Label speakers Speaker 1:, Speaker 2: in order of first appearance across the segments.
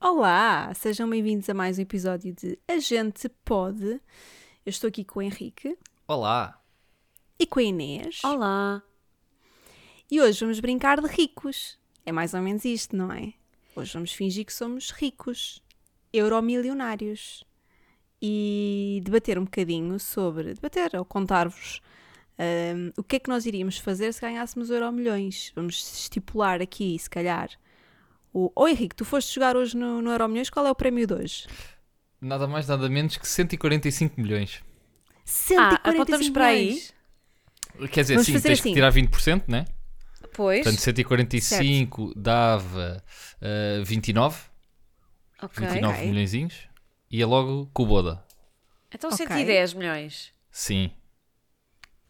Speaker 1: Olá, sejam bem-vindos a mais um episódio de A Gente Pode. Eu estou aqui com o Henrique
Speaker 2: Olá!
Speaker 1: e com a Inês
Speaker 3: Olá! Ah,
Speaker 1: e hoje vamos brincar de ricos. É mais ou menos isto, não é? Hoje vamos fingir que somos ricos, euromilionários e debater um bocadinho sobre debater ou contar-vos hum, o que é que nós iríamos fazer se ganhássemos euromilhões. Vamos estipular aqui, se calhar. O... Oh, Henrique, tu foste jogar hoje no, no Euromilhões, qual é o prémio de hoje?
Speaker 2: Nada mais, nada menos que 145 milhões.
Speaker 1: 145
Speaker 3: Ah, apontamos para aí?
Speaker 1: milhões.
Speaker 2: Quer dizer,
Speaker 1: Vamos
Speaker 2: sim,
Speaker 1: fazer
Speaker 2: tens
Speaker 1: assim.
Speaker 2: que tirar 20%, né?
Speaker 3: Pois.
Speaker 2: Portanto, 145 dava ah, 29,
Speaker 3: ok.
Speaker 2: 29
Speaker 1: Ok.
Speaker 2: milhõezinhos. Ia logo com o Boda.
Speaker 3: Então
Speaker 1: Ok.
Speaker 3: 110 milhões.
Speaker 2: Sim.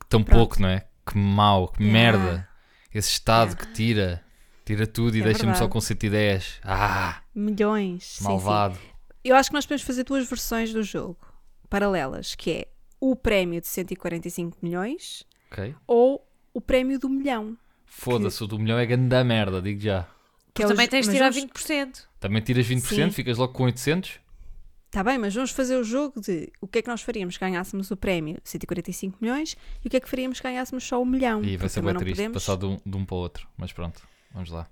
Speaker 2: Tão
Speaker 1: Pronto.
Speaker 2: pouco, não é? Que mau, que
Speaker 1: Yeah.
Speaker 2: merda. Esse estado que tira. Tira tudo e
Speaker 1: É
Speaker 2: deixa-me só
Speaker 1: verdade.
Speaker 2: com 110. Ah,
Speaker 1: Milhões. Sim, sim.
Speaker 2: malvado.
Speaker 1: Eu acho que nós podemos fazer duas versões do jogo paralelas, que é o prémio de 145 milhões
Speaker 2: Ok.
Speaker 1: ou o prémio do milhão.
Speaker 2: Foda-se, o do milhão é grande da merda, digo já.
Speaker 1: Que
Speaker 3: Mas também
Speaker 1: é os-
Speaker 3: tens de
Speaker 1: mas
Speaker 3: tirar
Speaker 1: vamos-
Speaker 3: 20%.
Speaker 2: Também tiras 20%,
Speaker 1: Sim.
Speaker 2: ficas logo com 800.
Speaker 1: Tá bem, mas vamos fazer o jogo de o que é que nós faríamos se ganhássemos o prémio de 145 milhões e o que é que faríamos se ganhássemos só o milhão.
Speaker 2: E vai
Speaker 1: Porque
Speaker 2: ser
Speaker 1: também
Speaker 2: bem
Speaker 1: não
Speaker 2: triste
Speaker 1: podemos,
Speaker 2: passar de um, de um para o outro. Mas pronto, vamos lá.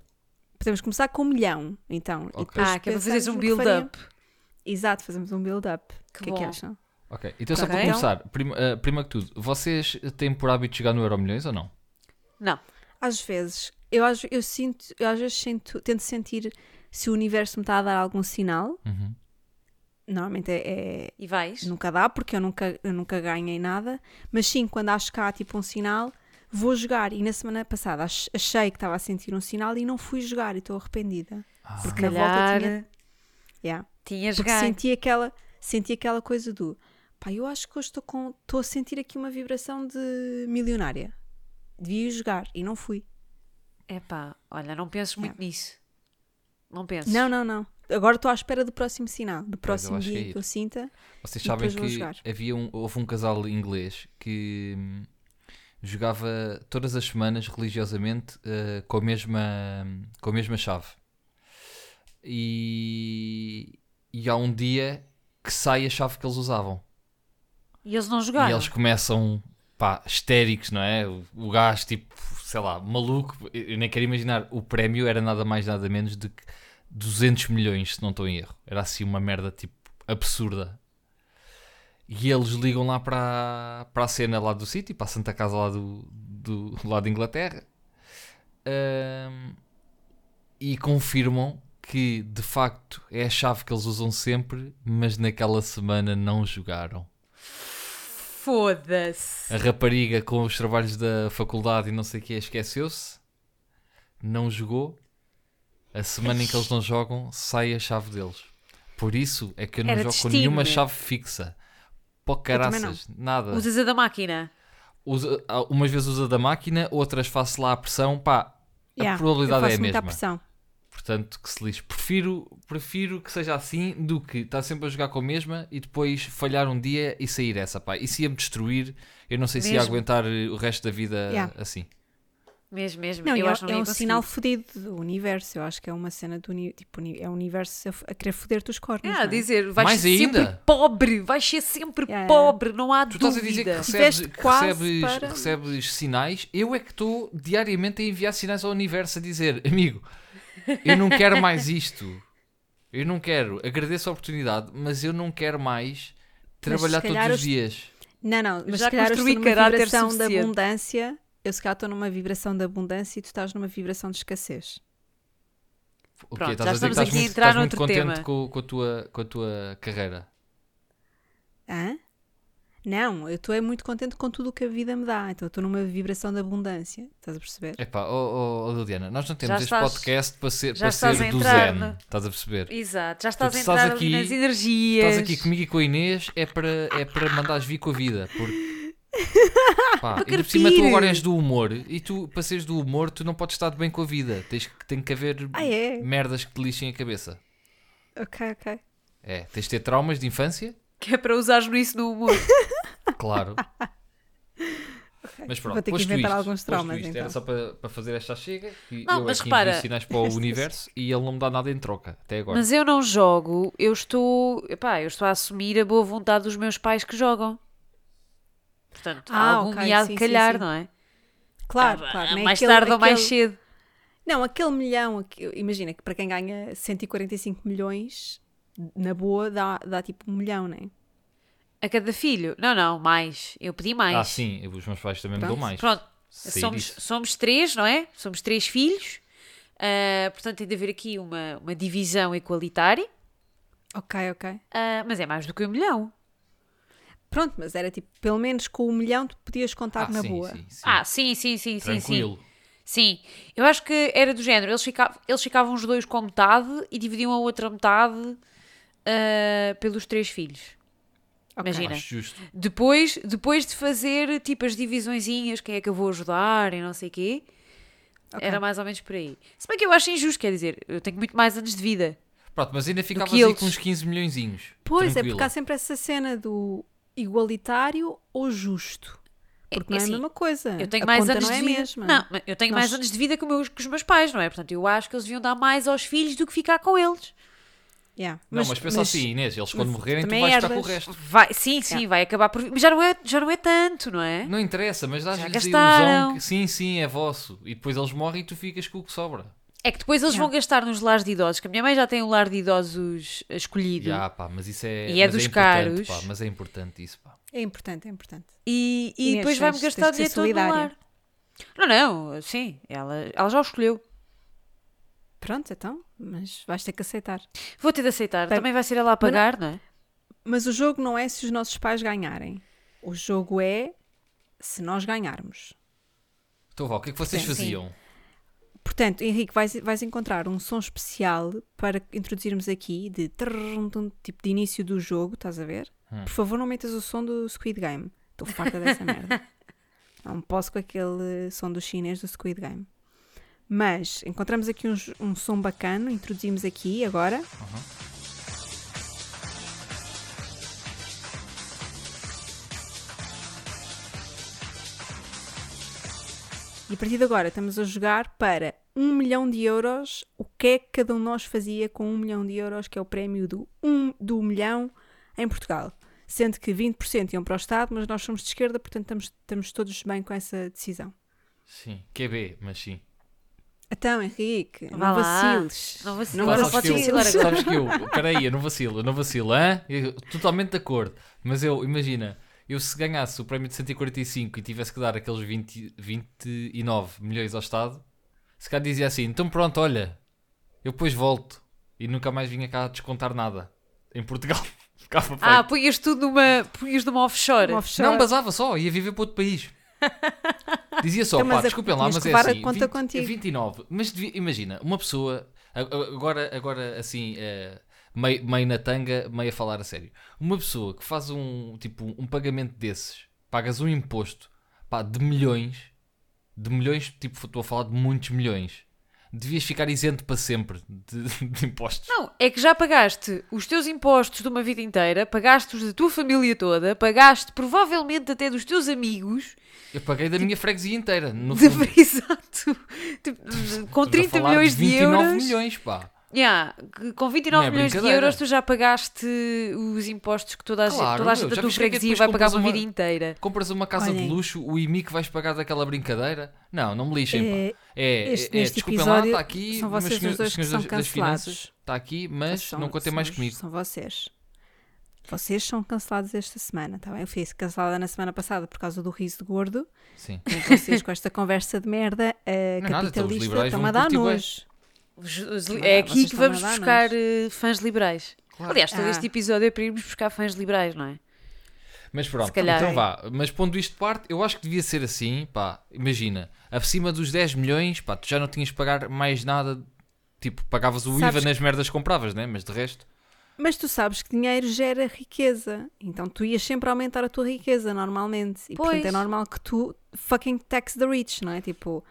Speaker 1: podemos começar com o milhão, então. e
Speaker 2: Ok.
Speaker 1: depois
Speaker 3: ah, que é para
Speaker 1: pensarmos
Speaker 3: fazeres um
Speaker 1: no que faríamos.
Speaker 3: build-up.
Speaker 1: Exato, fazemos um build-up. O
Speaker 3: Que
Speaker 1: que é que
Speaker 3: bom.
Speaker 1: acham?
Speaker 2: Ok, então só
Speaker 3: Ok.
Speaker 2: para começar, prima, ah, prima que tudo, vocês têm por hábito jogar no Euro Milhões ou não?
Speaker 3: Não.
Speaker 1: Às vezes, eu, às- eu sinto, eu às vezes sinto- tento sentir se o universo me está a dar algum sinal.
Speaker 2: Uhum.
Speaker 1: Normalmente é, é-
Speaker 3: E vais?
Speaker 1: nunca dá, porque eu nunca, eu nunca ganhei nada. Mas sim, quando acho que há tipo um sinal, vou jogar. E na semana passada ach- achei que estava a sentir um sinal e não fui jogar e estou arrependida.
Speaker 2: Ah.
Speaker 1: porque
Speaker 3: calhar-
Speaker 1: tinha. Yeah.
Speaker 3: Tinhas
Speaker 1: Porque
Speaker 3: ganho.
Speaker 1: senti aquela, senti aquela coisa do pá, eu acho que hoje estou com- estou a sentir aqui uma vibração de milionária. Devia ir jogar e não fui.
Speaker 3: Epá, olha, não penses muito nisso. Não penses.
Speaker 1: Não, não, não. Agora estou à espera do próximo sinal, do próximo
Speaker 2: acho que é
Speaker 1: dia
Speaker 2: ir.
Speaker 1: que eu sinta.
Speaker 2: Vocês
Speaker 1: E
Speaker 2: sabem
Speaker 1: depois vou
Speaker 2: que
Speaker 1: jogar.
Speaker 2: havia um, houve um casal inglês que hum, jogava todas as semanas religiosamente ah, com, a mesma, com a mesma chave. E, e há um dia que sai a chave que eles usavam.
Speaker 3: E eles não jogaram.
Speaker 2: E eles começam, pá, histéricos, não é? O, o gajo, tipo, sei lá, maluco. Eu eu nem quero imaginar. O prémio era nada mais, nada menos do que 200 milhões, se não estou em erro. Era assim uma merda, tipo, absurda. E eles ligam lá para, para a cena lá do sítio, para a Santa Casa lá do, do lá da Inglaterra. Ahm, e confirmam que, de facto, é a chave que eles usam sempre, mas naquela semana não jogaram.
Speaker 3: Foda-se.
Speaker 2: A rapariga com os trabalhos da faculdade e não sei o que esqueceu-se, não jogou. A semana em que eles não jogam, sai a chave deles. Por isso é que eu não
Speaker 3: Era
Speaker 2: jogo
Speaker 3: destino. né?
Speaker 2: com nenhuma chave fixa. Pó caraças, nada.
Speaker 3: Usas a da máquina.
Speaker 2: Usa- ah, umas vezes usa da máquina, outras faço lá a pressão, pá,
Speaker 1: Yeah,
Speaker 2: a probabilidade
Speaker 1: eu
Speaker 2: é a
Speaker 1: faço muita
Speaker 2: mesma.
Speaker 1: pressão.
Speaker 2: Portanto, que se lixe. Prefiro, prefiro que seja assim do que estar sempre a jogar com a mesma e depois falhar um dia e sair essa, pá. Isso ia-me destruir. Eu não sei se ia
Speaker 3: Mesmo.
Speaker 2: aguentar eh, o resto da vida
Speaker 1: Yeah.
Speaker 2: assim.
Speaker 3: Mesmo, mesmo.
Speaker 1: Não, e
Speaker 3: eu
Speaker 1: é,
Speaker 3: acho
Speaker 1: é
Speaker 3: que não
Speaker 1: um
Speaker 3: ia conseguir.
Speaker 1: sinal fodido do universo. Eu acho que é uma cena do uni- tipo, uni- é o universo a, f- a querer foder-te os cornos.
Speaker 3: É,
Speaker 1: não
Speaker 3: a
Speaker 1: é?
Speaker 3: dizer, vais
Speaker 2: Mais
Speaker 3: ser
Speaker 2: ainda.
Speaker 3: sempre pobre. Vais ser sempre
Speaker 1: Yeah, yeah.
Speaker 3: pobre. Não há
Speaker 2: Tu
Speaker 3: dúvida.
Speaker 2: estás a dizer que recebes,
Speaker 1: Tiveste
Speaker 2: que
Speaker 1: quase
Speaker 2: recebes,
Speaker 1: para-
Speaker 2: recebes sinais. Eu é que estou diariamente a enviar sinais ao universo a dizer: amigo, eu não quero mais isto. Eu não quero. Agradeço a oportunidade, mas eu não quero mais trabalhar
Speaker 1: se calhar
Speaker 2: todos os
Speaker 1: os-
Speaker 2: dias.
Speaker 1: Não, não, mas
Speaker 3: Já
Speaker 1: se calhar eu
Speaker 3: construí
Speaker 1: estou numa
Speaker 3: caráter
Speaker 1: vibração de
Speaker 3: suficiente.
Speaker 1: abundância. Eu se calhar estou numa vibração de abundância e tu estás numa vibração de escassez.
Speaker 2: O quê?
Speaker 3: Pronto,
Speaker 2: Estás
Speaker 3: já
Speaker 2: a dizer que
Speaker 3: estamos
Speaker 2: estás
Speaker 3: aqui a
Speaker 2: muito,
Speaker 3: entrar
Speaker 2: estás muito
Speaker 3: noutro
Speaker 2: contente
Speaker 3: tema.
Speaker 2: com, com a tua, com a tua carreira.
Speaker 1: Hã? Não, eu estou é muito contente com tudo o que a vida me dá. Então eu estou numa vibração de abundância. Estás a perceber?
Speaker 2: Epá, oh, oh, oh, Liliana, nós não temos
Speaker 3: Já
Speaker 2: este
Speaker 3: estás-
Speaker 2: podcast para ser,
Speaker 3: já
Speaker 2: para
Speaker 3: estás
Speaker 2: ser
Speaker 3: a
Speaker 2: do
Speaker 3: entrar,
Speaker 2: Zen.
Speaker 3: né?
Speaker 2: Estás a perceber?
Speaker 3: Exato. Já estás
Speaker 2: Tu
Speaker 3: a
Speaker 2: estás
Speaker 3: entrar
Speaker 2: aqui-
Speaker 3: ali nas energias.
Speaker 2: Estás aqui comigo e com a Inês, é para, é para mandares vir com a vida. Porque. Pá, e por
Speaker 3: quero
Speaker 2: cima tu
Speaker 3: pir.
Speaker 2: agora és do humor e tu, para seres do humor, tu não podes estar de bem com a vida. Tens, que- tem que haver
Speaker 1: Ah, é?
Speaker 2: merdas que te lixem a cabeça.
Speaker 1: Ok, ok.
Speaker 2: É, tens de ter traumas de infância,
Speaker 3: Que é para usares nisso no humor.
Speaker 2: claro.
Speaker 1: Ok.
Speaker 2: Mas pronto,
Speaker 1: Vou ter que
Speaker 2: posto
Speaker 1: inventar
Speaker 2: isto,
Speaker 1: alguns
Speaker 2: posto
Speaker 1: traumas
Speaker 2: isto,
Speaker 1: então.
Speaker 2: Era só para, para fazer esta chega e
Speaker 3: Não,
Speaker 2: eu
Speaker 3: mas
Speaker 2: é que
Speaker 3: repara-
Speaker 2: envio sinais para o universo e ele não me dá nada em troca, até agora.
Speaker 3: Mas eu não jogo, eu estou, epá, eu estou a assumir a boa vontade dos meus pais que jogam. Portanto, há
Speaker 1: Ah,
Speaker 3: algum
Speaker 1: ok,
Speaker 3: miado
Speaker 1: sim,
Speaker 3: de
Speaker 1: sim,
Speaker 3: calhar,
Speaker 1: sim.
Speaker 3: não é?
Speaker 1: Claro,
Speaker 3: Ah,
Speaker 1: claro. nem
Speaker 3: mais
Speaker 1: aquele-
Speaker 3: tarde ou mais
Speaker 1: aquele-
Speaker 3: cedo.
Speaker 1: Não, aquele milhão, aqu- imagina que para quem ganha 145 milhões, na boa dá, dá tipo um milhão, não é?
Speaker 3: A cada filho? Não, não, mais. Eu pedi mais.
Speaker 2: Ah, sim, eu- os meus pais também me
Speaker 1: Pronto.
Speaker 2: dão mais.
Speaker 3: Pronto,
Speaker 2: Saí
Speaker 3: somos,
Speaker 2: disso.
Speaker 3: somos três, não é? Somos três filhos. Ah, portanto, tem de haver aqui uma, uma divisão igualitária.
Speaker 1: Ok, ok.
Speaker 3: Ah, mas é mais do que um milhão.
Speaker 1: Pronto, mas era tipo, pelo menos com um milhão tu podias contar
Speaker 2: Ah,
Speaker 1: na
Speaker 2: sim,
Speaker 1: boa.
Speaker 2: sim, sim.
Speaker 3: Ah, sim, sim, sim, sim, sim.
Speaker 2: Tranquilo.
Speaker 3: Sim, eu acho que era do género. Eles ficavam, eles ficavam os dois com metade e dividiam a outra metade ah, pelos três filhos.
Speaker 1: Ok.
Speaker 3: Imagina.
Speaker 2: Acho justo.
Speaker 3: Depois, depois de fazer tipo as divisõezinhas, quem é que eu vou ajudar e não sei quê,
Speaker 1: Ok.
Speaker 3: era mais ou menos por aí. Se bem que eu acho injusto, quer dizer, eu tenho muito mais anos de vida.
Speaker 2: Pronto, mas ainda ficava
Speaker 3: que
Speaker 2: aí
Speaker 3: eles.
Speaker 2: com uns 15 milhõezinhos.
Speaker 1: Pois é,
Speaker 2: Tranquilo.
Speaker 1: porque há sempre essa cena do igualitário ou justo.
Speaker 3: É-
Speaker 1: Porque não
Speaker 3: é
Speaker 1: é
Speaker 3: assim,
Speaker 1: a mesma coisa.
Speaker 3: Eu tenho
Speaker 1: a
Speaker 3: mais
Speaker 1: conta
Speaker 3: anos
Speaker 1: não é
Speaker 3: de vida.
Speaker 1: a mesma.
Speaker 3: Não, mas eu tenho
Speaker 1: Nós-
Speaker 3: mais anos de vida que, o meu- que os meus pais, não é? Portanto, eu acho que eles deviam dar mais aos filhos do que ficar com eles.
Speaker 1: Yeah.
Speaker 2: Não, mas, pensa assim, Inês, eles quando
Speaker 1: mas
Speaker 2: morrerem tu
Speaker 1: também
Speaker 2: vais ficar com o
Speaker 1: herdas.
Speaker 2: resto.
Speaker 3: Vai, sim, sim, vai acabar por. Mas já não é, já não é tanto, não é?
Speaker 2: Não interessa, mas dás-lhes a
Speaker 3: gastaram.
Speaker 2: ilusão que sim, sim, é vosso. E depois eles morrem e tu ficas com o que sobra.
Speaker 3: É que depois eles
Speaker 1: Já.
Speaker 3: vão gastar nos lares de idosos, que a minha mãe já tem um lar de idosos eh, escolhido.
Speaker 2: Já, pá, mas isso é.
Speaker 3: E é
Speaker 2: mas
Speaker 3: dos
Speaker 2: importante,
Speaker 3: caros.
Speaker 2: Pá, mas é importante isso, pá.
Speaker 1: É importante, é importante.
Speaker 3: E, e
Speaker 1: Inês,
Speaker 3: depois
Speaker 1: tens-
Speaker 3: vai-me gastar
Speaker 1: tens
Speaker 3: o
Speaker 1: de
Speaker 3: dinheiro
Speaker 1: ser
Speaker 3: todo no lar.
Speaker 1: solidária.
Speaker 3: Não, não, sim, ela, ela já o escolheu.
Speaker 1: Pronto, então, mas vais ter que aceitar.
Speaker 3: Vou ter de aceitar,
Speaker 1: Tem-
Speaker 3: também vai ser ela a pagar, não é?
Speaker 1: Mas o jogo não é se os nossos pais ganharem. O jogo é se nós ganharmos.
Speaker 2: Então vá, o que é que vocês
Speaker 3: Sim.
Speaker 2: faziam?
Speaker 1: Portanto, Henrique, vais, vais encontrar um som especial para introduzirmos aqui de trrrrum, tum, tipo de início do jogo, estás a ver? Por favor, não metas o som do Squid Game. Estou farta dessa merda. Não posso com aquele som do chinês do Squid Game. Mas encontramos aqui um, j- um som bacana, introduzimos aqui agora. E a partir de agora estamos a jogar para 1 milhão de euros. O que é que cada um de nós fazia com 1 milhão de euros, que é o prémio do, um, do milhão em Portugal? Sendo que 20% iam para o Estado, mas nós somos de esquerda, portanto estamos, estamos todos bem com essa decisão.
Speaker 2: Sim, QB, mas sim.
Speaker 1: Então, Henrique,
Speaker 3: Vá
Speaker 1: não
Speaker 3: lá.
Speaker 1: vaciles.
Speaker 3: Não vaciles.
Speaker 1: Não
Speaker 3: Claro,
Speaker 2: sabes que eu-
Speaker 1: vaciles.
Speaker 3: vacilar agora.
Speaker 2: Sabes que eu, peraí, eu não vacilo, eu não vacilo, hã? Eu, totalmente de acordo. Mas eu, imagina, eu se ganhasse o prémio de 145 e tivesse que dar aqueles 20, 29 milhões ao Estado, se calhar dizia assim: então pronto, olha, eu depois volto e nunca mais vinha cá descontar nada em Portugal. Ficava
Speaker 3: Ah,
Speaker 2: feito.
Speaker 3: punhas tudo numa, punhas numa offshore.
Speaker 1: Uma offshore.
Speaker 2: Não, basava só, ia viver para outro país. Dizia só,
Speaker 1: Então,
Speaker 2: pá,
Speaker 1: mas a-
Speaker 2: desculpem lá,
Speaker 1: tinhas
Speaker 2: mas
Speaker 1: que
Speaker 2: é
Speaker 1: levar a
Speaker 2: assim,
Speaker 1: conta contigo.
Speaker 2: 29, mas devia- imagina, uma pessoa, a- a- agora, agora assim, eh, meio, meio na tanga, meio a falar a sério, uma pessoa que faz um, tipo, um pagamento desses, pagas um imposto, pá, de milhões, de milhões, tipo, estou a falar de muitos milhões, devias ficar isento para sempre de, de impostos.
Speaker 3: Não, é que já pagaste os teus impostos de uma vida inteira, pagaste-os da tua família toda, pagaste provavelmente até dos teus amigos,
Speaker 2: Eu paguei
Speaker 1: Tipo,
Speaker 2: da minha freguesia inteira, no
Speaker 3: de,
Speaker 2: fundo.
Speaker 3: exato, tipo, com
Speaker 2: Estamos a
Speaker 3: 30
Speaker 2: falar
Speaker 3: milhões de
Speaker 2: 29
Speaker 3: euros.
Speaker 2: milhões, pá.
Speaker 3: Yeah, que com 29
Speaker 2: Não é
Speaker 3: milhões de
Speaker 2: brincadeira.
Speaker 3: euros tu já pagaste os impostos que toda a,
Speaker 2: Claro,
Speaker 3: gente, toda a
Speaker 2: meu,
Speaker 3: gente da
Speaker 2: já
Speaker 3: tua
Speaker 2: viste que é que
Speaker 3: freguesia
Speaker 2: depois
Speaker 3: vai pagar
Speaker 2: compras
Speaker 3: uma
Speaker 2: uma-
Speaker 3: vida inteira.
Speaker 2: Compras uma casa
Speaker 1: Olhem.
Speaker 2: de luxo, o IMI que vais pagar daquela brincadeira? Não, não me lixem,
Speaker 1: É,
Speaker 2: pá. É,
Speaker 1: este-
Speaker 2: é, é,
Speaker 1: neste
Speaker 2: desculpem lá,
Speaker 1: episódio,
Speaker 2: está aqui,
Speaker 1: são
Speaker 2: meus
Speaker 1: vocês
Speaker 2: senhores,
Speaker 1: dois que
Speaker 2: senhores
Speaker 1: são
Speaker 2: das, das
Speaker 1: cancelados.
Speaker 2: finanças, está aqui, mas
Speaker 1: É, São-
Speaker 2: não contem
Speaker 1: são
Speaker 2: mais
Speaker 1: os-
Speaker 2: comigo.
Speaker 1: São vocês. Vocês são cancelados esta semana, tá bem? Eu fui cancelada na semana passada por causa do riso de gordo.
Speaker 2: Sim.
Speaker 1: Mas vocês com esta conversa de merda eh,
Speaker 2: Não é nada, então os
Speaker 1: capitalista
Speaker 2: liberais
Speaker 1: estão
Speaker 2: vão
Speaker 1: a dar
Speaker 2: curtir bué.
Speaker 1: nojo.
Speaker 3: Os- os-
Speaker 1: Ah,
Speaker 3: é
Speaker 1: vocês
Speaker 3: aqui que
Speaker 1: estão a
Speaker 3: vamos
Speaker 1: dar nojo.
Speaker 3: buscar eh, fãs liberais.
Speaker 2: Claro.
Speaker 3: Aliás, todo
Speaker 1: Ah.
Speaker 3: este episódio é para irmos buscar fãs liberais, não é?
Speaker 2: Mas pronto,
Speaker 3: calhar.
Speaker 1: é.
Speaker 2: então vá. Mas pondo isto de parte, eu acho que devia ser assim, pá. Imagina, acima dos 10 milhões, pá, tu já não tinhas de pagar mais nada. Tipo, pagavas o
Speaker 1: Sabes
Speaker 2: IVA
Speaker 1: que-
Speaker 2: nas merdas que compravas, né? Mas de resto,
Speaker 1: Mas tu sabes que dinheiro gera riqueza. Então tu ias sempre aumentar a tua riqueza, normalmente. E portanto é
Speaker 3: Pois.
Speaker 1: normal que tu fucking tax the rich, não é? Tipo,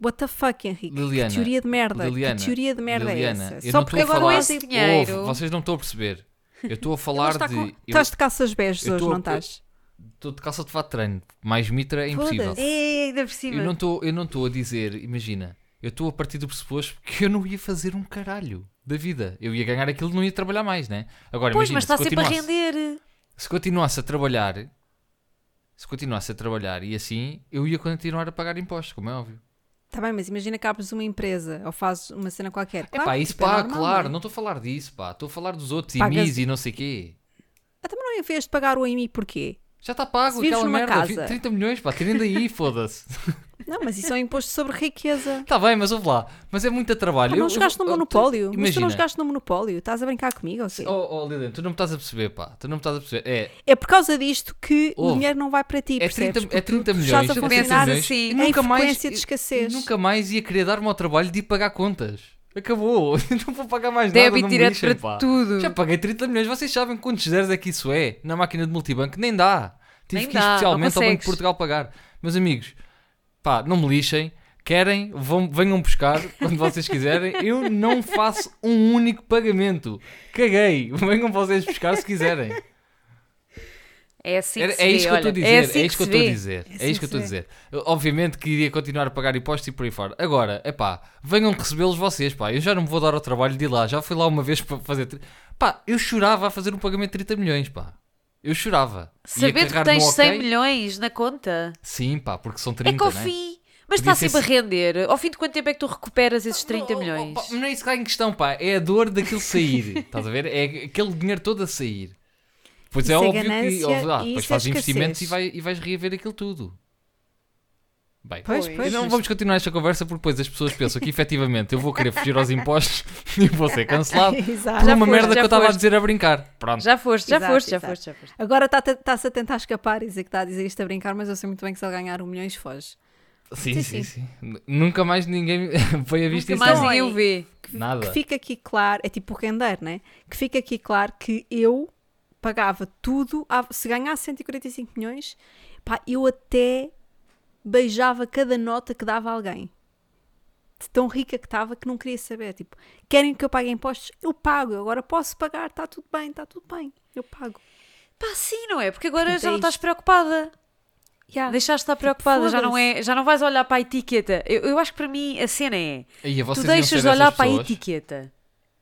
Speaker 1: what the fuck, Henrique?
Speaker 2: Liliana,
Speaker 1: que teoria de merda.
Speaker 2: Liliana,
Speaker 1: que teoria de merda
Speaker 2: Liliana,
Speaker 1: é essa?
Speaker 2: eu
Speaker 1: Só
Speaker 2: não
Speaker 1: porque
Speaker 2: estou a
Speaker 1: agora
Speaker 2: falar.
Speaker 1: não
Speaker 3: esse
Speaker 1: há-
Speaker 3: dinheiro.
Speaker 2: Ouve, vocês não estão a perceber. Eu estou a falar
Speaker 1: Está
Speaker 2: de.
Speaker 1: com- Tá
Speaker 2: eu-
Speaker 1: Estás de calças beijas
Speaker 2: eu
Speaker 1: hoje,
Speaker 2: tô-
Speaker 1: não estás?
Speaker 2: Estou de calça de fato de treino. Mais mitra é impossível.
Speaker 1: Foda-se.
Speaker 3: É, ainda por cima.
Speaker 2: Eu não estou- eu não estou a dizer, imagina, eu estou a partir do pressuposto que eu não ia fazer um caralho da vida. Eu ia ganhar aquilo, não ia trabalhar mais, né? Agora,
Speaker 3: Pois,
Speaker 2: imagina,
Speaker 1: tá
Speaker 3: mas está
Speaker 2: se
Speaker 3: sempre a
Speaker 2: continuasse-
Speaker 3: render.
Speaker 2: se continuasse a trabalhar, se continuasse a trabalhar e assim, eu ia continuar a pagar impostos, como é óbvio.
Speaker 1: Está Tá bem, mas imagina que abres uma empresa ou fazes uma cena qualquer.
Speaker 2: É pá, isso
Speaker 1: tipo, é
Speaker 2: pá,
Speaker 1: normal,
Speaker 2: claro,
Speaker 1: Não... é?
Speaker 2: não estou a falar disso, pá. Estou a falar dos outros
Speaker 1: Pagas-
Speaker 2: IMIs e não sei quê.
Speaker 1: Ah, também não havias de pagar o IMI porquê?
Speaker 2: Já está
Speaker 1: Se
Speaker 2: pago
Speaker 1: vives
Speaker 2: aquela
Speaker 1: numa
Speaker 2: merda.
Speaker 1: casa-
Speaker 2: 30 milhões, pá, tirem daí, foda-se.
Speaker 1: Não, mas isso é um imposto sobre riqueza.
Speaker 2: Está bem, mas ouve lá. Mas é muito trabalho.
Speaker 1: Ah,
Speaker 2: Eu-
Speaker 1: não
Speaker 2: eu-
Speaker 1: jogaste no
Speaker 2: eu- tu-
Speaker 1: monopólio. Mas tu
Speaker 2: Imagina.
Speaker 1: não jogaste no monopólio. Estás a brincar comigo ou quê?
Speaker 2: Oh, oh, Lilian, tu não me estás a perceber, pá. Tu não me estás a perceber. É,
Speaker 1: É por causa disto que o
Speaker 2: Ouve.
Speaker 1: dinheiro não vai para ti,
Speaker 2: Oh. é
Speaker 1: percebes?
Speaker 2: 30, é 30
Speaker 1: tu
Speaker 2: milhões.
Speaker 1: estás a
Speaker 2: é 30
Speaker 1: funcionar
Speaker 2: milhões.
Speaker 3: assim,
Speaker 2: E
Speaker 3: em
Speaker 2: nunca mais,
Speaker 1: frequência de escassez.
Speaker 2: e Nunca mais ia querer dar-me ao trabalho de ir pagar contas. Acabou. Eu não vou pagar mais nada.
Speaker 3: Débito
Speaker 2: não me
Speaker 3: direto
Speaker 2: lixem,
Speaker 3: para
Speaker 2: pá.
Speaker 3: tudo.
Speaker 2: Já paguei 30 milhões. Vocês sabem quantos zeros é que isso é na máquina de multibanco? Nem dá. Tive
Speaker 3: Nem
Speaker 2: que ir
Speaker 3: dá, não
Speaker 2: especialmente ao Banco
Speaker 3: consegues.
Speaker 2: de Portugal pagar. Meus amigos, pá, não me lixem. Querem, vão, venham buscar quando vocês quiserem. Eu não faço um único pagamento. Caguei. Venham vocês buscar se quiserem.
Speaker 3: É assim
Speaker 2: Era-
Speaker 3: que se
Speaker 2: é
Speaker 3: vê,
Speaker 2: isso que eu estou a
Speaker 3: olha.
Speaker 2: dizer.
Speaker 3: É
Speaker 2: É,
Speaker 3: assim
Speaker 2: isso que eu
Speaker 3: se
Speaker 2: estou a
Speaker 3: vê.
Speaker 2: dizer.
Speaker 1: É
Speaker 2: É,
Speaker 1: assim
Speaker 2: isso que eu
Speaker 1: que
Speaker 2: estou a
Speaker 1: se
Speaker 2: dizer. Eu, Obviamente que iria continuar a pagar impostos e por aí fora. Agora, é pá, venham recebê-los vocês, pá. Eu já não me vou dar ao trabalho de ir lá. Já fui lá uma vez para fazer. tri- Pá, eu chorava a fazer um pagamento de 30 milhões, pá. Eu chorava. Ia
Speaker 3: Sabendo que
Speaker 2: carregar no
Speaker 3: tens 100
Speaker 2: ok.
Speaker 3: milhões na conta,
Speaker 2: Sim, pá, porque são
Speaker 3: é
Speaker 2: 30,
Speaker 3: que ao
Speaker 2: né?
Speaker 3: fim. Mas
Speaker 2: Podia
Speaker 3: está
Speaker 2: ser
Speaker 3: sempre a render. Ao fim de quanto tempo é que tu recuperas esses 30
Speaker 2: Oh, oh,
Speaker 3: milhões?
Speaker 2: pá, não é isso que há em questão, pá. É a dor daquilo sair. estás a ver? É aquele dinheiro todo a sair. Pois
Speaker 1: Isso
Speaker 2: é,
Speaker 1: é
Speaker 2: óbvio que
Speaker 1: ganância
Speaker 2: óbvio, ah,
Speaker 1: e
Speaker 2: depois
Speaker 1: isso é
Speaker 2: fazes investimentos e,
Speaker 1: escassez.
Speaker 2: vai- e vais reaver aquilo tudo. Bem,
Speaker 1: Pois,
Speaker 3: Pois.
Speaker 1: pois.
Speaker 2: E não
Speaker 1: mas-
Speaker 2: vamos continuar esta conversa porque depois as pessoas pensam que efetivamente eu vou querer fugir aos impostos e vou ser cancelado
Speaker 1: Exato.
Speaker 2: por uma
Speaker 3: foste,
Speaker 2: merda
Speaker 3: já
Speaker 2: que eu estava a
Speaker 3: foste.
Speaker 2: dizer a brincar. Pronto.
Speaker 3: Já foste, já
Speaker 1: Exato,
Speaker 3: foste, já
Speaker 1: exato.
Speaker 3: foste, já foste.
Speaker 1: Agora está-se a tentar escapar e dizer que está a dizer isto a brincar, mas eu sei muito bem que se ele ganhar um milhões foge.
Speaker 2: Sim,
Speaker 1: Sim,
Speaker 2: sim, sim, N- Nunca mais ninguém foi a vista
Speaker 3: Nunca
Speaker 2: isso.
Speaker 3: mais
Speaker 1: não
Speaker 2: também.
Speaker 1: é.
Speaker 3: ninguém o vê.
Speaker 1: Que
Speaker 2: Nada.
Speaker 1: fica aqui claro, é tipo o render, né? Que fica aqui claro que eu pagava tudo, à- se ganhasse 145 milhões, pá, eu até beijava cada nota que dava a alguém. De tão rica que estava que não queria saber. Tipo, querem que eu pague impostos? Eu pago, eu agora posso pagar, está tudo bem, está tudo bem, eu pago.
Speaker 3: Pá, sim, não é? Ah, Porque agora
Speaker 1: Portanto,
Speaker 3: já
Speaker 1: é
Speaker 3: não estás
Speaker 1: isto.
Speaker 3: preocupada.
Speaker 1: Yeah.
Speaker 3: Deixaste de estar preocupada, já não, é, já não vais olhar para a etiqueta. Eu, eu acho que para mim a cena é:
Speaker 2: Aí,
Speaker 3: tu
Speaker 2: vocês iam ser
Speaker 3: deixas de olhar
Speaker 2: essas
Speaker 3: para a
Speaker 2: pessoas.
Speaker 3: etiqueta.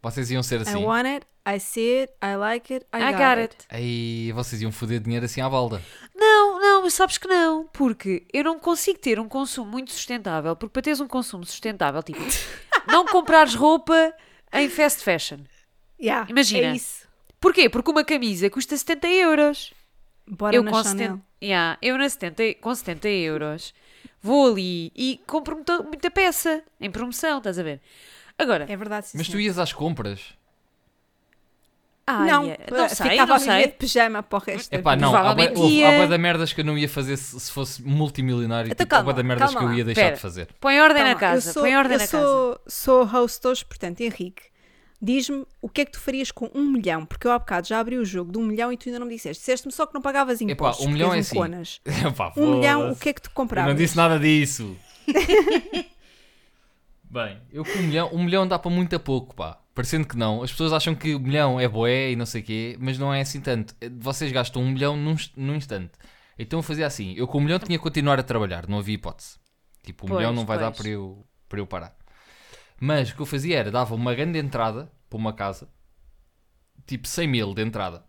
Speaker 2: Vocês iam ser
Speaker 1: I
Speaker 2: assim.
Speaker 1: want it, I see it, I like it, I,
Speaker 3: I
Speaker 1: got,
Speaker 3: got
Speaker 1: it.
Speaker 3: it.
Speaker 2: Aí vocês iam foder dinheiro assim à balda.
Speaker 3: Não, não, mas sabes que não, porque eu não consigo ter um consumo muito sustentável, porque para teres um consumo sustentável, tipo, não comprares roupa em fast fashion.
Speaker 1: Yeah,
Speaker 3: Imagina.
Speaker 1: É isso.
Speaker 3: Porquê? Porque uma camisa custa 70 euros.
Speaker 1: Bora
Speaker 3: eu
Speaker 1: na
Speaker 3: com
Speaker 1: Chanel.
Speaker 3: 70, yeah, eu na 70, com 70 euros vou ali e compro muita, muita peça em promoção, estás a ver? Agora,
Speaker 1: É verdade, sim,
Speaker 2: Mas tu
Speaker 1: senhor.
Speaker 2: ias às compras.
Speaker 3: ai,
Speaker 1: não,
Speaker 3: é, não sei,
Speaker 1: ficava
Speaker 3: não
Speaker 1: a viver
Speaker 3: sei.
Speaker 1: de pijama para o resto da
Speaker 2: Epá,
Speaker 1: vida.
Speaker 2: não, há bué-
Speaker 3: Provavelmente
Speaker 2: houve-
Speaker 3: ia.
Speaker 2: há bué da merdas que eu não ia fazer se, se fosse multimilionário.
Speaker 1: Então
Speaker 2: tipo, há
Speaker 1: calma
Speaker 2: bué da
Speaker 1: lá,
Speaker 2: merdas
Speaker 1: calma
Speaker 2: que eu ia
Speaker 1: lá.
Speaker 2: deixar
Speaker 3: Pera.
Speaker 2: de fazer.
Speaker 3: Põe ordem
Speaker 1: Calma
Speaker 3: na
Speaker 1: lá, eu
Speaker 3: casa,
Speaker 1: sou-
Speaker 3: põe ordem
Speaker 1: eu
Speaker 3: na casa.
Speaker 1: sou, sou host hoje, portanto, Henrique, diz-me o que é que tu farias com um milhão, porque eu há bocado já abri o jogo de um milhão e tu ainda não me disseste. Disseste-me só que não pagavas impostos.
Speaker 2: um milhão
Speaker 1: porque
Speaker 2: é
Speaker 1: és
Speaker 2: assim.
Speaker 1: conas.
Speaker 2: Epá,
Speaker 1: Um milhão, o
Speaker 2: foda-se.
Speaker 1: que é que tu
Speaker 2: Eu
Speaker 1: compravas?
Speaker 2: não disse nada disso. Bem, eu com um milhão, um milhão dá para muito a pouco, pá. Parecendo que não. As pessoas acham que um milhão é boé e não sei o quê, mas não é assim tanto. Vocês gastam um milhão num, inst- num instante. Então eu fazia assim. Eu com um milhão tinha que continuar a trabalhar, não havia hipótese. Tipo, um
Speaker 3: Pois,
Speaker 2: milhão não vai dar
Speaker 3: pois.
Speaker 2: para eu, para eu parar. Mas o que eu fazia era, dava uma grande entrada para uma casa, tipo 100 mil de entrada.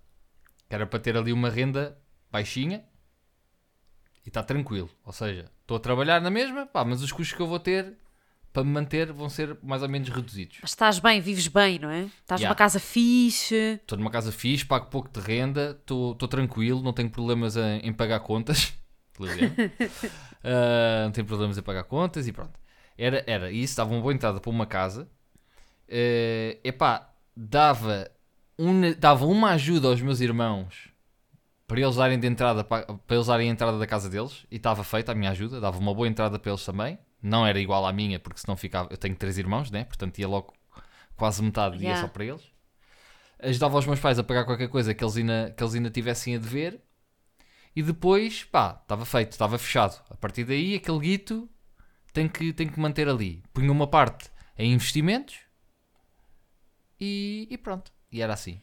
Speaker 2: Que era para ter ali uma renda baixinha e está tranquilo. Ou seja, estou a trabalhar na mesma, pá, mas os custos que eu vou ter para me manter vão ser mais ou menos reduzidos.
Speaker 3: Mas estás bem, vives bem, não é? Estás
Speaker 2: Yeah.
Speaker 3: numa casa fixe.
Speaker 2: Estou numa casa fixe, pago pouco de renda, estou estou tranquilo, não tenho problemas em, em pagar contas. Liliana. Ah, não tenho problemas em pagar contas e pronto. Era, era isso, dava uma boa entrada para uma casa. Eh, epá, dava, um- dava uma ajuda aos meus irmãos para eles darem de entrada para, para eles darem a entrada da casa deles e estava feita a minha ajuda, dava uma boa entrada para eles também. Não era igual à minha, porque senão ficava. Eu tenho três irmãos, né? Portanto ia logo quase metade, ia
Speaker 3: Yeah.
Speaker 2: só para eles. Ajudava os meus pais a pagar qualquer coisa que eles ainda, que eles ainda tivessem a dever. E depois, pá, estava feito, estava fechado. A partir daí, aquele guito tem que, tem que manter ali. Punha uma parte em investimentos e, e pronto. E era assim.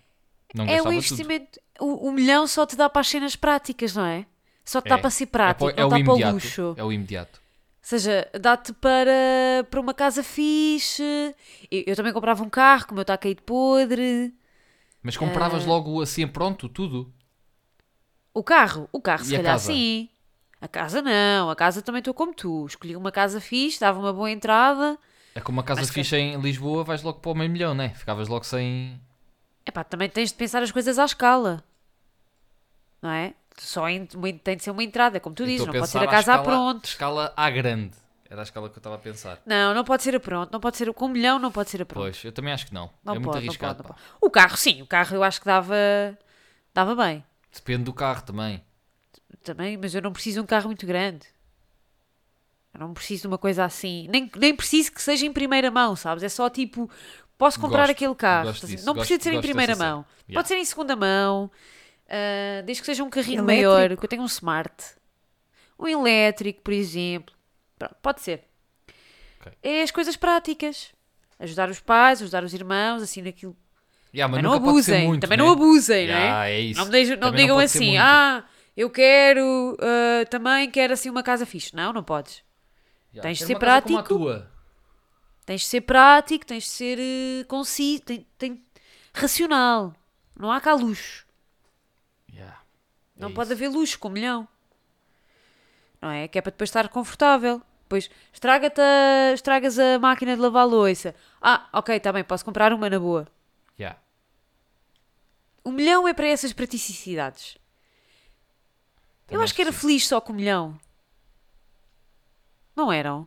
Speaker 2: Não
Speaker 3: é
Speaker 2: gastava
Speaker 3: o
Speaker 2: tudo.
Speaker 3: investimento. O, o milhão só te dá para as cenas práticas, não é? Só te dá
Speaker 2: É.
Speaker 3: para ser
Speaker 2: É,
Speaker 3: prático,
Speaker 2: pa- é
Speaker 3: não
Speaker 2: o
Speaker 3: dá para o
Speaker 2: imediato.
Speaker 3: luxo.
Speaker 2: É o imediato.
Speaker 3: Ou seja, dá-te para, para uma casa fixe. Eu, eu também comprava um carro, que o meu está caído podre.
Speaker 2: Mas
Speaker 3: Ah.
Speaker 2: compravas logo assim, pronto, tudo.
Speaker 3: O carro? O carro, se
Speaker 2: E a
Speaker 3: calhar,
Speaker 2: casa?
Speaker 3: sim. A casa não, a casa também estou como tu. Escolhi uma casa fixe, dava uma boa entrada.
Speaker 2: É como uma casa
Speaker 3: Mas que-
Speaker 2: fixa em Lisboa, vais logo para o meio milhão, né? Ficavas logo sem.
Speaker 3: Epá, também tens de pensar as coisas à escala. Não é? Só em- uma- tem de ser uma entrada, é como tu
Speaker 2: Eu
Speaker 3: dizes,
Speaker 2: estou
Speaker 3: não
Speaker 2: a
Speaker 3: pode ser
Speaker 2: pensar
Speaker 3: a
Speaker 2: à
Speaker 3: casa a
Speaker 2: escala-
Speaker 3: pronto.
Speaker 2: Escala à grande. Era a escala que eu estava a pensar.
Speaker 3: Não, não pode ser a pronto, não pode ser com um milhão, não pode ser a pronto.
Speaker 2: Pois, eu também acho que não.
Speaker 3: Não
Speaker 2: é muito
Speaker 3: pode, não
Speaker 2: arriscado.
Speaker 3: pode, não
Speaker 2: pá.
Speaker 3: pode. O carro, sim, o carro eu acho que dava, dava bem.
Speaker 2: Depende do carro também.
Speaker 3: Também, mas eu não preciso de um carro muito grande. Eu não preciso de uma coisa assim. Nem, nem preciso que seja em primeira mão, sabes? É só tipo, posso comprar
Speaker 2: Gosto,
Speaker 3: aquele carro.
Speaker 2: gosto
Speaker 3: estás a ver?
Speaker 2: disso,
Speaker 3: não
Speaker 2: gosto-
Speaker 3: precisa de ser em
Speaker 2: gosto
Speaker 3: primeira
Speaker 2: dessa
Speaker 3: mão.
Speaker 2: cena. Yeah.
Speaker 3: Pode ser em segunda mão. ah, desde que seja um carrinho
Speaker 1: Elétrico.
Speaker 3: maior, que eu tenha um smart. Um elétrico, por exemplo. Pronto, pode ser.
Speaker 2: Ok.
Speaker 3: É as coisas práticas. Ajudar os pais, ajudar os irmãos, assim naquilo.
Speaker 2: Yeah, mas
Speaker 3: Mas não
Speaker 2: nunca pode ser
Speaker 3: abusem,
Speaker 2: muito,
Speaker 3: também
Speaker 2: né?
Speaker 3: não abusem, não
Speaker 2: Yeah,
Speaker 3: é?
Speaker 2: é isso.
Speaker 3: Não me, deixem- não
Speaker 2: Também
Speaker 3: me
Speaker 2: não
Speaker 3: digam
Speaker 2: pode ser
Speaker 3: assim,
Speaker 2: muito.
Speaker 3: ah, eu quero, ah, também quero assim uma casa fixe. Não, não podes.
Speaker 2: Yeah,
Speaker 3: tens
Speaker 2: quero
Speaker 3: de ser
Speaker 2: uma casa como a
Speaker 3: prático.
Speaker 2: tua.
Speaker 3: Tens de ser prático, tens de ser eh, conciso, tem, tem- racional. Não há cá luxo.
Speaker 2: Yeah, é
Speaker 3: Não
Speaker 2: isso.
Speaker 3: pode haver luxo com um milhão. Não é? Que é para depois estar confortável. Depois estraga-te a- estragas a máquina de lavar a louça. Ah, ok, está bem, posso comprar uma na boa.
Speaker 2: Yeah.
Speaker 3: Um milhão é para essas praticidades. Eu
Speaker 2: Também
Speaker 3: acho que era
Speaker 2: sim.
Speaker 3: feliz só com um milhão. Não eram?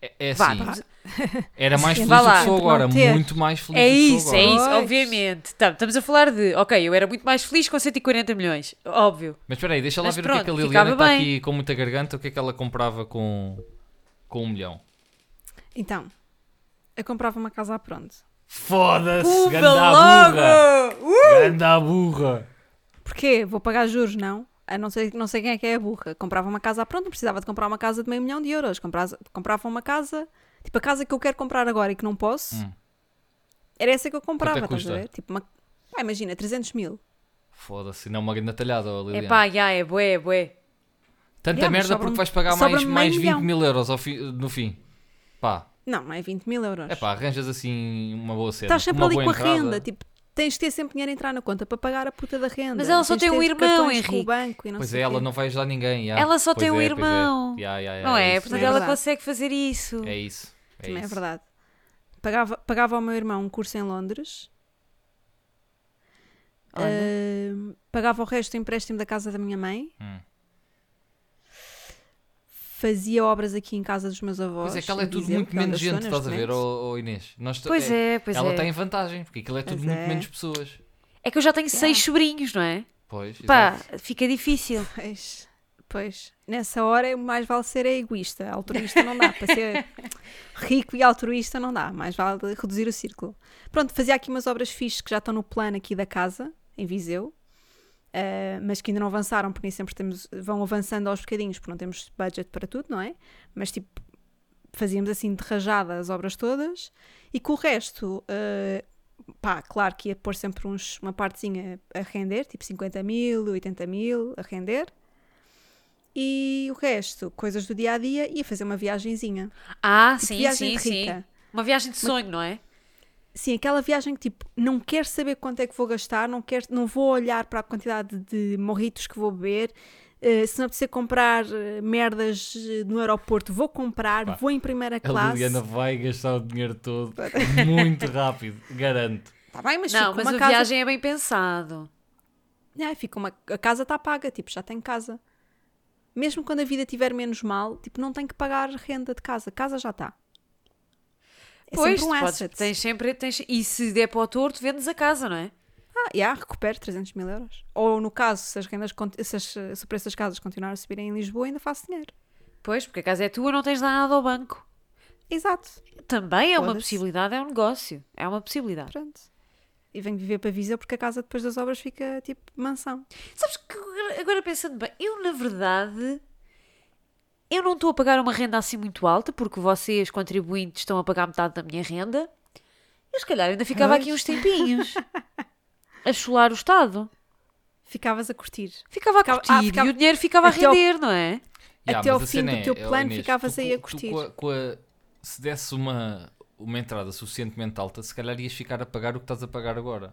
Speaker 2: É, é
Speaker 3: Vá,
Speaker 2: assim,
Speaker 3: vamos-
Speaker 2: era mais
Speaker 1: Sim,
Speaker 2: feliz
Speaker 3: vá
Speaker 2: do
Speaker 3: lá.
Speaker 2: que
Speaker 1: Não
Speaker 2: sou agora,
Speaker 1: ter.
Speaker 2: muito mais feliz
Speaker 3: É
Speaker 2: do que
Speaker 3: isso,
Speaker 2: sou
Speaker 3: é
Speaker 2: agora.
Speaker 3: isso,
Speaker 1: Pois.
Speaker 3: obviamente. Tá, estamos a falar de, ok, eu era muito mais feliz com 140 milhões, óbvio.
Speaker 2: Mas espera aí, deixa lá
Speaker 3: Mas
Speaker 2: ver o que é que
Speaker 3: pronto,
Speaker 2: a Liliana
Speaker 3: ficava
Speaker 2: está
Speaker 3: bem.
Speaker 2: aqui com muita garganta, o que é que ela comprava com, com um milhão.
Speaker 1: Então, eu comprava uma casa à pronto.
Speaker 2: Foda-se,
Speaker 3: Uva
Speaker 2: ganda burra!
Speaker 3: logo! Uh!
Speaker 2: Ganda burra!
Speaker 1: Porquê? Vou pagar juros, não? A não ser não sei quem é que é a burra. Comprava uma casa à pronto, não precisava de comprar uma casa de meio milhão de euros. Comprava, comprava uma casa, tipo a casa que eu quero comprar agora e que não posso.
Speaker 2: Hum.
Speaker 1: Era essa que eu comprava,
Speaker 2: Quanto é que
Speaker 1: estás a
Speaker 2: custa?
Speaker 1: ver? Tipo uma. Ah, imagina, 300 mil.
Speaker 2: Foda-se, não é uma ganda talhada, ó, Liliana.
Speaker 3: Epá, já, é bué, é bué.
Speaker 2: Tanta
Speaker 1: Yeah, mas
Speaker 2: merda
Speaker 1: sobra-me-
Speaker 2: porque vais pagar mais,
Speaker 1: sobra-me meio
Speaker 2: mais 20
Speaker 1: milhão.
Speaker 2: mil euros ao fi- no fim. Pá,
Speaker 1: Não, não é 20 mil euros.
Speaker 2: é pá, arranjas assim uma boa cena.
Speaker 1: Estás sempre
Speaker 2: uma
Speaker 1: ali
Speaker 2: boa
Speaker 1: com a renda,
Speaker 2: entrada.
Speaker 1: tipo, tens de ter sempre dinheiro a entrar na conta para pagar a puta da renda.
Speaker 3: Mas ela só
Speaker 1: Tens de
Speaker 3: tem um
Speaker 1: ter
Speaker 3: irmão,
Speaker 1: cartões com o
Speaker 3: Henrique.
Speaker 1: banco e não
Speaker 2: Pois é,
Speaker 1: sei o
Speaker 2: ela
Speaker 1: quê.
Speaker 2: não vai ajudar ninguém. yeah.
Speaker 3: Ela só
Speaker 2: Pois
Speaker 3: tem um
Speaker 2: é, pois é.
Speaker 3: irmão.
Speaker 2: Yeah, yeah, yeah,
Speaker 3: Não é?
Speaker 2: isso.
Speaker 3: Portanto,
Speaker 1: É
Speaker 3: ela
Speaker 1: verdade.
Speaker 3: consegue fazer isso.
Speaker 2: É isso. É
Speaker 1: Também é
Speaker 2: isso.
Speaker 1: verdade. Pagava, pagava ao meu irmão um curso em Londres,
Speaker 3: Olha.
Speaker 1: Ahm, pagava o resto do empréstimo da casa da minha mãe,
Speaker 2: Hum.
Speaker 1: fazia obras aqui em casa dos meus avós.
Speaker 2: Pois é que ela é
Speaker 1: em
Speaker 2: tudo
Speaker 1: Viseu,
Speaker 2: muito
Speaker 1: que é onde
Speaker 2: menos
Speaker 1: eu estou
Speaker 2: gente, estás a
Speaker 1: neste
Speaker 2: ver,
Speaker 1: momento.
Speaker 2: ó ó Inês? Nós t-
Speaker 3: Pois é, pois
Speaker 2: ela
Speaker 3: é.
Speaker 2: tem vantagem, porque aquilo é tudo
Speaker 1: Pois
Speaker 2: muito
Speaker 1: é.
Speaker 2: menos pessoas.
Speaker 3: É que eu já tenho seis sobrinhos, não é?
Speaker 2: Pois,
Speaker 3: Pá,
Speaker 2: exato.
Speaker 3: fica difícil.
Speaker 1: Pois, pois. Nessa hora, mais vale ser egoísta. Altruísta não dá. Para ser rico e altruísta não dá. Mais vale reduzir o círculo. Pronto, fazia aqui umas obras fixas que já estão no plano aqui da casa, em Viseu. eh, mas que ainda não avançaram, porque nem sempre temos, vão avançando aos bocadinhos, porque não temos budget para tudo, não é? Mas tipo, fazíamos assim de rajada as obras todas e com o resto, eh, pá, claro que ia pôr sempre uns, uma partezinha a render, tipo 50 mil, 80 mil a render. E o resto, coisas do dia a dia, ia fazer uma viagenzinha.
Speaker 3: Ah,
Speaker 1: Tipo,
Speaker 3: sim,
Speaker 1: viagem
Speaker 3: sim,
Speaker 1: de
Speaker 3: sim.
Speaker 1: rica.
Speaker 3: Uma viagem de sonho, não é?
Speaker 1: Sim, aquela viagem que tipo, não quero saber quanto é que vou gastar, não, quero, não vou olhar para a quantidade de morritos que vou beber. eh, se não apetecer comprar eh, merdas eh, no aeroporto, vou comprar,
Speaker 2: Pá,
Speaker 1: vou em primeira
Speaker 2: A
Speaker 1: classe.
Speaker 2: Liliana vai gastar o dinheiro todo muito rápido, garanto.
Speaker 1: Tá bem, mas
Speaker 3: Não,
Speaker 1: fica
Speaker 3: mas
Speaker 1: uma
Speaker 3: a
Speaker 1: casa
Speaker 3: viagem é bem pensado.
Speaker 1: É, fica uma, a casa está paga, tipo, já tem casa. Mesmo quando a vida estiver menos mal, tipo, não tem que pagar renda de casa, casa já está. É
Speaker 3: pois,
Speaker 1: sempre um
Speaker 3: tu podes-
Speaker 1: asset.
Speaker 3: tens sempre. Tens, e se der para o torto, vendes a casa, não é?
Speaker 1: Ah, yeah, recupero 300 mil euros. Ou no caso, se as rendas, cont- se, as, se o preço das casas continuar a subir em Lisboa, ainda faço dinheiro.
Speaker 3: Pois, porque a casa é tua, não tens de dar nada ao banco.
Speaker 1: Exato,
Speaker 3: Também é uma
Speaker 1: Foda-se.
Speaker 3: possibilidade, é um negócio. É uma possibilidade.
Speaker 1: pronto. E venho viver para Viseu porque a casa depois das obras fica tipo mansão.
Speaker 3: Sabes que agora- agora pensando bem, eu na verdade eu não estou a pagar uma renda assim muito alta, porque vocês, contribuintes, estão a pagar metade da minha renda. Eu se calhar ainda ficava aqui
Speaker 1: Pois.
Speaker 3: uns tempinhos a chular o Estado.
Speaker 1: Ficavas a curtir.
Speaker 3: Ficava a
Speaker 1: Ficava-
Speaker 3: curtir
Speaker 1: ah, ficava-
Speaker 3: e o dinheiro ficava a
Speaker 1: Até ao-
Speaker 3: render, não é?
Speaker 1: Até
Speaker 2: Ya, mas
Speaker 1: ao
Speaker 2: a
Speaker 1: fim
Speaker 2: cena
Speaker 1: do teu
Speaker 2: oh,
Speaker 1: plano
Speaker 2: Inês,
Speaker 1: ficavas
Speaker 2: tu
Speaker 1: aí a
Speaker 2: co- tu
Speaker 1: curtir.
Speaker 2: com com a- se desse uma, uma entrada suficientemente alta, se calhar ias ficar a pagar o que estás a pagar agora.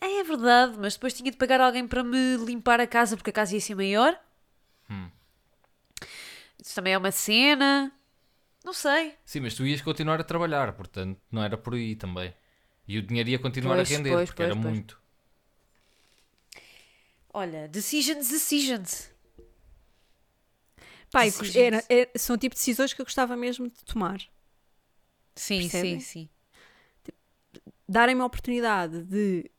Speaker 3: É verdade, mas depois tinha de pagar alguém para me limpar a casa porque a casa ia ser maior. Isso também é uma cena. Não sei.
Speaker 2: Sim, mas tu ias continuar a trabalhar, portanto não era por aí também. E o dinheiro ia continuar
Speaker 3: Pois,
Speaker 2: a render,
Speaker 3: pois,
Speaker 2: porque
Speaker 3: pois,
Speaker 2: era
Speaker 3: pois.
Speaker 2: muito.
Speaker 3: Olha, decisions, decisions.
Speaker 1: Pai,
Speaker 3: Decisões.
Speaker 1: era- era- são o tipo de decisões que eu gostava mesmo de tomar.
Speaker 3: Sim,
Speaker 1: Percebem?
Speaker 3: sim, sim.
Speaker 1: Darem-me a oportunidade de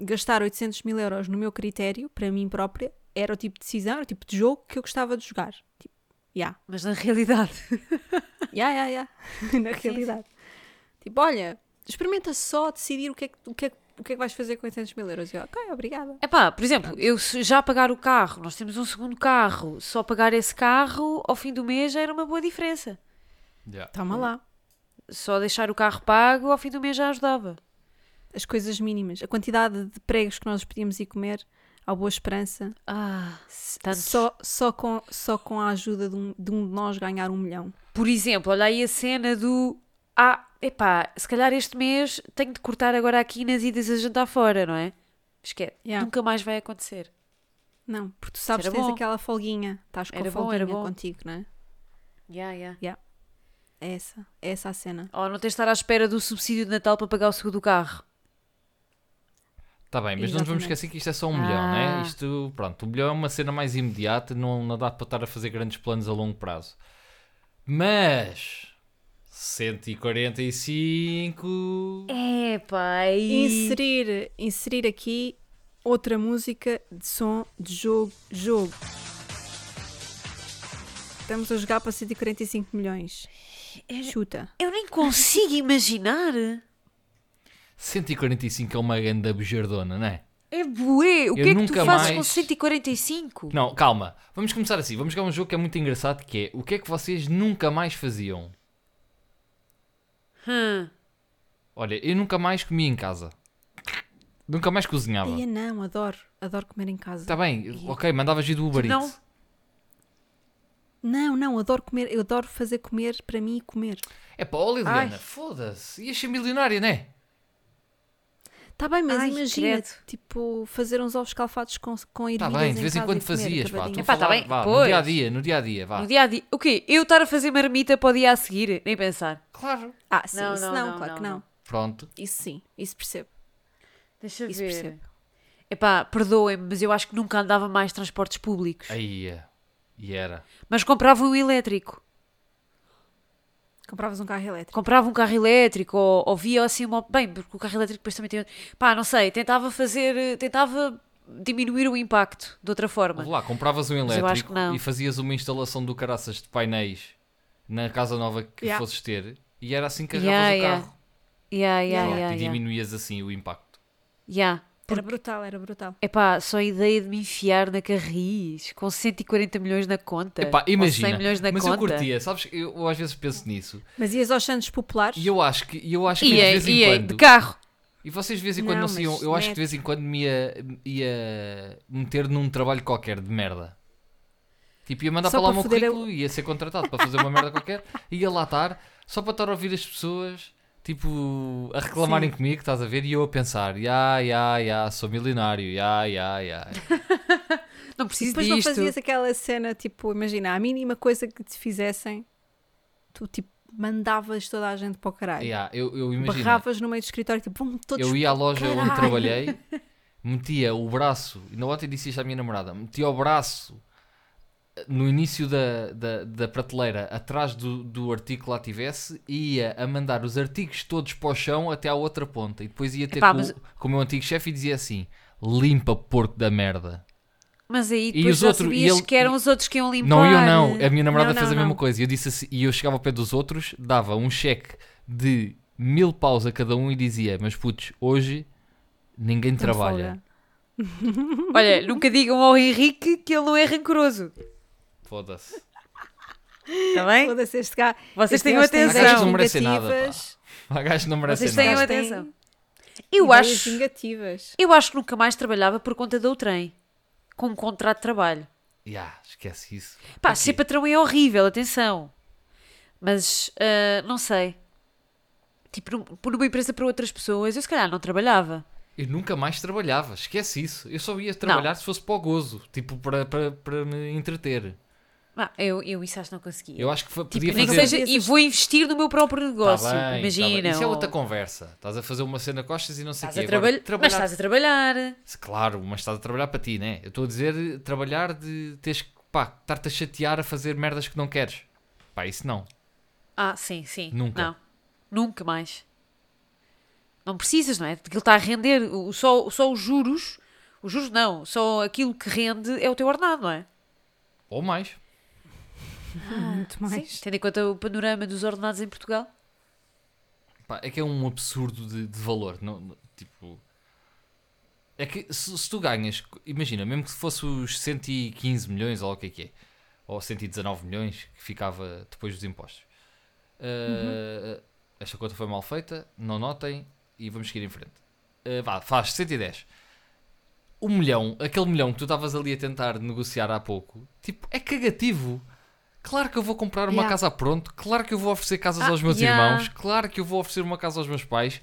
Speaker 1: gastar 800 mil euros no meu critério, para mim própria, era o tipo de decisão, era o tipo de jogo que eu gostava de jogar. Tipo, yeah.
Speaker 3: Mas na realidade.
Speaker 1: Ya, ya, ya. Na realidade. Tipo, olha, experimenta só decidir o que é que, o que, é, que- o que, é que vais fazer com 800 mil euros. E eu, ok, obrigada.
Speaker 3: É pá, por exemplo, eu se já pagar o carro, nós temos um segundo carro, só pagar esse carro ao fim do mês já era uma boa diferença.
Speaker 2: Ya.
Speaker 1: Toma lá.
Speaker 3: Só deixar o carro pago ao fim do mês já ajudava.
Speaker 1: As coisas mínimas. A quantidade de pregos que nós podíamos ir comer ao Boa Esperança.
Speaker 3: Ah,
Speaker 1: s-
Speaker 3: tantos.
Speaker 1: Só, só, com, só com a ajuda de um, de um de nós ganhar um milhão.
Speaker 3: Por exemplo, olha aí a cena do. Ah, epá, se calhar este mês tenho de cortar agora aqui nas idas a jantar fora, não é? Esquece.
Speaker 1: Yeah.
Speaker 3: Nunca mais vai acontecer.
Speaker 1: Não, porque tu sabes
Speaker 3: Era
Speaker 1: que tens
Speaker 3: bom.
Speaker 1: aquela folguinha. Estás com
Speaker 3: Era
Speaker 1: a
Speaker 3: bom,
Speaker 1: folguinha
Speaker 3: era bom.
Speaker 1: contigo, não é?
Speaker 3: Yeah, yeah.
Speaker 1: É essa. É essa a cena.
Speaker 3: Ou não tens de estar à espera do subsídio de Natal para pagar o seguro do carro.
Speaker 2: Tá bem, mas não nos
Speaker 1: Exatamente.
Speaker 2: vamos esquecer que isto é só um milhão, né?
Speaker 3: Ah.
Speaker 2: Isto, pronto, um milhão é uma cena mais imediata, não, não dá para estar a fazer grandes planos a longo prazo. Mas 145
Speaker 3: Epá, e...
Speaker 1: Inserir, inserir aqui outra música de som de jogo, jogo. Estamos a jogar para 145 milhões. Chuta.
Speaker 3: eu nem consigo imaginar.
Speaker 2: 145 é uma grande bujardona, não é?
Speaker 3: É bué. O que
Speaker 2: Eu
Speaker 3: é que tu
Speaker 2: nunca
Speaker 3: fazes com
Speaker 2: mais-
Speaker 3: 145?
Speaker 2: Não, calma. Vamos começar assim. Vamos jogar um jogo que é muito engraçado, que é o que é que vocês nunca mais faziam?
Speaker 3: Hum.
Speaker 2: Olha, eu nunca mais comia em casa. Nunca mais cozinhava.
Speaker 1: Ai, não, adoro. Adoro comer em casa.
Speaker 2: Está bem, ok, mandavas vir do Uber
Speaker 3: Não.
Speaker 2: Eats.
Speaker 1: Não, não, adoro comer. Eu adoro fazer comer para mim e comer.
Speaker 2: É pá, ó Liliana, foda-se. Ias ser milionária, não é?
Speaker 1: Está Tá bem, mas
Speaker 3: Ai,
Speaker 1: imagina,
Speaker 3: credo.
Speaker 1: tipo, fazer uns ovos calfados com, com
Speaker 2: Está
Speaker 1: ervilhas
Speaker 2: Tá bem,
Speaker 1: em
Speaker 2: de vez em
Speaker 1: casa
Speaker 2: quando
Speaker 1: e comer,
Speaker 2: fazias, pá.
Speaker 1: acabadinho.
Speaker 2: Estou a
Speaker 1: Epá,
Speaker 3: tá
Speaker 2: falar,
Speaker 3: bem,
Speaker 2: vá, no
Speaker 3: pois.
Speaker 2: dia a dia, no dia a dia, vá.
Speaker 3: No dia a dia. O quê? Eu estar a fazer marmita para o dia a seguir? Nem pensar.
Speaker 2: Claro.
Speaker 1: Ah, sim,
Speaker 3: Não,
Speaker 1: isso
Speaker 3: não,
Speaker 1: não,
Speaker 3: não,
Speaker 1: claro que
Speaker 3: não,
Speaker 1: não.
Speaker 2: Pronto.
Speaker 1: Isso sim, isso percebo.
Speaker 3: Deixa
Speaker 1: Isso
Speaker 3: ver.
Speaker 1: percebo.
Speaker 3: Epá, perdoem-me, mas eu acho que nunca andava mais transportes públicos.
Speaker 2: Aí é. E era.
Speaker 3: Mas comprava um elétrico.
Speaker 1: Compravas um carro elétrico.
Speaker 3: Comprava um carro elétrico ou, ou via assim uma... Bem, porque o carro elétrico depois também tem... Pá, não sei, tentava fazer... eh, Tentava diminuir o impacto de outra forma.
Speaker 2: Vamos lá, compravas um
Speaker 3: Mas eu acho
Speaker 2: elétrico
Speaker 3: que não.
Speaker 2: e fazias uma instalação do caraças de painéis na casa nova que
Speaker 1: Yeah.
Speaker 2: fosses ter e era assim que
Speaker 3: Yeah,
Speaker 2: carregavas o
Speaker 3: yeah.
Speaker 2: carro.
Speaker 3: Yeah, yeah,
Speaker 2: Pronto,
Speaker 3: yeah,
Speaker 2: e
Speaker 3: yeah.
Speaker 2: diminuías assim o impacto.
Speaker 3: yeah.
Speaker 1: Era brutal, era brutal.
Speaker 3: Epá, só a ideia de me enfiar na Carris com 140 milhões na conta.
Speaker 2: Epá, imagina.
Speaker 3: Ou 100 milhões na
Speaker 2: mas
Speaker 3: conta.
Speaker 2: eu curtia, sabes? Eu, eu às vezes penso nisso.
Speaker 1: Mas ias aos Santos Populares?
Speaker 2: E eu acho que, e eu acho que
Speaker 3: Ia,
Speaker 2: de vez em
Speaker 3: ia,
Speaker 2: quando.
Speaker 3: é, de carro.
Speaker 2: E vocês de vez em quando
Speaker 1: Não,
Speaker 2: não saíam.
Speaker 1: mas
Speaker 2: Eu acho que de
Speaker 1: mete.
Speaker 2: vez em quando me ia, ia meter num trabalho qualquer de merda. Tipo, ia mandar
Speaker 1: Só
Speaker 2: para lá o
Speaker 1: para
Speaker 2: meu
Speaker 1: foder a-
Speaker 2: currículo, ia ser contratado para fazer uma merda qualquer, ia lá estar, só para estar a ouvir as pessoas, tipo, a reclamarem comigo, estás a ver? E eu a pensar, ya, ya, ya, sou milionário, ya, ya, ya.
Speaker 3: Não
Speaker 1: E
Speaker 3: preciso
Speaker 1: depois
Speaker 3: disto.
Speaker 1: não fazias aquela cena, tipo, imagina, a mínima coisa que te fizessem, tu, tipo, mandavas toda a gente para o caralho.
Speaker 2: Ya, eu, eu imagino.
Speaker 1: Barravas no meio do escritório, tipo, vão todos...
Speaker 2: Eu ia à loja onde
Speaker 1: Caralho.
Speaker 2: trabalhei, metia o braço, e na ontem disse isto à minha namorada, metia o braço eh, no início da, da, da prateleira, atrás do, do artigo que lá tivesse, e ia a mandar os artigos todos para o chão até à outra ponta. E depois ia ter
Speaker 3: Epá,
Speaker 2: com,
Speaker 3: mas-
Speaker 2: com o meu antigo chefe e dizia assim: limpa porco da merda.
Speaker 3: Mas aí
Speaker 2: E
Speaker 3: depois
Speaker 2: os
Speaker 3: já
Speaker 2: outros- e
Speaker 3: sabias
Speaker 2: ele-
Speaker 3: que eram os outros que iam limpar.
Speaker 2: Não, eu não. É- A minha namorada
Speaker 1: Não,
Speaker 2: fez a
Speaker 1: não,
Speaker 2: mesma
Speaker 1: não.
Speaker 2: coisa. E eu disse assim, e eu chegava ao pé dos outros, dava um cheque de mil paus a cada um e dizia: Mas putos, hoje ninguém
Speaker 1: Tem folga.
Speaker 2: trabalha.
Speaker 3: Olha, nunca digam ao Henrique que ele não é rancoroso.
Speaker 2: Foda-se.
Speaker 3: Está bem?
Speaker 1: Foda-se este gajo.
Speaker 3: Vocês
Speaker 1: este
Speaker 3: tenham
Speaker 1: gajo tem
Speaker 3: atenção.
Speaker 1: ideias
Speaker 2: Vocês não merecem nada, pá.
Speaker 1: negativas.
Speaker 2: O gajo não merece
Speaker 3: Vocês
Speaker 2: nada.
Speaker 3: tenham
Speaker 1: Vocês têm-
Speaker 3: atenção. Eu
Speaker 1: Ideias
Speaker 3: acho,
Speaker 1: vingativas.
Speaker 3: eu acho que nunca mais trabalhava por conta do trem, com um contrato de trabalho.
Speaker 2: Ya, esquece isso.
Speaker 3: Pá,
Speaker 2: Aqui.
Speaker 3: ser patrão é horrível, atenção. Mas, ah, não sei. Tipo, num- por uma empresa para outras pessoas, eu se calhar não trabalhava.
Speaker 2: Eu nunca mais trabalhava, esquece isso. Eu só ia trabalhar se fosse para o gozo, tipo, para, para, para me entreter.
Speaker 3: Ah, eu, eu isso acho que não conseguia.
Speaker 2: Eu acho que fa- podia
Speaker 3: Tipo, Nem que
Speaker 2: fazer.
Speaker 3: seja, e vou investir no meu próprio
Speaker 2: Tá
Speaker 3: negócio.
Speaker 2: bem, tá bem.
Speaker 3: imagina.
Speaker 2: Isso é
Speaker 3: ou-
Speaker 2: outra conversa. Estás a fazer uma cena costas e não sei o
Speaker 3: Estás
Speaker 2: quê.
Speaker 3: a
Speaker 2: Agora,
Speaker 3: trabalhar, mas
Speaker 2: trabalhar-
Speaker 3: estás a trabalhar.
Speaker 2: Se- Claro, mas estás a trabalhar para ti, né? Eu estou a dizer eh, trabalhar de teres que, pá, estar-te a chatear a fazer merdas que não queres. Pá, isso não.
Speaker 3: Ah, sim, sim.
Speaker 2: Nunca.
Speaker 3: Não. Nunca mais. Não precisas, não é? Porque ele está a render, o, só, só os juros, os juros não, só aquilo que rende é o teu ordenado, não é?
Speaker 2: Ou mais.
Speaker 1: Muito mais.
Speaker 3: Sim, tendo em conta o panorama dos ordenados em Portugal.
Speaker 2: Pá, é que é um absurdo de, de valor. Não, não- tipo. É que se, se tu ganhas, imagina, mesmo que fosse os 115 milhões ou lá o que é que é, ou 119 milhões que ficava depois dos impostos. Uh, Esta conta foi mal feita, não notem e vamos seguir em frente. Uh, vá, faz 110. O milhão, aquele milhão que tu estavas ali a tentar negociar há pouco, tipo, é cagativo. Claro que eu vou comprar uma
Speaker 1: Yeah.
Speaker 2: casa a pronto, claro que eu vou oferecer casas
Speaker 3: Ah,
Speaker 2: aos meus
Speaker 3: yeah.
Speaker 2: irmãos, claro que eu vou oferecer uma casa aos meus pais,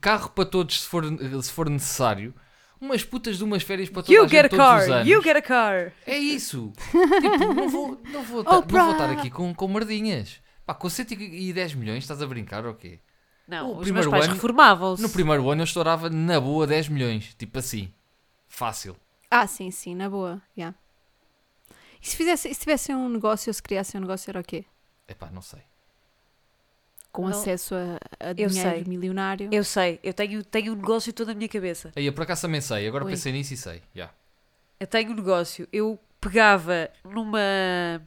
Speaker 2: carro para todos se for, se for necessário, umas putas de umas férias para toda a
Speaker 3: You
Speaker 2: gente
Speaker 3: get a
Speaker 2: todos os
Speaker 3: car,
Speaker 2: anos.
Speaker 3: you get a car.
Speaker 2: É isso. tipo, não vou, não
Speaker 3: Oh,
Speaker 2: vou, ta- não vou estar aqui com, com merdinhas. Pá, com 110 milhões estás a brincar ou quê?
Speaker 3: Não,
Speaker 2: O
Speaker 3: os meus
Speaker 2: primeiro
Speaker 3: pais
Speaker 2: ano-
Speaker 3: reformavam-se.
Speaker 2: No primeiro ano eu estourava na boa 10 milhões. Tipo assim. Fácil.
Speaker 1: Ah, sim, sim, na boa. Yeah. E se, fizesse, e se tivesse um negócio, ou se criasse um negócio, era o quê?
Speaker 2: Epá, não sei.
Speaker 1: Com
Speaker 3: Não.
Speaker 1: acesso a, a
Speaker 3: Eu
Speaker 1: dinheiro
Speaker 3: sei.
Speaker 1: milionário.
Speaker 3: Eu sei, eu tenho, tenho um negócio todo na minha cabeça.
Speaker 2: Aí eu por acaso também sei. Agora
Speaker 1: Ui.
Speaker 2: pensei nisso e sei. Já.
Speaker 3: Eu tenho um negócio. Eu pegava numa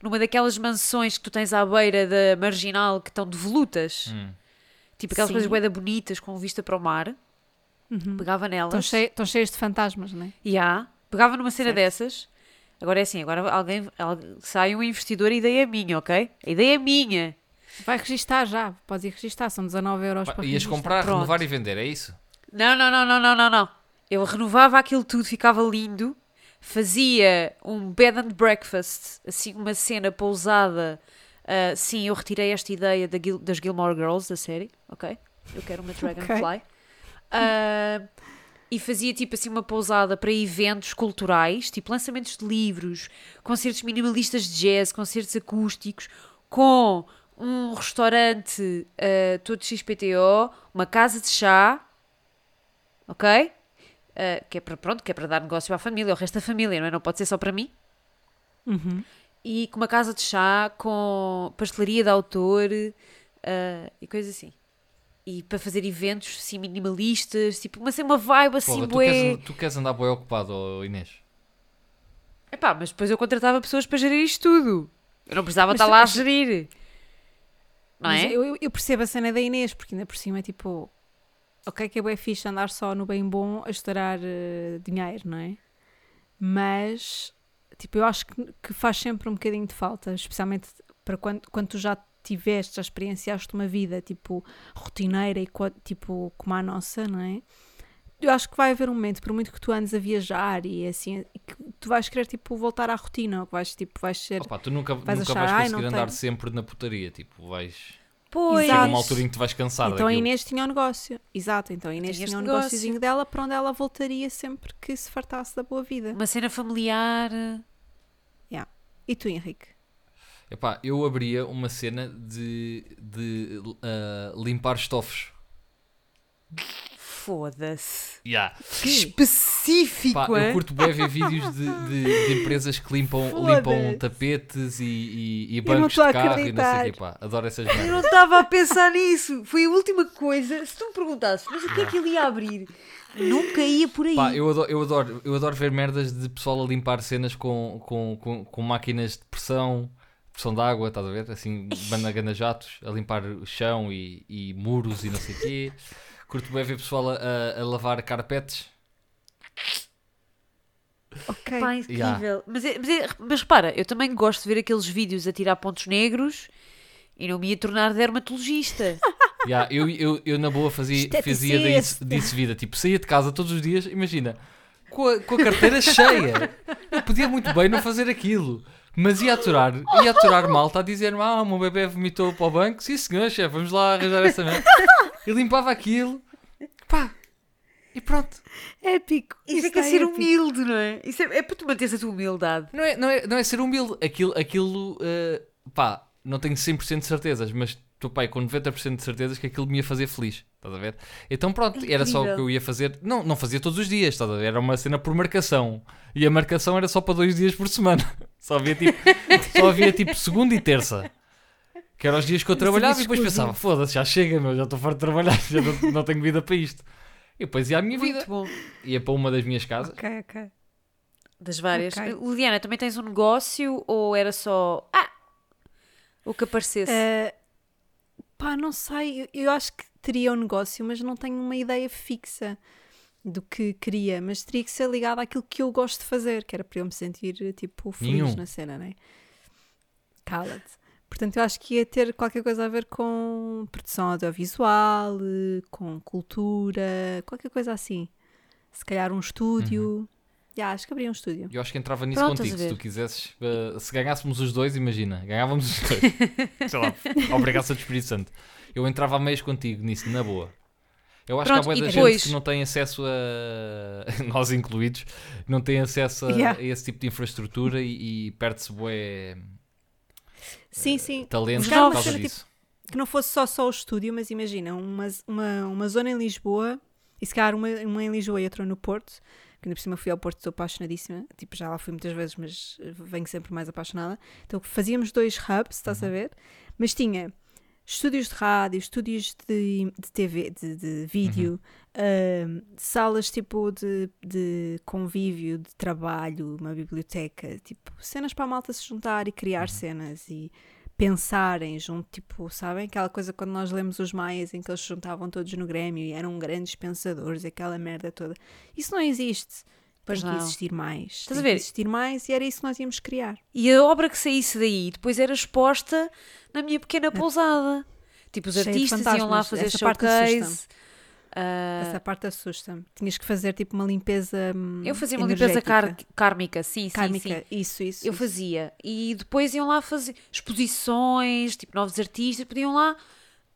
Speaker 3: numa daquelas mansões que tu tens à beira da marginal que estão de volutas,
Speaker 2: Hum.
Speaker 3: tipo aquelas
Speaker 1: Sim.
Speaker 3: coisas boeda bonitas com vista para o mar. Pegava
Speaker 1: Estão,
Speaker 3: nelas.
Speaker 1: cheio- estão cheios de fantasmas, não é?
Speaker 3: E há. Pegava numa cena dessas. Agora é assim, agora alguém, al- sai um investidor, a ideia é minha, ok? A ideia é minha.
Speaker 1: Vai registar já, podes ir registar, são 19 euros
Speaker 2: Pá,
Speaker 1: para
Speaker 2: ias
Speaker 1: registar.
Speaker 2: comprar,
Speaker 3: pronto.
Speaker 2: renovar e vender, é isso?
Speaker 3: Não, não, não, não, não, não, não. Eu renovava aquilo tudo, ficava lindo, fazia um bed and breakfast, assim, uma cena pousada. Ah, sim, eu retirei esta ideia da Gil- das Gilmore Girls, da série, ok? Eu quero uma Dragonfly. Ah, e fazia tipo assim uma pousada para eventos culturais, tipo lançamentos de livros, concertos minimalistas de jazz, concertos acústicos, com um restaurante ah, todo XPTO, uma casa de chá, ok? Ah, que é para pronto, que é para dar negócio à família, ao resto da família, não é? Não pode ser só para mim.
Speaker 1: Uhum.
Speaker 3: E com uma casa de chá, com pastelaria de autor ah, e coisas assim. E para fazer eventos assim minimalistas, tipo, mas é uma vibe assim,
Speaker 2: Porra, tu
Speaker 3: bué.
Speaker 2: queres, um- tu queres andar bué ocupado, ó Inês?
Speaker 3: Epá, mas depois eu contratava pessoas para gerir isto tudo. Eu não precisava
Speaker 1: Mas
Speaker 3: estar
Speaker 1: tu-
Speaker 3: lá a gerir. Não
Speaker 1: Mas
Speaker 3: é?
Speaker 1: eu, eu- eu percebo a cena da Inês, porque ainda por cima, tipo, ok, que é bem fixe andar só no bem bom a estourar eh, dinheiro, não é? Mas, tipo, eu acho que, que faz sempre um bocadinho de falta, especialmente para quando, quando tu já tiveste, já experienciaste uma vida, tipo, rotineira e co- tipo, como a nossa, não é? Eu acho que vai haver um momento, por muito que tu andes a viajar e assim, que tu vais querer, tipo, voltar à rotina, ou que vais, tipo, vais ser...
Speaker 2: Opá, tu nunca,
Speaker 1: Vais
Speaker 2: nunca
Speaker 1: achar,
Speaker 2: vais
Speaker 1: "Ai,
Speaker 2: conseguir
Speaker 1: não
Speaker 2: andar
Speaker 1: tenho."
Speaker 2: sempre na putaria. Tipo, vais.
Speaker 3: Pois.
Speaker 2: Chega
Speaker 1: Exato.
Speaker 2: uma altura em que tu vais cansar
Speaker 1: Então a
Speaker 2: daquilo.
Speaker 1: Inês tinha o negócio. Exato, então a Inês
Speaker 3: Tinha
Speaker 1: tinha,
Speaker 3: este
Speaker 1: o
Speaker 3: negócio.
Speaker 1: negóciozinho dela para onde ela voltaria sempre que se fartasse da boa vida.
Speaker 3: Uma cena familiar.
Speaker 1: Yeah. E tu, Henrique?
Speaker 2: Epá, eu abria uma cena de, de ah, limpar estofos.
Speaker 3: Foda-se.
Speaker 2: Yeah.
Speaker 3: Que específico,
Speaker 2: Pá,
Speaker 3: é?
Speaker 2: eu curto bué ver vídeos de, de- de empresas que limpam, limpam
Speaker 1: Foda-se.
Speaker 2: tapetes e, e, e
Speaker 1: não
Speaker 2: bancos
Speaker 1: tô a
Speaker 2: de carro e não sei o quê,
Speaker 1: acreditar.
Speaker 2: pá. Adoro essas
Speaker 3: Eu
Speaker 2: merdas.
Speaker 3: não estava a pensar nisso. Foi a última coisa. Se tu me perguntasses, mas o que é que ele ia abrir? Nunca ia por aí.
Speaker 2: Pá, eu adoro, eu, adoro, eu adoro ver merdas de pessoal a limpar cenas com, com, com, com máquinas de pressão, pressão de água, estás a ver? Assim, bandagana jatos, a limpar o chão e, e muros e não sei o quê. Curto bem ver pessoal a, a- a lavar carpetes.
Speaker 1: Ok.
Speaker 3: Pá, incrível.
Speaker 2: Yeah.
Speaker 3: Mas, é- mas, é- mas repara, eu também gosto de ver aqueles vídeos a tirar pontos negros e não me ia tornar dermatologista.
Speaker 2: Yeah, eu, eu, eu, na boa fazia, fazia disso,
Speaker 1: Esteticista.
Speaker 2: disso vida. Tipo, saía de casa todos os dias, imagina, com a, com a carteira cheia. Eu podia muito bem não fazer aquilo. Mas ia aturar, ia aturar malta a dizer-me: Ah, o meu bebê vomitou para o banco. Sim, senhor, chefe, vamos lá arranjar essa merda. E limpava aquilo. Pá, e pronto.
Speaker 1: Épico.
Speaker 3: Isso é que
Speaker 1: está
Speaker 3: é ser
Speaker 1: épico.
Speaker 3: humilde, não é? Isso é, é para tu manteres a tua humildade.
Speaker 2: Não é, não é, não é ser humilde. Aquilo, aquilo eh, pá, não tenho 100% de certezas, mas estou pai com 90% de certezas que aquilo me ia fazer feliz. Estás a ver? Então pronto,
Speaker 3: É
Speaker 2: era só o que eu ia fazer. Não, não fazia todos os dias, estás a ver? Era uma cena por marcação. E a marcação era só para dois dias por semana. Só havia tipo, só havia, tipo segunda e terça. Que eram os dias que eu trabalhava e depois pensava: foda-se, já chega, meu, já estou farto de trabalhar, já não, não tenho vida para isto. E depois ia à minha vida.
Speaker 3: Muito bom.
Speaker 2: Ia para uma das minhas casas.
Speaker 1: Ok, ok.
Speaker 3: Das várias.
Speaker 1: Ok.
Speaker 3: Liliana, também tens um negócio ou era só. Ah! O que aparecesse?
Speaker 1: Eh, pá, não sei. Eu, eu acho que teria um negócio, mas não tenho uma ideia fixa do que queria. Mas teria que ser ligado àquilo que eu gosto de fazer, que era para eu me sentir tipo feliz
Speaker 2: Nenhum.
Speaker 1: na cena, não é? Cala-te. Portanto, eu acho que ia ter qualquer coisa a ver com produção audiovisual, eh, com cultura, qualquer coisa assim. Se calhar um estúdio. Já, acho que abria um estúdio.
Speaker 2: Eu acho que entrava nisso
Speaker 3: Pronto,
Speaker 2: contigo,
Speaker 3: estás a
Speaker 2: se tu
Speaker 3: ver.
Speaker 2: quisesses. eh, se ganhássemos os dois, imagina, ganhávamos os dois. Sei lá, obrigado, do Espírito Santo. Eu entrava a meias contigo nisso, na boa. Eu acho que há
Speaker 3: Pronto,
Speaker 2: boa
Speaker 3: e
Speaker 2: da
Speaker 3: depois?
Speaker 2: gente que não tem acesso a. nós incluídos, não tem acesso a,
Speaker 1: Yeah.
Speaker 2: a esse tipo de infraestrutura e, e perde-se bué
Speaker 1: Sim, sim.
Speaker 2: talento por
Speaker 1: Buscar uma
Speaker 2: causa
Speaker 1: cena, tipo,
Speaker 2: disso.
Speaker 1: que não fosse só, só o estúdio, mas imagina, uma, uma, uma zona em Lisboa, e se calhar uma, uma em Lisboa e outra no Porto, que ainda por cima fui ao Porto, estou apaixonadíssima, tipo, já lá fui muitas vezes, mas eh, venho sempre mais apaixonada. Então fazíamos dois hubs, estás
Speaker 3: Uhum.
Speaker 1: a ver? Mas tinha estúdios de rádio, estúdios de, de TV, de, de vídeo,
Speaker 3: Uhum.
Speaker 1: ahm, salas tipo de, de convívio, de trabalho, uma biblioteca, tipo, cenas para a malta se juntar e criar
Speaker 3: Uhum.
Speaker 1: cenas e pensarem junto, tipo, sabem? Aquela coisa quando nós lemos os Maias em que eles se juntavam todos no Grêmio e eram grandes pensadores, aquela merda toda. Isso não existe.
Speaker 3: Pois
Speaker 1: Tem que
Speaker 3: não.
Speaker 1: existir mais.
Speaker 3: Estás
Speaker 1: Tem
Speaker 3: a
Speaker 1: que
Speaker 3: ver?
Speaker 1: existir mais e era isso que nós íamos criar.
Speaker 3: E a obra que saísse daí depois era exposta na minha pequena pousada. Tipo, os
Speaker 1: É. Cheia de
Speaker 3: artistas iam lá
Speaker 1: fantasmas.
Speaker 3: fazer
Speaker 1: Essa parte
Speaker 3: showcase.
Speaker 1: assusta-me.
Speaker 3: Ah,
Speaker 1: Essa parte assusta-me. Tinhas que fazer tipo uma limpeza. hum,
Speaker 3: eu fazia uma limpeza car-
Speaker 1: energética.
Speaker 3: kármica, sim, sim, sim.
Speaker 1: Kármica, isso, isso.
Speaker 3: Eu
Speaker 1: isso.
Speaker 3: fazia. E depois iam lá fazer exposições, tipo, novos artistas, podiam lá,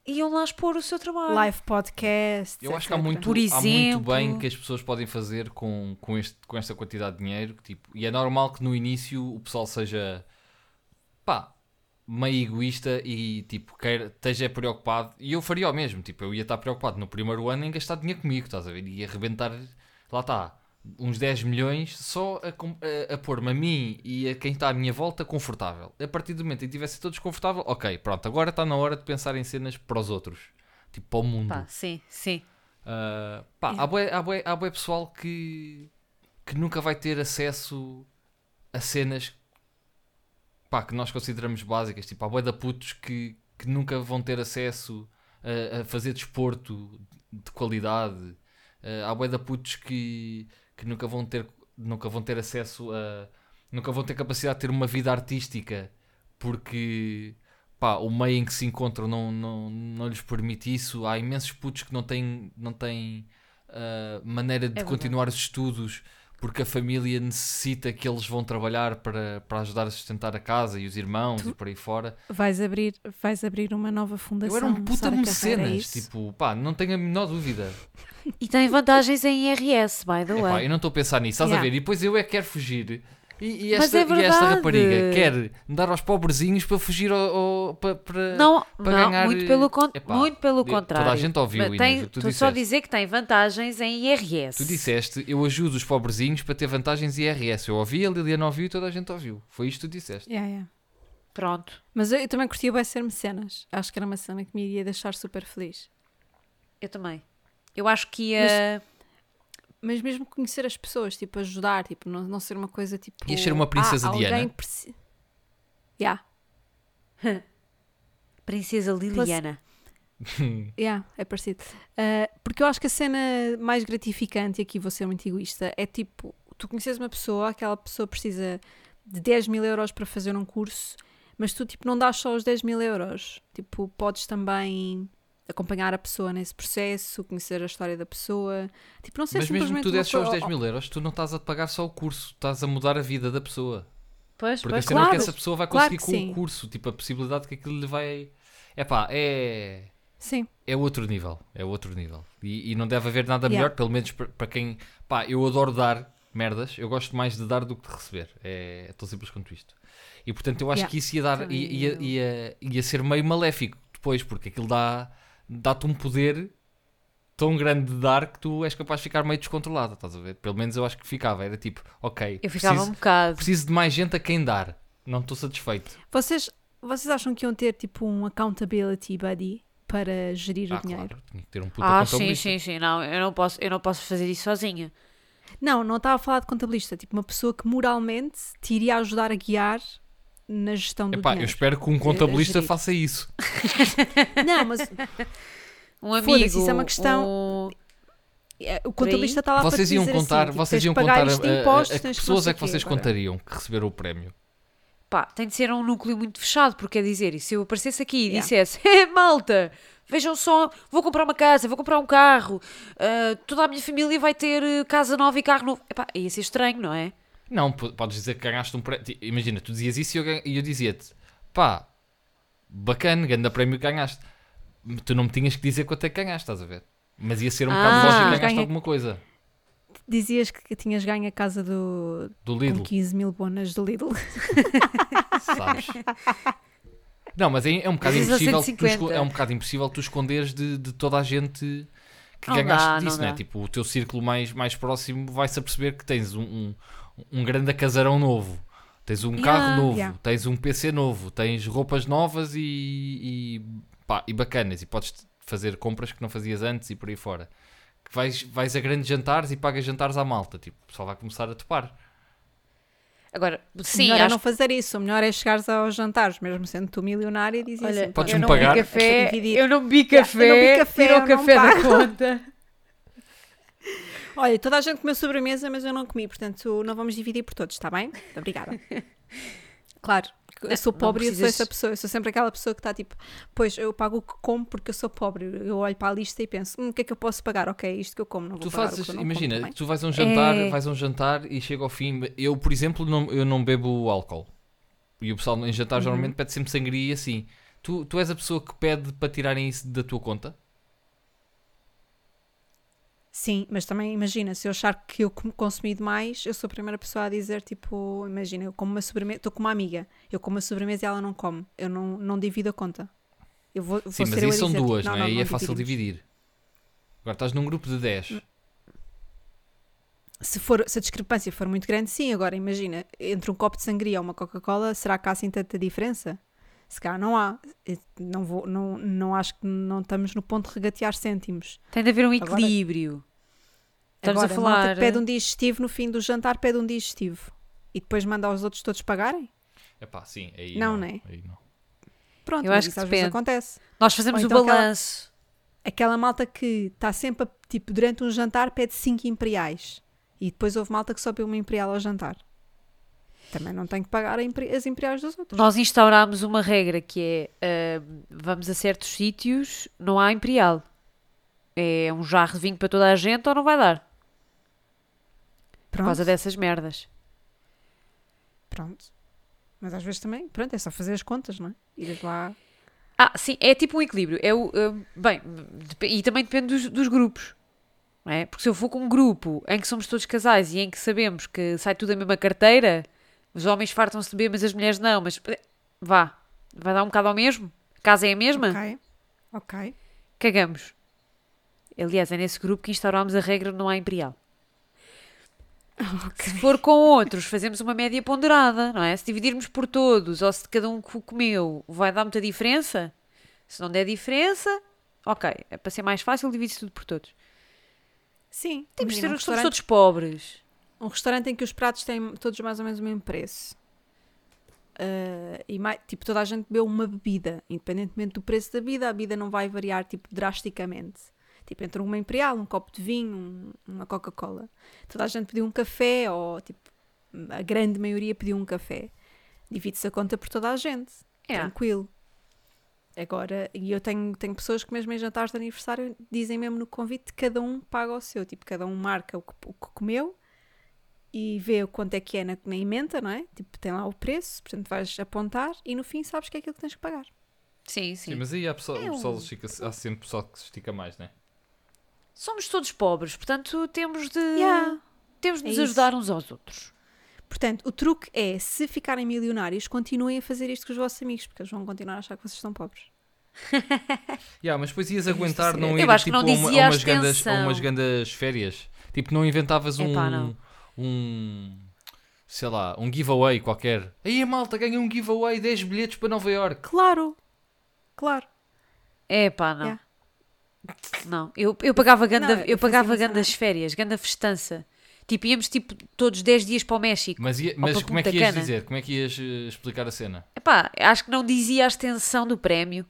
Speaker 3: iam lá expor o seu trabalho.
Speaker 1: Live podcast.
Speaker 2: Eu acho que há
Speaker 1: etc.
Speaker 2: muito,
Speaker 3: Por
Speaker 2: há muito
Speaker 3: exemplo.
Speaker 2: bem que as pessoas podem fazer com, com, este, com esta quantidade de dinheiro. que, Tipo, e é normal que no início o pessoal seja pá, meio egoísta e tipo, queira, esteja preocupado. E eu faria o mesmo. Tipo, eu ia estar preocupado no primeiro ano em gastar dinheiro comigo, estás a ver? Ia arrebentar, lá está, uns 10 milhões só a, com- a, a pôr-me a mim e a quem está à minha volta confortável. A partir do momento em que estivesse todos confortável, ok, pronto, agora está na hora de pensar em cenas para os outros. Tipo, para o mundo.
Speaker 3: Pá, sim, sim.
Speaker 2: Uh, pá, há, bué, há, bué, há bué pessoal que, que nunca vai ter acesso a cenas pá, que nós consideramos básicas. Tipo, há bué da putos que, que nunca vão ter acesso a, a fazer desporto de qualidade. Uh, há bué da putos que, que nunca, vão ter, nunca vão ter acesso a... Nunca vão ter capacidade de ter uma vida artística porque pá, o meio em que se encontram não, não, não lhes permite isso. Há imensos putos que não têm, não têm ah, maneira de
Speaker 3: verdade.
Speaker 2: continuar os estudos porque a família necessita que eles vão trabalhar para, para ajudar a sustentar a casa e os irmãos e por aí fora.
Speaker 1: Vais abrir, vais abrir uma nova fundação.
Speaker 2: Eu era um puta
Speaker 1: Sara Carreira, é
Speaker 2: mecenas,
Speaker 1: isso?
Speaker 2: tipo, pá, não tenho a menor dúvida.
Speaker 3: E tem vantagens em IRS, by the
Speaker 2: Epá,
Speaker 3: way.
Speaker 2: eu não estou a pensar nisso, estás a
Speaker 1: é? Yeah.
Speaker 2: ver? E depois eu é que quero fugir. E, e
Speaker 3: Mas
Speaker 2: esta,
Speaker 3: é
Speaker 2: e esta
Speaker 3: verdade.
Speaker 2: rapariga quer dar aos pobrezinhos para fugir ao, ao- para, para-
Speaker 3: Não,
Speaker 2: para
Speaker 3: não,
Speaker 2: ganhar,
Speaker 3: muito pelo, con-
Speaker 2: epá,
Speaker 3: muito pelo
Speaker 2: de- toda a
Speaker 3: contrário.
Speaker 2: gente ouviu,
Speaker 3: Mas
Speaker 2: Inês,
Speaker 3: tem-
Speaker 2: o que tu
Speaker 3: Estou só a
Speaker 2: disseste.
Speaker 3: dizer que tem vantagens em IRS.
Speaker 2: Tu disseste, eu ajudo os pobrezinhos para ter vantagens IRS. Eu ouvi, a Liliana ouviu e toda a gente ouviu. Foi isto que tu disseste.
Speaker 1: Yeah, yeah.
Speaker 3: Pronto,
Speaker 1: Mas eu, eu também curtia bem ser mecenas. Acho que era uma cena que me iria deixar super feliz.
Speaker 3: eu também. Eu acho que ia.
Speaker 1: Mas mesmo conhecer as pessoas, tipo, ajudar, tipo, não, não ser uma coisa tipo.
Speaker 2: Ias ser uma princesa
Speaker 1: ah, alguém
Speaker 2: Diana."
Speaker 1: Preci... Yeah,
Speaker 3: Princesa Liliana.
Speaker 1: yeah, é parecido. Ah, porque eu acho que a cena mais gratificante, e aqui vou ser muito egoísta, é tipo, tu conheces uma pessoa, aquela pessoa precisa de 10 mil euros para fazer um curso, mas tu, tipo, não dás só os 10 mil euros. Tipo, podes também acompanhar a pessoa nesse processo, conhecer a história da pessoa. Tipo, não ser
Speaker 2: Mas mesmo que
Speaker 1: simplesmente
Speaker 2: tu
Speaker 1: uma
Speaker 2: desses só os
Speaker 1: pessoa-
Speaker 2: 10 mil euros, tu não estás a pagar só o curso, estás a mudar a vida da pessoa.
Speaker 3: Pois,
Speaker 2: Porque assim a
Speaker 3: pois,
Speaker 2: cena é
Speaker 1: claro.
Speaker 2: que essa pessoa vai
Speaker 1: Claro
Speaker 2: conseguir
Speaker 1: que
Speaker 2: com
Speaker 1: sim.
Speaker 2: o curso, tipo, a possibilidade que aquilo lhe vai. É pá, é.
Speaker 1: Oh, Sim.
Speaker 2: É outro nível, é outro nível. E, e não deve haver nada
Speaker 1: Yeah.
Speaker 2: melhor, pelo menos para para quem. Pá, eu adoro dar merdas, eu gosto mais de dar do que de receber. É, é tão simples quanto isto. E portanto eu acho
Speaker 1: Yeah.
Speaker 2: que isso ia dar.
Speaker 3: Também
Speaker 2: Ia, ia,
Speaker 3: eu.
Speaker 2: ia, ia ser meio maléfico depois, porque aquilo dá, dá-te um poder tão grande de dar que tu és capaz de ficar meio descontrolada, estás a ver? Pelo menos eu acho que ficava. Era tipo, ok,
Speaker 3: Eu ficava
Speaker 2: preciso,
Speaker 3: um bocado.
Speaker 2: preciso de mais gente a quem dar. Não estou satisfeito.
Speaker 1: Vocês, vocês acham que iam ter tipo um accountability buddy para gerir
Speaker 2: Ah,
Speaker 1: o dinheiro?
Speaker 2: claro, tinha que ter um puta
Speaker 3: Ah, sim,
Speaker 2: contabilista.
Speaker 3: sim, sim. Não, eu não posso, eu não posso fazer isso sozinha.
Speaker 1: Não, não estava a falar de contabilista, tipo uma pessoa que moralmente te iria ajudar a guiar na gestão do
Speaker 2: Epá, eu
Speaker 1: dinheiro.
Speaker 2: espero que um contabilista
Speaker 1: gerir.
Speaker 2: faça isso.
Speaker 1: Não, mas eh,
Speaker 3: Um amigo.
Speaker 1: Foda-se, isso é uma questão-
Speaker 3: um-
Speaker 1: é, o contabilista está lá para
Speaker 2: Vocês
Speaker 1: te
Speaker 2: iam
Speaker 1: dizer assim,
Speaker 2: contar,
Speaker 1: tipo, tens
Speaker 2: vocês
Speaker 1: de
Speaker 2: iam
Speaker 1: pagar
Speaker 2: contar
Speaker 1: isto
Speaker 2: a- a-
Speaker 1: em impostos,
Speaker 2: a que
Speaker 1: tens de não
Speaker 2: pessoas
Speaker 1: sei
Speaker 2: é que
Speaker 1: quê.
Speaker 2: vocês
Speaker 1: Agora,
Speaker 2: contariam que receberam o prémio.
Speaker 3: Pá, tem de ser um núcleo muito fechado, porque quer dizer, e se eu aparecesse aqui e
Speaker 1: Yeah.
Speaker 3: dissesse, "Eh, malta, vejam só, vou comprar uma casa, vou comprar um carro, ah, toda a minha família vai ter eh, casa nova e carro novo. Epá, ia ser estranho, não é?
Speaker 2: Não, p- podes dizer que ganhaste um prémio. Ti- Imagina, tu dizias isso e eu, gan- e eu dizia-te, pá, bacana, ganha prémio que ganhaste. Tu não me tinhas que dizer quanto é que ganhaste, estás a ver? Mas ia ser um bocado
Speaker 3: Ah,
Speaker 2: lógico que ganhaste
Speaker 1: ganha-
Speaker 2: alguma coisa.
Speaker 1: Dizias que tinhas ganho a casa do,
Speaker 2: Do
Speaker 1: com
Speaker 2: Lidl,
Speaker 1: 15 mil bonas do Lidl.
Speaker 2: sabes? Não, mas é, é um bocado
Speaker 3: Dizes a
Speaker 2: impossível. Tu,
Speaker 3: 150.
Speaker 2: esco- é um bocado impossível tu esconderes de, de toda a gente que
Speaker 3: Não
Speaker 2: ganhaste
Speaker 3: dá,
Speaker 2: disso,
Speaker 3: não
Speaker 2: não, é?
Speaker 3: dá.
Speaker 2: Tipo, o teu círculo mais, mais próximo vai-se aperceber que tens um, um, um grande acasarão novo, tens um
Speaker 1: Yeah,
Speaker 2: carro novo,
Speaker 1: yeah.
Speaker 2: tens um PC novo, tens roupas novas e, e, pá, e bacanas, e podes fazer compras que não fazias antes e por aí fora. Que vais, vais a grandes jantares e pagas jantares à malta, tipo, o pessoal vai começar a topar.
Speaker 3: Agora, sim,
Speaker 1: melhor é
Speaker 3: acho
Speaker 1: não fazer isso, o melhor é chegares aos jantares, mesmo sendo tu milionária, e dizias
Speaker 3: Olha,
Speaker 1: assim,
Speaker 2: Podes
Speaker 3: eu
Speaker 2: me
Speaker 3: não
Speaker 2: pagar?
Speaker 3: bebi café,
Speaker 1: Dividir.
Speaker 3: eu não bebi
Speaker 1: Yeah,
Speaker 3: café,
Speaker 1: eu não bebi café,
Speaker 3: tira o
Speaker 1: eu não
Speaker 3: café da
Speaker 1: pago.
Speaker 3: conta.
Speaker 1: Olha, toda a gente comeu sobremesa, mas eu não comi, portanto não vamos dividir por todos, está bem? Muito Obrigada. Claro, que eu sou
Speaker 3: não
Speaker 1: pobre e eu sou
Speaker 3: precisas-
Speaker 1: essa pessoa, eu sou sempre aquela pessoa que está tipo, pois eu pago o que como porque eu sou pobre. Eu olho para a lista e penso, hum, o que é que eu posso pagar? Ok, isto que eu como, não vou
Speaker 2: Tu
Speaker 1: pagar o que
Speaker 2: fazes,
Speaker 1: eu não
Speaker 2: imagina,
Speaker 1: como também.
Speaker 2: tu vais a um jantar,
Speaker 3: É.
Speaker 2: vais a um jantar e chega ao fim. Eu, por exemplo, não, eu não bebo álcool. E o pessoal em jantar
Speaker 1: Uhum.
Speaker 2: geralmente pede sempre sangria e assim. Tu, tu és a pessoa que pede para tirarem isso da tua conta?
Speaker 1: Sim, mas também imagina, se eu achar que eu com- consumi demais, eu sou a primeira pessoa a dizer, tipo, imagina, eu como uma sobremesa, estou com uma amiga, eu como uma sobremesa e ela não come, eu não, não divido a conta. Eu vou, vou
Speaker 2: Sim, mas
Speaker 1: ser eu
Speaker 2: aí
Speaker 1: a
Speaker 2: são
Speaker 1: dizer,
Speaker 2: duas,
Speaker 1: tipo,
Speaker 2: não, é? Aí é fácil
Speaker 1: dividimos." Hum.
Speaker 2: dividir. Agora estás num grupo de 10.
Speaker 1: Se, for, se a discrepância for muito grande, sim. Agora, imagina, entre um copo de sangria ou uma Coca-Cola, será que há assim tanta diferença? Se calhar não há. Eu Não, vou, não, não acho que não estamos no ponto de regatear cêntimos.
Speaker 3: Tem de haver um
Speaker 1: Agora-
Speaker 3: equilíbrio. Estamos
Speaker 1: Agora,
Speaker 3: a
Speaker 1: malta
Speaker 3: falar. eh,
Speaker 1: que pede um digestivo no fim do jantar, pede um digestivo. E depois manda aos outros todos pagarem?
Speaker 2: Epá, sim, aí
Speaker 1: Não,
Speaker 2: não,
Speaker 1: né?
Speaker 2: aí não.
Speaker 1: Pronto,
Speaker 3: Eu
Speaker 1: mas
Speaker 3: acho que
Speaker 1: isso às
Speaker 3: depende.
Speaker 1: vezes acontece.
Speaker 3: Nós fazemos
Speaker 1: Ou então
Speaker 3: o
Speaker 1: aquela-
Speaker 3: balanço.
Speaker 1: Aquela malta que está sempre, a- tipo, durante um jantar pede cinco imperiais. E depois houve malta que só pede uma imperial ao jantar. Também não tem que pagar a impre- as imperiais dos outros.
Speaker 3: Nós instaurámos uma regra que é ah, vamos a certos sítios, não há imperial. É um jarro de vinho para toda a gente ou não vai dar. Por
Speaker 1: Pronto.
Speaker 3: causa dessas merdas.
Speaker 1: Pronto. Mas às vezes também, pronto, é só fazer as contas, não é? Ires lá.
Speaker 3: Ah, sim, é tipo um equilíbrio. É o, ah, bem, dep- e também depende dos, dos grupos. não é? Porque se eu for com um grupo em que somos todos casais e em que sabemos que sai tudo da mesma carteira, os homens fartam-se de beber, mas as mulheres não. Mas eh, vá, vai dar um bocado ao mesmo. A casa é a mesma.
Speaker 1: Ok. Ok.
Speaker 3: Cagamos. Aliás, é nesse grupo que instaurámos a regra do não há imperial. Se for com outros, fazemos uma média ponderada, não é? Se dividirmos por todos ou se cada um co- comeu, vai dar muita diferença? Se não der diferença, ok. É para ser mais fácil, divide-se tudo por todos.
Speaker 1: Sim.
Speaker 3: Temos de ser
Speaker 1: imagina, um
Speaker 3: somos
Speaker 1: restaurante,
Speaker 3: todos pobres.
Speaker 1: um restaurante em que os pratos têm todos mais ou menos o mesmo preço. Ah, e mai- tipo, toda a gente bebeu uma bebida, independentemente do preço da bebida, a bebida não vai variar tipo, drasticamente. Tipo, entre uma imperial, um copo de vinho, um- uma Coca-Cola. Toda a gente pediu um café, ou tipo, a grande maioria pediu um café. Divide-se a conta por toda a gente.
Speaker 3: É.
Speaker 1: Tranquilo. Agora, e eu tenho, tenho pessoas que mesmo em jantares de aniversário dizem mesmo no convite cada um paga o seu, tipo, cada um marca o que, o que comeu e vê o quanto é que é na, na emenda, não é? Tipo, tem lá o preço, portanto vais apontar e no fim sabes que é aquilo que tens que pagar.
Speaker 3: Sim, sim.
Speaker 2: Sim, mas aí há, pessoal,
Speaker 1: É
Speaker 2: o pessoal
Speaker 1: um-
Speaker 2: estica, há sempre pessoal que se estica mais, né?
Speaker 3: Somos todos pobres, portanto temos de,
Speaker 1: Yeah.
Speaker 3: temos de
Speaker 1: É
Speaker 3: nos
Speaker 1: isso.
Speaker 3: ajudar uns aos outros.
Speaker 1: Portanto, o truque é, se ficarem milionários, continuem a fazer isto com os vossos amigos, porque eles vão continuar a achar que vocês estão pobres.
Speaker 2: Yeah, mas depois ias aguentar não
Speaker 3: É assim. Eu
Speaker 2: ir
Speaker 3: acho que
Speaker 2: tipo,
Speaker 3: não
Speaker 2: a, uma- a
Speaker 3: dizia
Speaker 2: umas grandes, a
Speaker 3: abstenção.
Speaker 2: umas grandes férias. Tipo, não inventavas um,
Speaker 3: Epá, não.
Speaker 2: um. Sei lá, um giveaway qualquer. Aí a malta ganha um giveaway, 10 bilhetes para Nova York.
Speaker 1: Claro! Claro!
Speaker 3: É pá, não.
Speaker 1: Yeah.
Speaker 3: Não, eu, eu pagava ganda,
Speaker 1: Não, eu
Speaker 3: eu pagava
Speaker 1: fazia
Speaker 3: grandes férias, ganda festança. Tipo, íamos tipo todos 10 dias para o México.
Speaker 2: Mas, ia-
Speaker 3: Ou
Speaker 2: mas
Speaker 3: para
Speaker 2: como é que
Speaker 3: Punta
Speaker 2: ias
Speaker 3: Cana.
Speaker 2: dizer? Como é que ias eh, explicar a cena?
Speaker 3: Epá, acho que não dizia a extensão do prémio.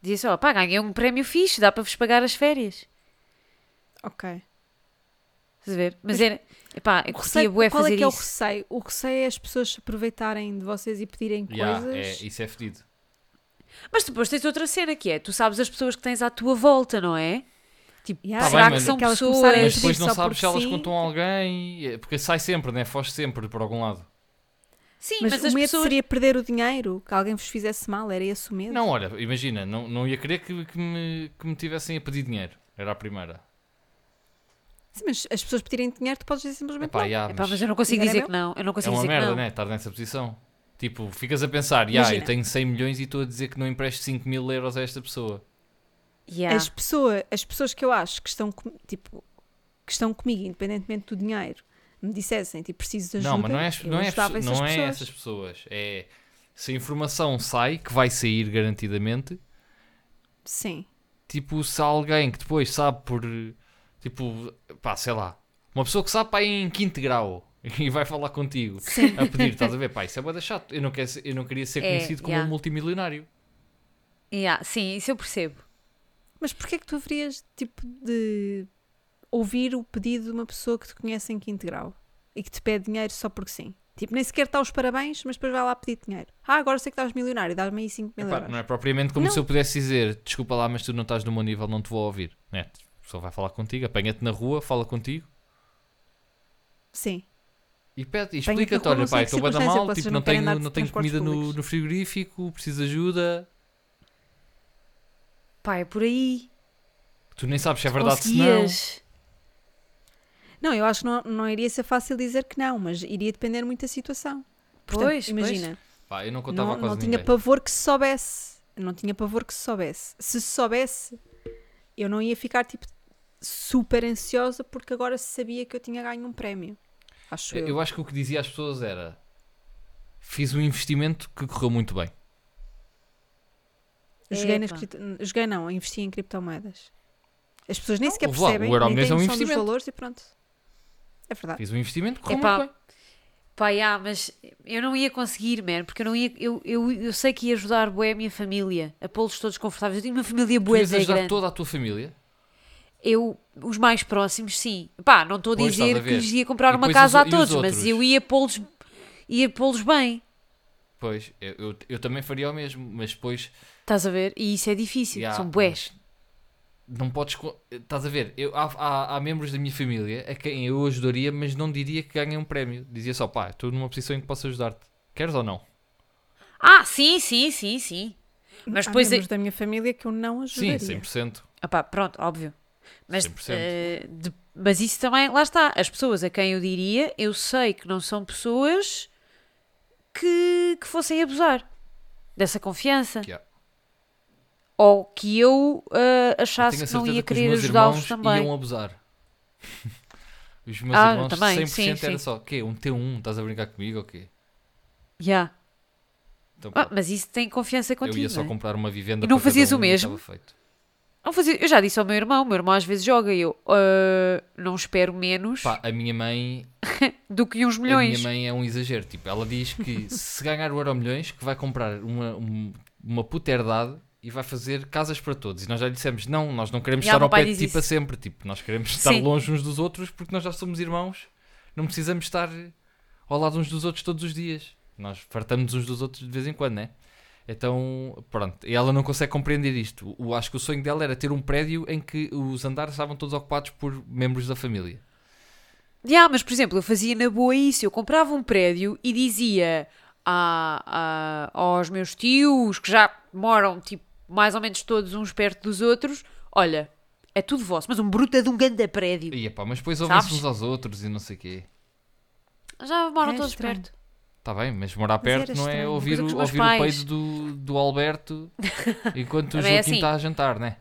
Speaker 3: Dizia só, pá, ganhei um prémio fixe, dá para vos pagar as férias.
Speaker 1: Ok.
Speaker 3: Estás a ver? Mas era, epá, eu
Speaker 1: O
Speaker 3: curtia
Speaker 1: receio-
Speaker 3: bué
Speaker 1: qual é
Speaker 3: fazer
Speaker 1: que é o
Speaker 3: isso.
Speaker 1: receio? O receio é as pessoas se aproveitarem de vocês e pedirem
Speaker 2: Yeah,
Speaker 1: coisas.
Speaker 2: é, isso é fedido.
Speaker 3: Mas depois tens outra cena que é, tu sabes as pessoas que tens à tua volta, não é? Tipo,
Speaker 1: Yeah,
Speaker 3: será
Speaker 2: Tá bem,
Speaker 3: que
Speaker 2: mas-
Speaker 3: são
Speaker 1: Aquelas que começarem a
Speaker 2: Mas
Speaker 3: pessoas...
Speaker 1: pedir
Speaker 2: depois
Speaker 1: só
Speaker 2: não sabes
Speaker 1: por
Speaker 2: se elas
Speaker 1: si.
Speaker 2: contam a alguém. eh, Porque sai sempre, né? Foge sempre para algum lado.
Speaker 3: Sim,
Speaker 1: Mas,
Speaker 3: mas,
Speaker 1: o
Speaker 3: as
Speaker 1: medo
Speaker 3: pessoas...
Speaker 1: seria perder o dinheiro, que alguém vos fizesse mal, era esse o medo?
Speaker 2: Não, olha, imagina, não, não ia querer que, que me, que me tivessem a pedir dinheiro. Era a primeira.
Speaker 1: Sim, mas as pessoas pedirem dinheiro, tu podes dizer simplesmente
Speaker 2: Epá,
Speaker 1: não.
Speaker 2: yeah,
Speaker 3: Epá,
Speaker 2: mas
Speaker 3: mas eu não consigo
Speaker 1: Dinheiro é
Speaker 3: dizer que não. Eu não
Speaker 2: é
Speaker 3: consigo
Speaker 2: uma
Speaker 3: dizer
Speaker 2: merda,
Speaker 3: que não.
Speaker 2: né? Estar nessa posição. Tipo, ficas a pensar, yeah, eu
Speaker 1: Imagina.
Speaker 2: tenho 100 milhões e estou a dizer que não empresto 5 mil euros a esta pessoa.
Speaker 3: Yeah.
Speaker 1: As, pessoa, as pessoas que eu acho que estão, com- tipo, que estão comigo, independentemente do dinheiro, me dissessem, tipo, preciso de ajuda,
Speaker 2: não, mas não é, as-
Speaker 1: eu
Speaker 2: não é, as-
Speaker 1: ajudava essas
Speaker 2: não é
Speaker 1: pessoas.
Speaker 2: essas pessoas. É se a informação sai, que vai sair garantidamente,
Speaker 1: Sim.
Speaker 2: tipo, se há alguém que depois sabe por. Tipo, pá, sei lá. Uma pessoa que sabe, pá, em quinto grau e vai falar contigo a pedir, estás a ver, pá, isso é boda chato. Eu não, quero, ser- eu não queria ser
Speaker 3: É,
Speaker 2: conhecido como
Speaker 3: yeah.
Speaker 2: um multimilionário.
Speaker 3: Yeah, Sim, isso eu percebo.
Speaker 1: Mas porquê é que tu haverias, tipo, de ouvir o pedido de uma pessoa que te conhece em que integral e que te pede dinheiro só porque sim? Tipo, nem sequer está os parabéns, mas depois vai lá pedir dinheiro. Ah, agora sei que estás milionário, dás-me aí 5 mil
Speaker 2: Epá,
Speaker 1: euros.
Speaker 2: não é propriamente como
Speaker 1: Não.
Speaker 2: se eu pudesse dizer desculpa lá, mas tu não estás no meu nível, não te vou ouvir. Né? A pessoa vai falar contigo, apanha-te na rua, fala contigo
Speaker 1: Sim.
Speaker 2: e pede, e
Speaker 1: Apanha-te na
Speaker 2: explica-te:
Speaker 1: rua,
Speaker 2: olha,
Speaker 1: não sei que
Speaker 2: pá, estou bem da
Speaker 1: circunstância,
Speaker 2: mal,
Speaker 1: vocês
Speaker 2: tipo,
Speaker 1: não
Speaker 2: não
Speaker 1: querem
Speaker 2: tenho,
Speaker 1: andar de
Speaker 2: não tenho
Speaker 1: transportes
Speaker 2: comida no,
Speaker 1: públicos.
Speaker 2: no frigorífico, preciso de ajuda.
Speaker 3: Pá, é por aí.
Speaker 2: Tu nem sabes se é verdade se não.
Speaker 3: Conseguias.
Speaker 1: Não, eu acho que não, não iria ser fácil dizer que não, mas iria depender muito da situação. Portanto,
Speaker 3: Pois,
Speaker 1: imagina.
Speaker 2: Pá, eu não contava
Speaker 1: não,
Speaker 2: quase
Speaker 1: não tinha
Speaker 2: ninguém.
Speaker 1: pavor que se soubesse. Não tinha pavor que se soubesse. Se se soubesse, eu não ia ficar tipo super ansiosa porque agora se sabia que eu tinha ganho um prémio. Acho eu.
Speaker 2: É, Eu acho que o que dizia às pessoas era: fiz um investimento que correu muito bem.
Speaker 1: Joguei, nas
Speaker 3: Epa.
Speaker 1: cripto- Joguei não, investi em criptomoedas. As pessoas nem sequer
Speaker 2: ouve lá,
Speaker 1: percebem,
Speaker 2: o euro
Speaker 1: nem
Speaker 2: milhões
Speaker 1: têm
Speaker 2: é um
Speaker 1: noção dos
Speaker 2: investimento.
Speaker 1: valores e pronto. É verdade.
Speaker 2: Fiz um investimento que correu
Speaker 3: Epá.
Speaker 2: muito bem.
Speaker 3: Pá, yeah, mas eu não ia conseguir, man, porque eu não ia. Eu, eu, eu sei que ia ajudar bué a minha família, a pô-los todos confortáveis. Eu tenho uma família
Speaker 2: Tu
Speaker 3: bué
Speaker 2: ias
Speaker 3: da
Speaker 2: ajudar
Speaker 3: grande.
Speaker 2: toda a tua família.
Speaker 3: Eu, os mais próximos, sim. Pá, não estou a
Speaker 2: Pois,
Speaker 3: dizer
Speaker 2: estás a
Speaker 3: que
Speaker 2: ver.
Speaker 3: lhes ia comprar
Speaker 2: E
Speaker 3: uma
Speaker 2: depois
Speaker 3: casa
Speaker 2: os-
Speaker 3: a
Speaker 2: e os
Speaker 3: todos,
Speaker 2: outros?
Speaker 3: mas eu ia pô-los ia pô-los bem.
Speaker 2: Pois, eu, eu, eu também faria o mesmo, mas depois
Speaker 3: Estás a ver? E isso é difícil,
Speaker 2: Ya,
Speaker 3: são bués.
Speaker 2: não podes. co- Estás a ver? Eu, há, há, há membros da minha família a quem eu ajudaria, mas não diria que ganhei um prémio. Dizia só, pá, estou numa posição em que posso ajudar-te. Queres ou não?
Speaker 3: Ah, sim, sim, sim, sim. Mas
Speaker 1: Há
Speaker 3: depois. é-
Speaker 1: membros da minha família que eu não ajudaria.
Speaker 2: Sim, 100%.
Speaker 3: Ah pá, pronto, óbvio. Mas,
Speaker 2: 100%.
Speaker 3: eh, de- mas isso também, lá está. As pessoas a quem eu diria, eu sei que não são pessoas que, que fossem abusar dessa confiança.
Speaker 2: Yeah.
Speaker 3: Ou que eu eh,
Speaker 2: Eu
Speaker 3: achasse
Speaker 2: tenho a
Speaker 3: que não
Speaker 2: certeza
Speaker 3: ia
Speaker 2: que os
Speaker 3: querer
Speaker 2: meus
Speaker 3: ajudá-los
Speaker 2: irmãos
Speaker 3: também.
Speaker 2: iam abusar. Os meus
Speaker 3: Ah,
Speaker 2: irmãos,
Speaker 3: também,
Speaker 2: 100%
Speaker 3: sim,
Speaker 2: era
Speaker 3: sim.
Speaker 2: só, quê? Um T1, estás a brincar comigo ou quê?
Speaker 3: Ya.
Speaker 2: Então,
Speaker 3: Ah,
Speaker 2: pronto,
Speaker 3: mas isso tem confiança
Speaker 2: eu ia
Speaker 3: contigo.
Speaker 2: só
Speaker 3: não é?
Speaker 2: comprar uma vivenda
Speaker 3: E não
Speaker 2: para cada
Speaker 3: fazias o
Speaker 2: um e
Speaker 3: mesmo?
Speaker 2: estava feito.
Speaker 3: Não fazia- Eu já disse ao meu irmão, o meu irmão às vezes joga e eu eh, não espero menos
Speaker 2: Pá, a minha mãe
Speaker 3: do que uns
Speaker 2: A
Speaker 3: milhões.
Speaker 2: minha mãe é um exagero. Tipo, ela diz que se ganhar o Euro Milhões, que vai comprar uma, um- uma puta herdade e vai fazer casas para todos. E nós já lhe dissemos, não, nós não queremos
Speaker 3: E
Speaker 2: estar
Speaker 3: ela,
Speaker 2: ao
Speaker 3: o pai
Speaker 2: pé de
Speaker 3: diz
Speaker 2: ti
Speaker 3: isso.
Speaker 2: para sempre. Tipo, nós queremos estar
Speaker 3: Sim.
Speaker 2: longe uns dos outros porque nós já somos irmãos. Não precisamos estar ao lado uns dos outros todos os dias. Nós fartamos uns dos outros de vez em quando, né? Então, pronto, e ela não consegue compreender isto. O, acho que o sonho dela era ter um prédio em que os andares estavam todos ocupados por membros da família.
Speaker 3: Yeah, mas, por exemplo, eu fazia na boa isso. Eu comprava um prédio e dizia a, aos meus tios, que já moram, tipo, mais ou menos todos uns perto dos outros, olha, é tudo vosso, mas um bruta de um ganda prédio.
Speaker 2: E epá, mas depois ouvem-se
Speaker 3: Sabes?
Speaker 2: uns aos outros e não sei o quê.
Speaker 3: Já moram
Speaker 1: É
Speaker 3: todos
Speaker 1: estranho.
Speaker 3: perto.
Speaker 2: Está Tá bem, mas morar
Speaker 1: Mas era
Speaker 2: perto não é
Speaker 1: estranho.
Speaker 2: ouvir,
Speaker 3: Coisa que os
Speaker 2: o,
Speaker 3: meus
Speaker 2: ouvir o
Speaker 3: pais-
Speaker 2: peito do, do Alberto enquanto o
Speaker 3: Também é
Speaker 2: Joaquim
Speaker 3: assim.
Speaker 2: está a jantar, né?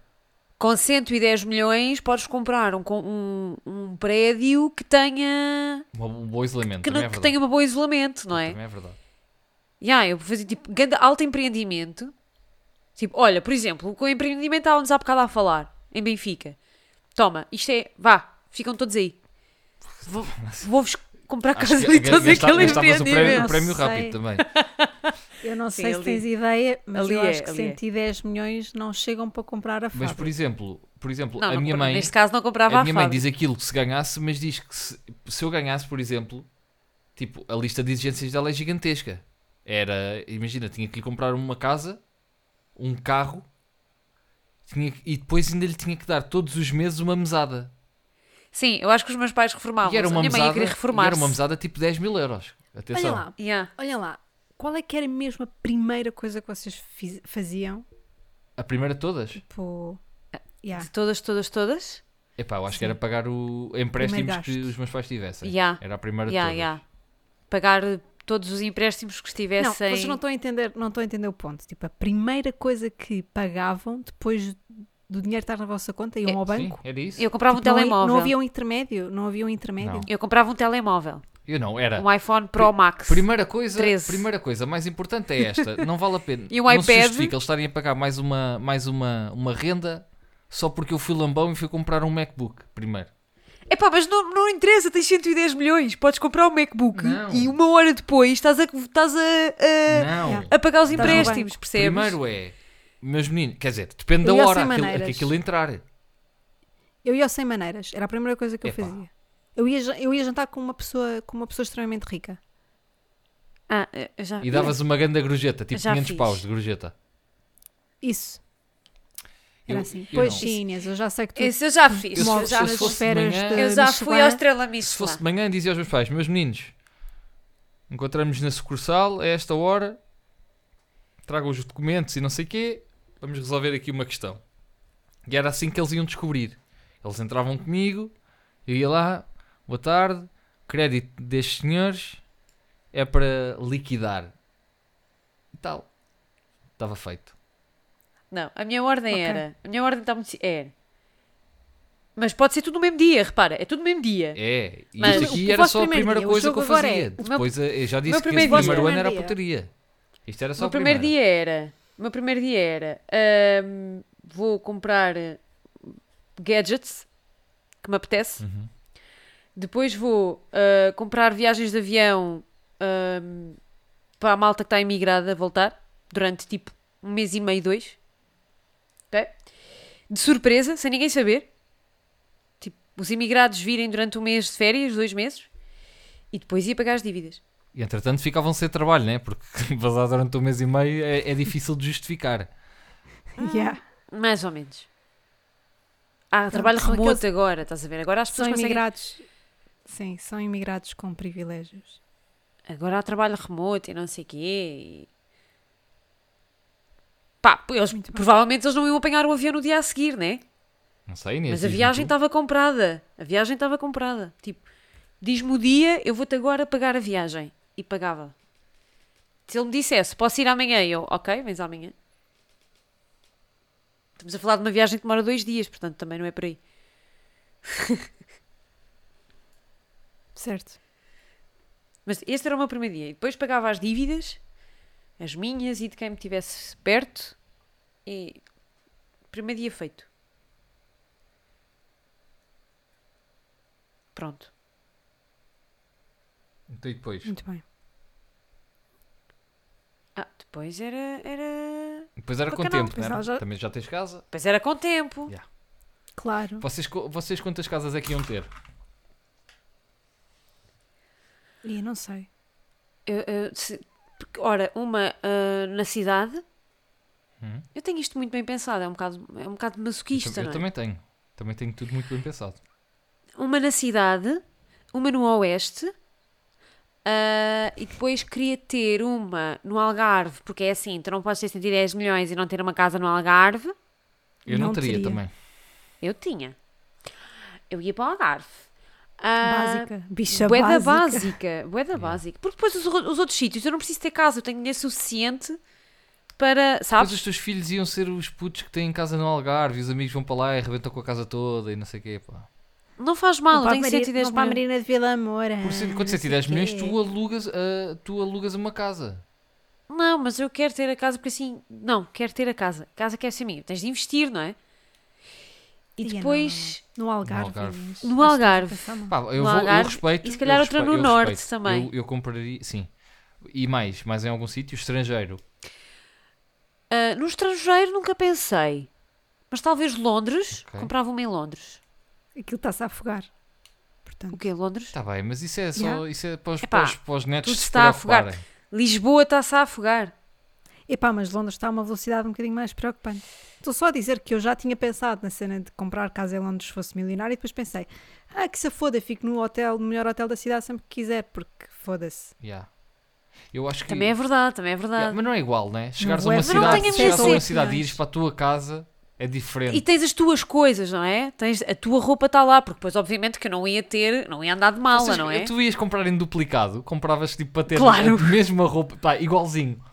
Speaker 3: Com 110 milhões podes comprar um, com- um, um prédio que tenha
Speaker 2: Um, um bom isolamento,
Speaker 3: que,
Speaker 2: também
Speaker 3: não,
Speaker 2: é
Speaker 3: que
Speaker 2: verdade.
Speaker 3: tenha um bom isolamento, não é?
Speaker 2: Também é verdade.
Speaker 3: Yeah, eu fazia tipo ganda alto empreendimento. Tipo, olha, por exemplo, com o empreendimento estávamos há bocado a falar, em Benfica. Toma, isto é, vá, ficam todos aí. Vou- Vou-vos comprar
Speaker 2: Acho
Speaker 3: casa
Speaker 2: que é
Speaker 3: e todos
Speaker 2: gasta-
Speaker 3: aquele
Speaker 2: gastavas o prémio, o
Speaker 3: empreendimento.
Speaker 2: prémio
Speaker 1: Sei.
Speaker 2: rápido também.
Speaker 1: Eu não
Speaker 3: Sim,
Speaker 1: sei se
Speaker 3: ali-
Speaker 1: tens ideia, mas
Speaker 3: ali
Speaker 1: eu
Speaker 3: é,
Speaker 1: acho que
Speaker 3: ali é.
Speaker 1: 110 milhões não chegam para comprar a
Speaker 2: Mas,
Speaker 1: fábrica.
Speaker 2: por exemplo, por exemplo
Speaker 3: Não,
Speaker 2: a
Speaker 3: não
Speaker 2: minha
Speaker 3: compra-
Speaker 2: mãe...
Speaker 3: Neste caso não comprava
Speaker 2: A
Speaker 3: a,
Speaker 2: minha mãe
Speaker 3: fábrica.
Speaker 2: diz aquilo que se ganhasse, mas diz que se, se eu ganhasse, por exemplo, tipo, a lista de exigências dela é gigantesca. Era, imagina, tinha que lhe comprar uma casa, um carro, tinha que- e depois ainda lhe tinha que dar todos os meses uma mesada.
Speaker 3: Sim, eu acho que os meus pais reformavam.
Speaker 2: e era uma
Speaker 3: a minha mãe ia
Speaker 2: mesada,
Speaker 3: querer
Speaker 2: e
Speaker 3: reformar.
Speaker 2: era uma mesada tipo 10 mil euros.
Speaker 1: Olha
Speaker 2: Atenção.
Speaker 1: lá,
Speaker 3: Yeah.
Speaker 1: olha lá. Qual é que era mesmo a primeira coisa que vocês fiz- faziam?
Speaker 2: A primeira de todas.
Speaker 1: Tipo,
Speaker 3: Ah,
Speaker 1: yeah.
Speaker 3: De todas, todas, todas?
Speaker 2: Epá, eu acho que era pagar o empréstimos
Speaker 1: Primeiro
Speaker 2: que
Speaker 1: gasto.
Speaker 2: os meus pais tivessem.
Speaker 3: Yeah.
Speaker 2: Era a primeira
Speaker 3: Yeah,
Speaker 2: de todas.
Speaker 3: yeah. Pagar todos os empréstimos que
Speaker 1: Não,
Speaker 3: estivessem.
Speaker 1: vocês não estão a entender, não estão a entender o ponto. Tipo, a primeira coisa que pagavam depois do dinheiro estar na vossa conta iam
Speaker 3: É,
Speaker 1: ao
Speaker 2: Sim,
Speaker 1: banco. Tipo,
Speaker 2: era isso.
Speaker 3: Eu comprava um
Speaker 1: Não,
Speaker 3: telemóvel.
Speaker 1: não havia um intermédio, não havia um intermédio.
Speaker 2: Não.
Speaker 3: Eu comprava um telemóvel.
Speaker 2: Eu não, era.
Speaker 3: Um iPhone Pro Max.
Speaker 2: Primeira coisa,
Speaker 3: 13.
Speaker 2: primeira coisa mais importante é esta. Não vale a pena.
Speaker 3: E um
Speaker 2: não se
Speaker 3: iPad?
Speaker 2: justifica eles estarem a pagar mais uma, mais uma, uma renda só porque eu fui lambão e fui comprar um MacBook primeiro.
Speaker 3: Epá, mas não, não interessa, tens 110 milhões, podes comprar um MacBook
Speaker 2: Não.
Speaker 3: e uma hora depois estás a, estás a,
Speaker 2: não.
Speaker 3: a-
Speaker 1: É, yeah.
Speaker 3: a pagar os
Speaker 1: Estás no
Speaker 3: empréstimos, percebes?
Speaker 2: Primeiro é, meus meninos, quer dizer, depende da
Speaker 1: Eu ia
Speaker 2: hora
Speaker 1: sem
Speaker 2: aquilo- a
Speaker 1: maneiras.
Speaker 2: que aquilo entrar.
Speaker 1: Eu ia ao sem maneiras, era a primeira coisa que eu
Speaker 2: Epá.
Speaker 1: fazia. Eu ia, ja- eu ia jantar com uma pessoa, com uma pessoa extremamente rica.
Speaker 3: Ah, eu já.
Speaker 2: E davas uma grande gorjeta, tipo
Speaker 3: Já
Speaker 2: 500
Speaker 3: fiz.
Speaker 2: paus de gorjeta.
Speaker 1: Isso. Era
Speaker 2: Eu-
Speaker 1: assim.
Speaker 2: eu
Speaker 1: Pois,
Speaker 2: não.
Speaker 1: Inês, eu já sei que tu
Speaker 3: Esse eu já fiz.
Speaker 1: Eu-
Speaker 3: Eu
Speaker 1: moves
Speaker 3: já,
Speaker 1: nas
Speaker 2: se fosse de
Speaker 1: esferas
Speaker 2: manhã-
Speaker 1: de
Speaker 3: eu já
Speaker 1: Michelin.
Speaker 3: fui ao Estrela
Speaker 2: Se
Speaker 3: Michelin.
Speaker 2: fosse de manhã, dizia aos meus pais: Meus meninos, encontramos na sucursal a esta hora, tragam os documentos e não sei o quê, vamos resolver aqui uma questão. E era assim que eles iam descobrir. Eles entravam comigo, eu ia lá, boa tarde, crédito destes senhores é para liquidar. E tal. Estava feito.
Speaker 3: Não, a minha ordem
Speaker 1: Ok.
Speaker 3: era. A minha ordem está muito. Era. Mas pode ser tudo no mesmo dia, repara, é tudo no mesmo dia.
Speaker 2: É, e
Speaker 3: Mas
Speaker 2: isto
Speaker 1: o-
Speaker 2: aqui
Speaker 1: o
Speaker 2: era
Speaker 1: vosso
Speaker 2: só a
Speaker 1: primeiro
Speaker 2: primeira
Speaker 1: dia, o
Speaker 2: coisa que eu
Speaker 1: jogo agora é
Speaker 2: fazia.
Speaker 1: o
Speaker 3: meu-
Speaker 2: Depois eh, eu já disse que esse
Speaker 3: primeiro dia.
Speaker 2: primeiro ano era a
Speaker 1: Primeiro
Speaker 2: putaria. Isto era
Speaker 3: O
Speaker 2: só
Speaker 3: meu
Speaker 2: o
Speaker 3: primeiro
Speaker 2: primeiro.
Speaker 3: dia era. O meu primeiro dia era. ahm, vou comprar eh, gadgets que me apetece.
Speaker 2: Uhum.
Speaker 3: Depois vou ah, comprar viagens de avião ahm, para a malta que está imigrada a voltar durante tipo um mês e meio, dois. Ok? De surpresa, sem ninguém saber. Tipo, os imigrados virem durante um mês de férias, dois meses. E depois ia pagar as dívidas.
Speaker 2: E entretanto ficavam sem trabalho, né? Porque vazar durante um mês e meio é, é difícil de justificar.
Speaker 1: Yeah.
Speaker 3: Mais ou menos. Há trabalho
Speaker 1: são
Speaker 3: remoto agora, estás a ver? Agora as pessoas
Speaker 1: são
Speaker 3: conseguem...
Speaker 1: imigrados. Sim, são imigrados com privilégios.
Speaker 3: Agora há trabalho remoto e não sei o quê. e- Pá, eles, provavelmente eles não iam apanhar o avião no dia a seguir, né?
Speaker 2: Não sei, Inês.
Speaker 3: Mas a
Speaker 2: diz-me
Speaker 3: viagem
Speaker 2: tu.
Speaker 3: estava comprada. A viagem estava comprada. Tipo, diz-me o dia, eu vou-te agora pagar a viagem. E pagava. Se ele me dissesse, posso ir amanhã, eu, ok, vens amanhã. Estamos a falar de uma viagem que demora dois dias, portanto também não é por aí.
Speaker 1: Certo.
Speaker 3: Mas este era o meu primeiro dia. E depois pagava as dívidas, as minhas e de quem me tivesse perto. E. Primeiro dia feito. Pronto.
Speaker 2: Então, e depois?
Speaker 1: Muito bem.
Speaker 3: Ah, depois era. era...
Speaker 2: Depois era
Speaker 3: Por
Speaker 2: com
Speaker 3: que não?
Speaker 2: tempo,
Speaker 1: Pois
Speaker 2: né?
Speaker 1: ela já-
Speaker 2: Também já tens casa.
Speaker 3: Depois era com tempo.
Speaker 2: Yeah.
Speaker 1: Claro.
Speaker 2: Vocês, co- vocês quantas casas é que iam ter?
Speaker 1: E eu não sei.
Speaker 3: Eu- eu- se- porque, ora, uma ah, na cidade, Eu tenho isto muito bem pensado, é um bocado, é um bocado masoquista,
Speaker 2: Hum? eu
Speaker 3: não é?
Speaker 2: também tenho. Também tenho tudo muito bem pensado.
Speaker 3: Uma na cidade, uma no oeste, ah, e depois queria ter uma no Algarve, porque é assim, tu não podes ter 110 milhões e não ter uma casa no Algarve.
Speaker 2: Eu não,
Speaker 1: Não
Speaker 2: teria,
Speaker 1: teria.
Speaker 2: também.
Speaker 3: Eu tinha. Eu ia para o Algarve. Ah,
Speaker 1: Básica. Bicha
Speaker 3: bué da
Speaker 1: básica.
Speaker 3: básica, bué da básica. Porque depois os, ro- os outros sítios eu não preciso ter casa, eu tenho dinheiro suficiente para,
Speaker 2: Depois
Speaker 3: sabes?
Speaker 2: os teus filhos iam ser os putos que têm casa no Algarve e os amigos vão para lá e arrebentam com a casa toda e não sei o quê, pá.
Speaker 3: Não faz mal, eu
Speaker 1: Vou
Speaker 3: tenho
Speaker 1: para a Mari-
Speaker 3: 110
Speaker 1: vou para a
Speaker 3: milhões.
Speaker 1: Marina de Vila Amora.
Speaker 2: Por
Speaker 3: Ah,
Speaker 2: cento, quando
Speaker 1: não sei
Speaker 2: você tiver 10
Speaker 1: quê.
Speaker 2: milhões, tu alugas, ah, tu alugas uma casa.
Speaker 3: Não, mas eu quero ter a casa porque assim, não, quero ter a casa. A casa quer ser minha, tens de investir, não é? E
Speaker 1: Ia, não,
Speaker 3: depois
Speaker 1: No Algarve.
Speaker 2: Algarve.
Speaker 1: mas
Speaker 3: no
Speaker 1: acho que
Speaker 3: Algarve.
Speaker 1: está a passar mal.
Speaker 2: Pá, eu,
Speaker 3: No
Speaker 2: vou, eu
Speaker 3: Algarve
Speaker 2: respeito.
Speaker 3: e se calhar
Speaker 2: eu
Speaker 3: outra no
Speaker 2: respeito- eu
Speaker 3: Norte
Speaker 2: respeito.
Speaker 3: também.
Speaker 2: Eu, eu compraria, sim. E mais, mais em algum sítio estrangeiro.
Speaker 3: Ah, no estrangeiro nunca pensei, mas talvez Londres,
Speaker 2: Ok.
Speaker 3: comprava uma em Londres.
Speaker 1: Aquilo está-se a afogar.
Speaker 3: O
Speaker 1: Portanto,
Speaker 3: quê, Londres?
Speaker 2: Está bem, mas isso é só
Speaker 1: Yeah.
Speaker 2: isso é para, os,
Speaker 3: Epá,
Speaker 2: para, os, para os netos
Speaker 3: tudo
Speaker 2: se
Speaker 3: está a afogar.
Speaker 2: preocuparem.
Speaker 3: Lisboa está-se a afogar.
Speaker 1: epá, mas Londres está a uma velocidade um bocadinho mais preocupante. Estou só a dizer que eu já tinha pensado na cena de comprar casa em Londres se fosse milionário e depois pensei, ah, que se foda, fico no hotel, no melhor hotel da cidade sempre que quiser, porque foda-se.
Speaker 2: Yeah. Eu acho que.
Speaker 3: Também é verdade, também é
Speaker 2: Yeah,
Speaker 3: verdade.
Speaker 2: mas não é igual, né? Chegares a
Speaker 1: é
Speaker 2: uma
Speaker 1: verdade. Mas não
Speaker 2: cidade,
Speaker 1: tem a
Speaker 2: chegares a uma
Speaker 1: ver.
Speaker 2: cidade e
Speaker 1: Sim.
Speaker 2: ires para a tua casa é diferente.
Speaker 3: E tens as tuas coisas, não é? Tens a tua roupa está lá, porque depois obviamente que eu não ia ter, não ia andar de mala,
Speaker 2: Vocês-
Speaker 3: não é?
Speaker 2: Tu ias comprar em duplicado, compravas tipo para ter
Speaker 3: Claro.
Speaker 2: a mesma roupa, pá, igualzinho.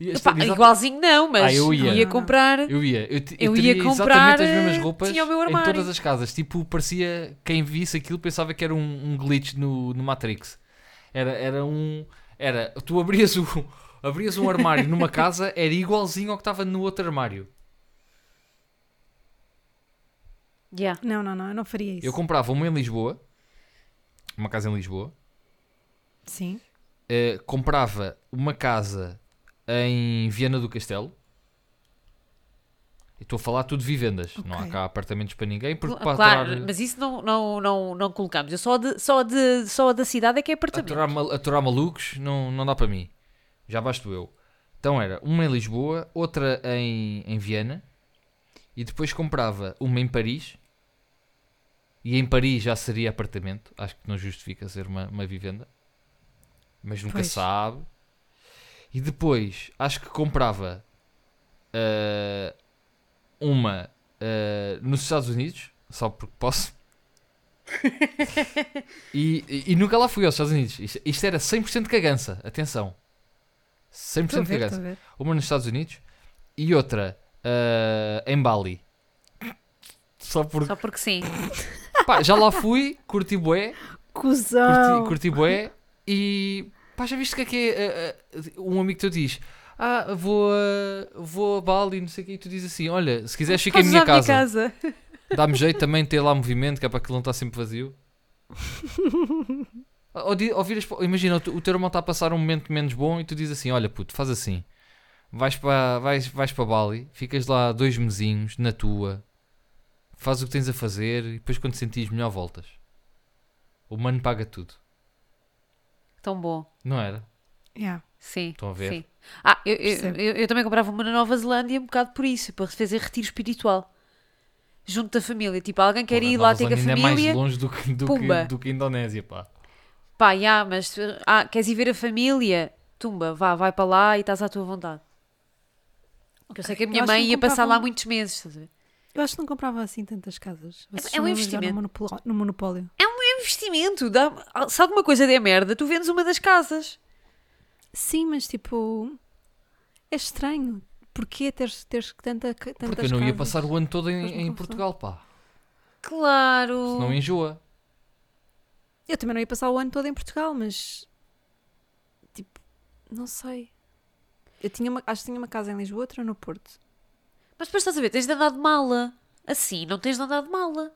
Speaker 2: é Ias
Speaker 3: Epá,
Speaker 2: ter exata-
Speaker 3: igualzinho não, mas
Speaker 2: Ah, eu ia.
Speaker 3: comprar.
Speaker 2: Eu ia, eu, te-
Speaker 3: Eu
Speaker 2: teria
Speaker 3: ia comprar,
Speaker 2: exatamente as
Speaker 3: eh,
Speaker 2: mesmas roupas
Speaker 3: tinha o meu
Speaker 2: em
Speaker 3: armário.
Speaker 2: todas as casas. Tipo, parecia quem visse aquilo pensava que era um, um glitch no, no Matrix. Era, era um. Era. Tu abrias, o, abrias um armário numa casa, era igualzinho ao que estava no outro armário.
Speaker 3: Yeah.
Speaker 1: Não, não, não, eu não faria isso.
Speaker 2: Eu comprava uma em Lisboa, uma casa em Lisboa,
Speaker 1: Sim.
Speaker 2: eh, comprava uma casa em Viana do Castelo. E Estou a falar tudo de vivendas, não há
Speaker 1: Ok.
Speaker 2: cá apartamentos para ninguém, porque
Speaker 3: Cl-
Speaker 2: para
Speaker 3: claro,
Speaker 2: aturar- eh,
Speaker 3: mas isso não, não, não, não colocamos. Eu só, de, só, de, só da cidade é que é apartamento.
Speaker 2: aturar, mal- aturar malucos não, não dá para mim. Já basto eu. Então era uma em Lisboa, outra em, em Viena e depois comprava uma em Paris. E em Paris já seria apartamento. Acho que não justifica ser uma, uma vivenda. Mas nunca
Speaker 1: Pois.
Speaker 2: sabe. E depois acho que comprava ah, uma ah, nos Estados Unidos, só porque posso. E, e- e nunca lá fui aos Estados Unidos. Isto, isto era 100% cagança. Atenção.
Speaker 1: Estou a
Speaker 2: 100%
Speaker 1: ver, estou
Speaker 2: cagança.
Speaker 1: a ver.
Speaker 2: Uma nos Estados Unidos e outra ah, em Bali. Só porque
Speaker 3: Só porque sim.
Speaker 2: pá, já lá fui, curti bué,
Speaker 1: Cusão. Oh.
Speaker 2: curti, curti bué e pá, já viste o que é que é ah, ah, um amigo teu diz ah, vou a, vou a Bali, não sei o que, e tu diz assim, olha, se quiseres fica em
Speaker 3: Podes
Speaker 2: minha
Speaker 3: usar a
Speaker 2: casa.
Speaker 3: minha casa.
Speaker 2: Dá-me jeito também de ter lá movimento, que é para aquilo não estar sempre vazio. Ou di- ou viras pa- imagina, o, te- o teu irmão está a passar um momento menos bom e tu dizes assim: Olha, puto, faz assim. Vais para vais, vais para Bali, ficas lá dois mesinhos na tua, faz o que tens a fazer e depois, quando te sentires melhor, voltas. O mano paga tudo,
Speaker 3: Tão bom.
Speaker 2: não era?
Speaker 1: Yeah.
Speaker 3: Sim.
Speaker 2: Estão a ver?
Speaker 3: Sim. Ah, eu, eu,
Speaker 1: Percebo.
Speaker 3: eu- eu também comprava uma na Nova Zelândia um bocado por isso, para fazer retiro espiritual. Junto da família. Tipo, alguém quer
Speaker 2: Porra,
Speaker 3: ir lá
Speaker 2: Nova
Speaker 3: ter com a
Speaker 2: Zelândia ainda é mais
Speaker 3: família.
Speaker 2: longe do que, do,
Speaker 3: Pumba.
Speaker 2: que, do que a Indonésia, pá.
Speaker 3: Pá, já, mas eh, ah, queres ir ver a família? Tumba, vá, vai para lá e estás à tua vontade. Porque eu sei que a minha
Speaker 1: Eu acho que
Speaker 3: mãe ia passar
Speaker 1: comprava
Speaker 3: lá
Speaker 1: um-
Speaker 3: muitos meses. estás a ver?
Speaker 1: Eu acho que não comprava assim tantas casas. Vocês
Speaker 3: é um
Speaker 1: estão a ligar
Speaker 3: investimento.
Speaker 1: No, monopolo- no monopólio.
Speaker 3: Investimento, dá, se alguma coisa der merda, tu vendes uma das casas.
Speaker 1: Sim, mas tipo. É estranho. Porquê teres, teres tanta, ca- tantas
Speaker 2: Porque eu não ia
Speaker 1: casas?
Speaker 2: passar o ano todo em,
Speaker 1: Faz-me
Speaker 2: em
Speaker 1: confusão.
Speaker 2: Portugal, pá.
Speaker 3: Claro.
Speaker 2: Senão enjoa.
Speaker 1: Eu também não ia passar o ano todo em Portugal, mas. Tipo. Não sei. Eu tinha uma, acho que tinha uma casa em Lisboa, outra no Porto.
Speaker 3: Mas depois estás a ver, tens de andar de mala. Assim, não tens de andar de mala.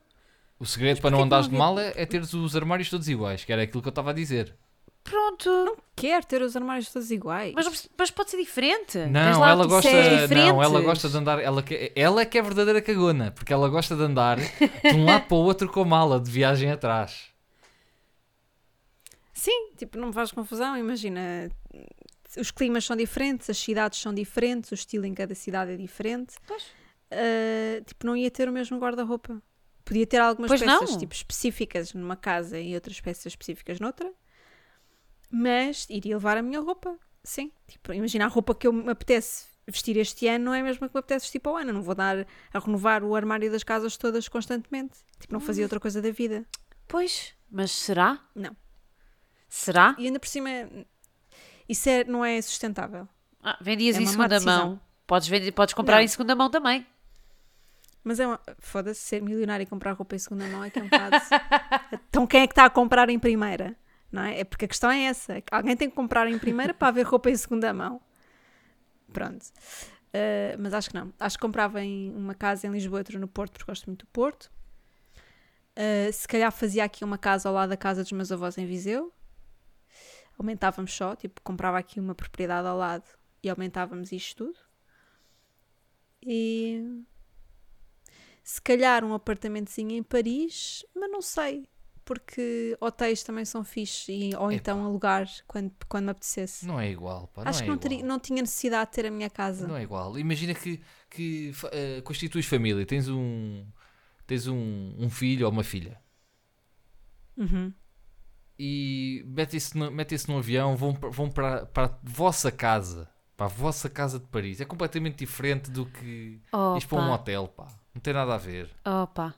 Speaker 2: O segredo
Speaker 1: porquê que
Speaker 2: para não
Speaker 1: não
Speaker 2: andares de
Speaker 1: havia-
Speaker 2: mal é, é teres os armários todos iguais, que era aquilo que eu estava a dizer.
Speaker 3: Pronto.
Speaker 1: Quer ter os armários todos iguais.
Speaker 3: Mas, não precisa- mas pode ser diferente.
Speaker 1: É.
Speaker 3: Tens
Speaker 2: Não,
Speaker 3: lá
Speaker 2: ela
Speaker 3: tu-
Speaker 2: gosta,
Speaker 3: cenas
Speaker 2: não, ela
Speaker 3: diferentes.
Speaker 2: gosta de andar. Ela, que- ela é que é a verdadeira cagona, porque ela gosta de andar de um lado para o outro com a mala de viagem atrás.
Speaker 1: Sim, tipo, não me faz confusão. Imagina. os climas são diferentes, as cidades são diferentes, o estilo em cada cidade é diferente.
Speaker 3: Pois.
Speaker 1: Ah, tipo, não ia ter o mesmo guarda-roupa. Podia ter algumas
Speaker 3: Pois
Speaker 1: peças
Speaker 3: não.
Speaker 1: tipo, específicas numa casa e outras peças específicas noutra, mas iria levar a minha roupa, sim. Tipo, imagina a roupa que eu me apetece vestir este ano não é a mesma que me apetece vestir para o ano. Eu Não vou dar a renovar o armário das casas todas constantemente. Tipo, não
Speaker 3: Hum.
Speaker 1: fazia outra coisa da vida.
Speaker 3: Pois, mas será?
Speaker 1: Não.
Speaker 3: Será?
Speaker 1: E ainda por cima, é, isso é- não é sustentável.
Speaker 3: Ah, vendias
Speaker 1: É
Speaker 3: em
Speaker 1: uma má
Speaker 3: segunda
Speaker 1: decisão.
Speaker 3: mão. Podes, vender, podes comprar
Speaker 1: Não.
Speaker 3: em segunda mão também.
Speaker 1: Mas é uma. Foda-se, ser milionário e comprar roupa em segunda mão é que é um bocado. então quem é que está a comprar em primeira? Não é? é porque a questão é essa. que Alguém tem que comprar em primeira para haver roupa em segunda mão. Pronto. Uh, mas acho que não. Acho que comprava em uma casa em Lisboa, outra no Porto, porque gosto muito do Porto. Uh, se calhar fazia aqui uma casa ao lado da casa dos meus avós em Viseu. Aumentávamos só, tipo, comprava aqui uma propriedade ao lado e aumentávamos isto tudo. E se calhar um apartamentozinho em Paris, mas não sei, porque hotéis também são fixe, e, ou
Speaker 2: Epá.
Speaker 1: então alugar quando, quando me apetecesse.
Speaker 2: Não é igual, pá.
Speaker 1: Acho
Speaker 2: não é
Speaker 1: que não,
Speaker 2: igual.
Speaker 1: teria- não tinha necessidade de ter a minha casa.
Speaker 2: Não é igual. Imagina que, que fa- eh, constituis família, tens um tens um, um filho ou uma filha
Speaker 1: Uhum.
Speaker 2: e metem-se no, metem-se num avião, vão, pa- vão para, para a vossa casa, para a vossa casa de Paris. É completamente diferente do que
Speaker 3: Oh,
Speaker 2: ires para um hotel, pá. Não tem nada a ver.
Speaker 3: Opa.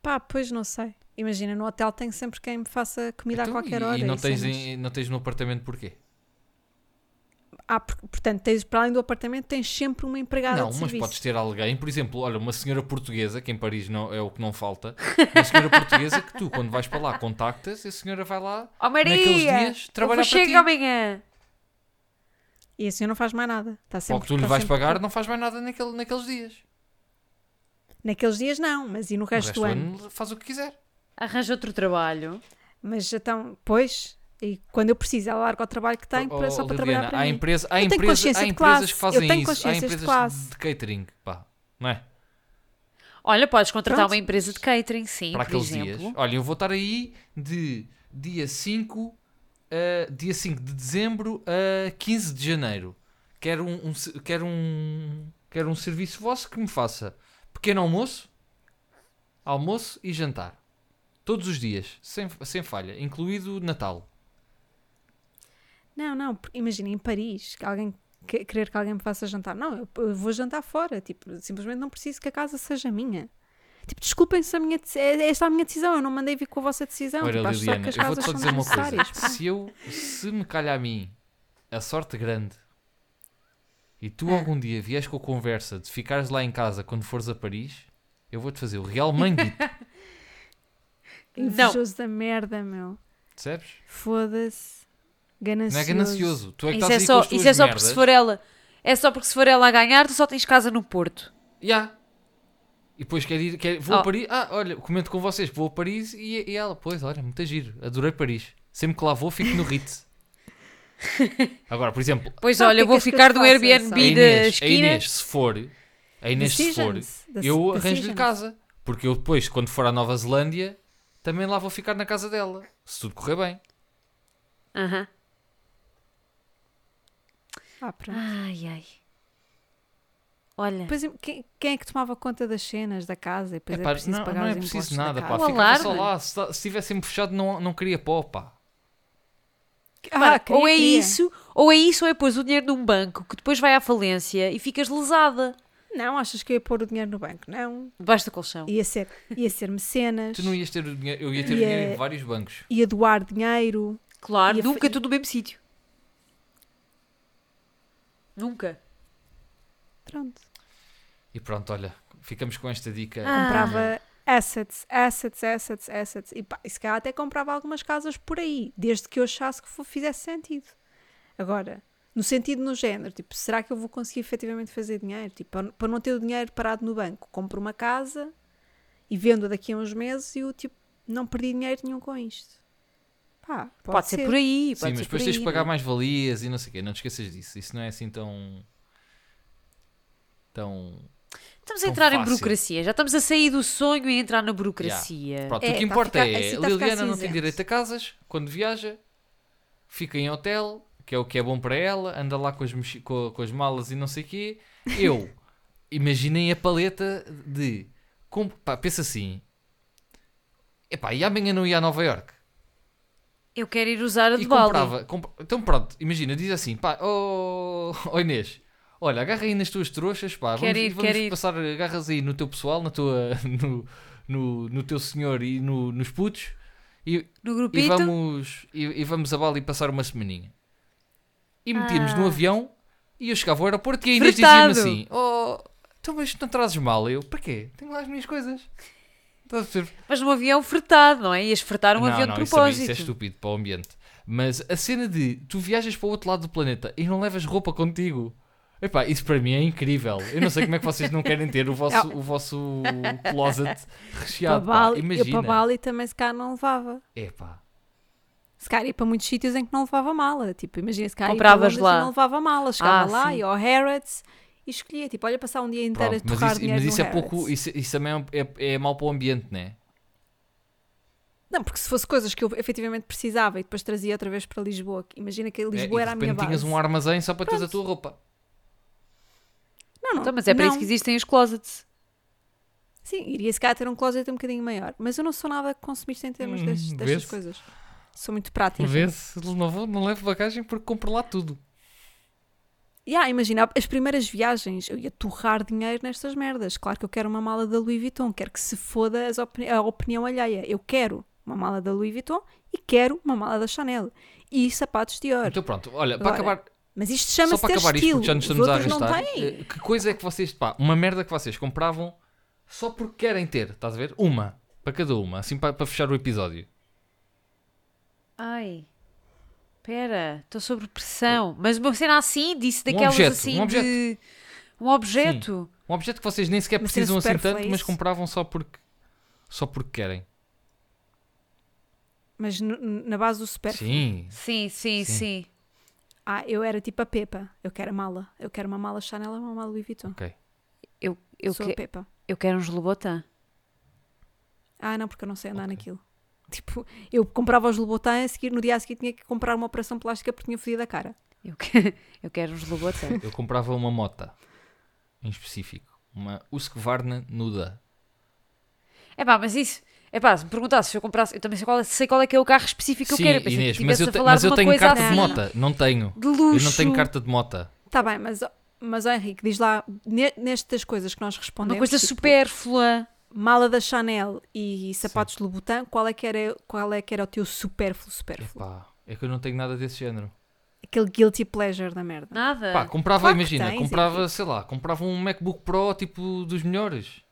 Speaker 1: Pá, pois não sei. Imagina, no hotel tem sempre quem me faça comida
Speaker 2: Então,
Speaker 1: a qualquer
Speaker 2: e,
Speaker 1: hora. é
Speaker 2: e não
Speaker 1: e
Speaker 2: tens,
Speaker 1: cenas.
Speaker 2: em- não tens no apartamento porquê?
Speaker 1: Ah, por- portanto, tens, para além do apartamento, tens sempre uma empregada
Speaker 2: Não,
Speaker 1: de
Speaker 2: mas
Speaker 1: serviço.
Speaker 2: podes ter alguém, por exemplo, olha, uma senhora portuguesa, que em Paris não, é o que não falta, uma senhora portuguesa que tu, quando vais para lá, contactas e a senhora vai lá
Speaker 3: Oh,
Speaker 2: naqueles
Speaker 3: Maria!
Speaker 2: dias trabalhar
Speaker 3: eu
Speaker 2: para
Speaker 3: vou
Speaker 2: ti.
Speaker 3: chegar amanhã.
Speaker 1: E assim não faz mais nada. Está
Speaker 2: Ou
Speaker 1: sempre,
Speaker 2: que tu lhe
Speaker 1: tá
Speaker 2: vais
Speaker 1: sempre-
Speaker 2: pagar, não faz mais nada naquele, naqueles dias.
Speaker 1: Naqueles dias não, mas e no
Speaker 2: O
Speaker 1: resto, do ano?
Speaker 2: faz o que quiser.
Speaker 3: Arranja outro trabalho.
Speaker 1: Mas então, pois, e quando eu preciso, ela larga o trabalho que tem para-
Speaker 2: Oh,
Speaker 1: só para
Speaker 2: Liliana,
Speaker 1: trabalhar para
Speaker 2: há,
Speaker 1: mim.
Speaker 2: empresa, há,
Speaker 1: Eu tenho
Speaker 2: empresa,
Speaker 1: consciência
Speaker 2: há
Speaker 1: de
Speaker 2: empresas
Speaker 1: clase.
Speaker 2: que fazem
Speaker 1: Eu tenho
Speaker 2: isso. Há
Speaker 1: consciência de
Speaker 2: empresas
Speaker 1: classe.
Speaker 2: de catering, pá. Não é?
Speaker 3: Olha, podes contratar
Speaker 1: Pronto.
Speaker 3: uma empresa de catering, sim,
Speaker 2: Para
Speaker 3: por
Speaker 2: aqueles
Speaker 3: exemplo.
Speaker 2: dias. Olha, eu vou estar aí de dia 5, a- dia 5 de dezembro a 15 de janeiro. Quero um, um se- quero um, quero um serviço vosso que me faça pequeno almoço, almoço e jantar. Todos os dias, sem, sem falha, incluído Natal.
Speaker 1: Não, não, porque imagina em Paris, que alguém que- querer que alguém me faça jantar. Não, eu, eu vou jantar fora, tipo, simplesmente não preciso que a casa seja minha. Tipo, desculpem se a minha deci- é- esta é a minha decisão, eu não mandei vir com a vossa decisão.
Speaker 2: Olha,
Speaker 1: tipo, acho só
Speaker 2: Liliana,
Speaker 1: que as
Speaker 2: eu vou-te
Speaker 1: casas
Speaker 2: só
Speaker 1: são
Speaker 2: dizer uma coisa.
Speaker 1: desnecessárias.
Speaker 2: Se, eu, se me calha a mim a sorte grande e
Speaker 3: Ah.
Speaker 2: tu algum dia vies com a conversa de ficares lá em casa quando fores a Paris, eu vou-te fazer o real manguito,
Speaker 1: Pá, Invejoso da merda, meu.
Speaker 2: percebes?
Speaker 1: Foda-se. Ganancioso.
Speaker 2: Não é ganancioso. Tu é que
Speaker 3: Isso
Speaker 2: estás
Speaker 3: é
Speaker 2: aí
Speaker 3: só,
Speaker 2: com as tuas
Speaker 3: isso é só porque
Speaker 2: merdas.
Speaker 3: se for ela. É só porque se for ela a ganhar, tu só tens casa no Porto.
Speaker 2: Ya. E depois quer ir, quer- vou
Speaker 3: Oh.
Speaker 2: a Paris. Ah, olha, comento com vocês, vou a Paris e, e ela, pois, olha, muito giro, adorei Paris. Sempre que lá vou, fico no Ritz. Agora, por exemplo,
Speaker 3: Pois
Speaker 1: Ah, o que
Speaker 3: olha,
Speaker 1: é
Speaker 3: eu vou
Speaker 1: que as
Speaker 3: ficar no
Speaker 1: pessoas fazem,
Speaker 3: Airbnb
Speaker 2: a
Speaker 1: sabe?
Speaker 3: da
Speaker 2: Inês, é a
Speaker 3: esquina.
Speaker 2: Inês, se for, a Inês, se for,
Speaker 1: Decisions. Dec-
Speaker 2: eu arranjo-lhe
Speaker 1: decisions.
Speaker 2: casa. Porque eu depois, quando for à Nova Zelândia, também lá vou ficar na casa dela. Se tudo correr bem.
Speaker 3: Aham.
Speaker 1: Ah, pronto.
Speaker 3: Ai, ai. Olha,
Speaker 1: Depois, quem, quem é que tomava conta das cenas da casa? E depois
Speaker 2: Epá,
Speaker 1: é preciso
Speaker 2: não,
Speaker 1: pagar
Speaker 2: não é
Speaker 1: os
Speaker 2: preciso
Speaker 1: impostos da
Speaker 2: nada, pá.
Speaker 1: casa.
Speaker 3: O
Speaker 2: Ficava só
Speaker 3: alarme.
Speaker 2: lá. Se, ta- se tivesse sempre fechado, não, não queria pó, pá.
Speaker 1: Ah,
Speaker 3: Repara, ou
Speaker 1: queria,
Speaker 3: é
Speaker 1: queria.
Speaker 3: isso, ou é isso, ou é pôs o dinheiro num banco que depois vai à falência e ficas lesada
Speaker 1: Não, achas que eu ia pôr o dinheiro no banco? Não.
Speaker 3: debaixo do colchão.
Speaker 1: Ia ser, ia ser mecenas,
Speaker 2: Tu não ias ter o dinheiro, eu ia ter
Speaker 1: E
Speaker 2: o dinheiro
Speaker 1: é-
Speaker 2: em vários bancos.
Speaker 1: ia doar dinheiro.
Speaker 3: Claro,
Speaker 1: E a fa-
Speaker 3: nunca
Speaker 1: e-
Speaker 3: tudo no mesmo sítio. Nunca.
Speaker 1: Pronto.
Speaker 2: E pronto, olha, ficamos com esta dica.
Speaker 3: Ah.
Speaker 1: Comprava assets, assets, assets, assets. E, pá, e se calhar até comprava algumas casas por aí, desde que eu achasse que fo- fizesse sentido. Agora, no sentido no género, tipo, será que eu vou conseguir efetivamente fazer dinheiro? Tipo, para- para não ter o dinheiro parado no banco, compro uma casa e vendo daqui a uns meses e eu, tipo, não perdi dinheiro nenhum com isto. Pá, pode,
Speaker 3: Pode, ser. por aí,
Speaker 2: Sim,
Speaker 3: pode
Speaker 2: mas
Speaker 3: ser por
Speaker 2: depois tens
Speaker 3: aí,
Speaker 2: que pagar
Speaker 3: não é?
Speaker 2: mais valias e não sei o quê. Não te esqueças disso. Isso não é assim tão. tão.
Speaker 3: Estamos a
Speaker 2: Tão
Speaker 3: entrar em
Speaker 2: fácil.
Speaker 3: burocracia, já estamos a sair do sonho e a entrar na burocracia.
Speaker 2: Pronto,
Speaker 1: É,
Speaker 2: o que
Speaker 1: tá a
Speaker 2: importa
Speaker 1: ficar-
Speaker 2: é,
Speaker 1: assim tá a ficar
Speaker 2: Liliana não tem
Speaker 1: cinzento.
Speaker 2: direito a casas quando viaja, fica em hotel, que é o que é bom para ela, anda lá com as, mochi- co- com as malas e não sei o quê. Eu, imaginem a paleta de. com- pá, pensa assim. Epá, e amanhã não ia a Nova York
Speaker 3: Eu quero ir usar a de
Speaker 2: e
Speaker 3: Bali.
Speaker 2: comprava. comp- Então pronto, imagina, diz assim, pá, oh, oh Inês, olha, agarra aí nas tuas trouxas, pá,
Speaker 3: Quero
Speaker 2: vamos,
Speaker 3: ir,
Speaker 2: vamos
Speaker 3: quero ir.
Speaker 2: passar, agarras aí no teu pessoal, na tua, no, no, no teu senhor e no- nos putos, e,
Speaker 3: No
Speaker 2: e
Speaker 3: grupito.
Speaker 2: vamos, e, e vamos a Bali passar uma semaninha. E metíamos
Speaker 3: Ah.
Speaker 2: no avião e eu chegava ao aeroporto e a Inês
Speaker 3: Fretado.
Speaker 2: dizia-me assim: Oh, então mas não trazes mal? Eu, para quê? Tenho lá as minhas coisas. Estás a perceber?
Speaker 3: Mas num avião fretado, não é? Ias fretar um
Speaker 2: não,
Speaker 3: avião
Speaker 2: não,
Speaker 3: de
Speaker 2: isso também- Isso,
Speaker 3: propósito.
Speaker 2: é estúpido para o ambiente. Mas a cena de tu viajas para o outro lado do planeta e não levas roupa contigo. Epá, isso para mim é incrível. Eu não sei como é que vocês não querem ter o vosso, o vosso closet recheado.
Speaker 1: Para
Speaker 2: Pá.
Speaker 1: Bali- Eu para
Speaker 2: Imagina.
Speaker 1: Bali também se calhar não levava.
Speaker 2: Epá.
Speaker 1: Se calhar ia para muitos sítios em que não levava mala. Tipo, imagina se calhar ia
Speaker 3: Compravas
Speaker 1: para Londres e
Speaker 3: lá.
Speaker 1: não levava mala. Chegava
Speaker 3: Ah,
Speaker 1: lá,
Speaker 3: sim.
Speaker 1: ia ao Harrods e escolhia. Tipo, olha, passar um dia inteiro
Speaker 2: Pronto,
Speaker 1: a
Speaker 2: mas
Speaker 1: torrar
Speaker 2: isso,
Speaker 1: dinheiro
Speaker 2: mas
Speaker 1: no
Speaker 2: isso é
Speaker 1: Harrods.
Speaker 2: pouco. Isso, isso também é um- é, é mau para o ambiente, né?
Speaker 1: Não, porque se fosse coisas que eu efetivamente precisava e depois trazia outra vez para Lisboa. que Imagina que
Speaker 2: é? E
Speaker 1: Lisboa
Speaker 2: de
Speaker 1: era a minha
Speaker 2: repente
Speaker 1: base.
Speaker 2: tinhas um armazém só para teres a tua roupa.
Speaker 1: Não, não.
Speaker 3: Então, mas é para
Speaker 1: não.
Speaker 3: isso que existem os closets.
Speaker 1: Sim, iria se calhar ter um closet um bocadinho maior. Mas eu não sou nada consumista em termos
Speaker 2: Hum,
Speaker 1: destes-
Speaker 2: vês?
Speaker 1: destas coisas. Sou muito prática.
Speaker 2: Vê-se, não, vou, não levo bagagem porque compro lá tudo.
Speaker 1: Yeah, ah, imagina, as primeiras viagens eu ia torrar dinheiro nestas merdas. Claro que eu quero uma mala da Louis Vuitton, quero que se foda as opini- a opinião alheia. Eu quero uma mala da Louis Vuitton e quero uma mala da Chanel e sapatos de ouro.
Speaker 2: Então pronto, olha, para
Speaker 1: Agora,
Speaker 2: acabar,
Speaker 1: Mas isto
Speaker 2: Então, Só
Speaker 1: chama-se
Speaker 2: para
Speaker 1: ter
Speaker 2: acabar isto,
Speaker 1: estilo.
Speaker 2: porque já nos
Speaker 1: Os
Speaker 2: estamos a
Speaker 1: outros não
Speaker 2: arrastar.
Speaker 1: têm.
Speaker 2: eh, Que coisa é que vocês, pá, uma merda que vocês compravam só porque querem ter, estás a ver? Uma, para cada uma, assim para, para fechar o episódio.
Speaker 3: Ai. Pera, estou sob pressão. Mas uma cena assim, disse daquelas
Speaker 2: objeto,
Speaker 3: assim
Speaker 2: um objeto.
Speaker 3: de. Um objeto.
Speaker 2: Um objeto que vocês nem sequer
Speaker 1: Uma cena
Speaker 2: precisam assim
Speaker 1: supérflua,
Speaker 2: tanto,
Speaker 1: é
Speaker 2: mas
Speaker 1: isso?
Speaker 2: compravam só porque só porque querem.
Speaker 1: Mas no- na base do super.
Speaker 2: Sim.
Speaker 3: Sim, sim,
Speaker 2: Sim.
Speaker 3: sim.
Speaker 1: Ah, eu era tipo a Pepa. Eu quero a mala. Eu quero uma mala Chanel ou uma mala Louis Vuitton.
Speaker 3: Eu, eu,
Speaker 1: Sou
Speaker 3: que-
Speaker 1: a Pepa.
Speaker 3: eu quero uns Lobotan.
Speaker 1: Ah, não, porque eu não sei andar naquilo. Tipo, eu comprava os Lobotan e a seguir, no dia a seguir tinha que comprar uma operação plástica porque tinha fodido a cara.
Speaker 3: Eu, que- eu quero uns Lobotan.
Speaker 2: Eu comprava uma mota em específico, uma Husqvarna nuda.
Speaker 3: É pá, mas isso. É pá, se me perguntasse se eu comprasse. Eu também sei qual é, sei qual é que é o carro específico que
Speaker 2: Sim,
Speaker 3: eu quero. pensei que
Speaker 2: Inês,
Speaker 3: tivesse
Speaker 2: mas eu,
Speaker 3: a
Speaker 2: te-
Speaker 3: falar
Speaker 2: mas
Speaker 3: de
Speaker 2: eu
Speaker 3: uma
Speaker 2: tenho
Speaker 3: coisa
Speaker 2: carta
Speaker 3: assim,
Speaker 2: de mota, não tenho.
Speaker 3: De luxo.
Speaker 2: Eu não tenho carta de mota.
Speaker 1: Tá bem, mas, mas ó Henrique, diz lá, ne- nestas coisas que nós respondemos,
Speaker 3: Uma coisa
Speaker 1: tipo,
Speaker 3: supérflua.
Speaker 1: mala da Chanel e sapatos de Louboutin, qual é que era, qual é que era o teu supérfluo, supérfluo?
Speaker 2: Epá, é que eu não tenho nada desse género.
Speaker 1: Aquele guilty pleasure da merda.
Speaker 3: Nada.
Speaker 2: Pá, comprava,
Speaker 1: Claro que
Speaker 2: imagina,
Speaker 1: tens, é
Speaker 2: comprava, sei lá, comprava um MacBook Pro tipo dos melhores.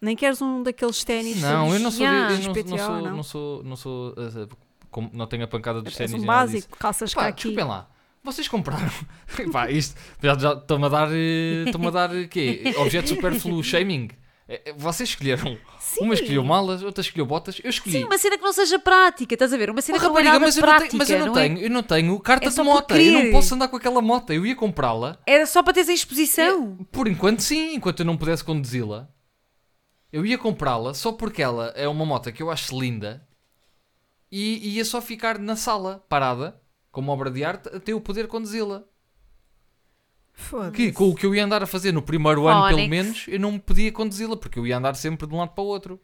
Speaker 1: Nem queres um daqueles ténis?
Speaker 2: não, eu não sou,
Speaker 3: yeah.
Speaker 2: eu não, não
Speaker 1: XPTO,
Speaker 2: sou,
Speaker 1: não?
Speaker 2: não sou, não sou, eh, como- não tenho a pancada dos
Speaker 1: És
Speaker 2: ténis.
Speaker 1: um
Speaker 2: nem nada disso.
Speaker 1: básico, calças
Speaker 2: Pá,
Speaker 1: caqui.
Speaker 2: desculpem lá, vocês compraram, pá, isto, já já estou-me a dar, eh, estou-me a dar eh, quê? Objeto superfluo, shaming. Eh, eh, Vocês escolheram,
Speaker 1: Sim.
Speaker 2: uma escolheu malas, outra escolheu botas, eu escolhi.
Speaker 3: Sim, uma cena que não seja prática, estás a ver? Uma cena
Speaker 2: Oh,
Speaker 3: que
Speaker 2: rapariga,
Speaker 3: não é
Speaker 2: mas, eu
Speaker 3: nada
Speaker 2: não
Speaker 3: prática,
Speaker 2: tenho, mas eu não, tenho,
Speaker 3: é?
Speaker 2: eu não tenho carta
Speaker 3: É
Speaker 2: de
Speaker 3: só por
Speaker 2: mota, eu não
Speaker 3: querer.
Speaker 2: posso andar com aquela moto, eu ia comprá-la.
Speaker 3: Era só para teres em exposição.
Speaker 2: Por enquanto, sim. Enquanto eu não pudesse conduzi-la, eu ia comprá-la só porque ela é uma moto que eu acho linda e ia só ficar na sala, parada, como obra de arte, até eu poder conduzi-la.
Speaker 1: Foda-se.
Speaker 2: Que com o que eu ia andar a fazer no primeiro
Speaker 3: Oh,
Speaker 2: ano, pelo
Speaker 3: Onyx.
Speaker 2: menos, eu não podia conduzi-la porque eu ia andar sempre de um lado para o outro.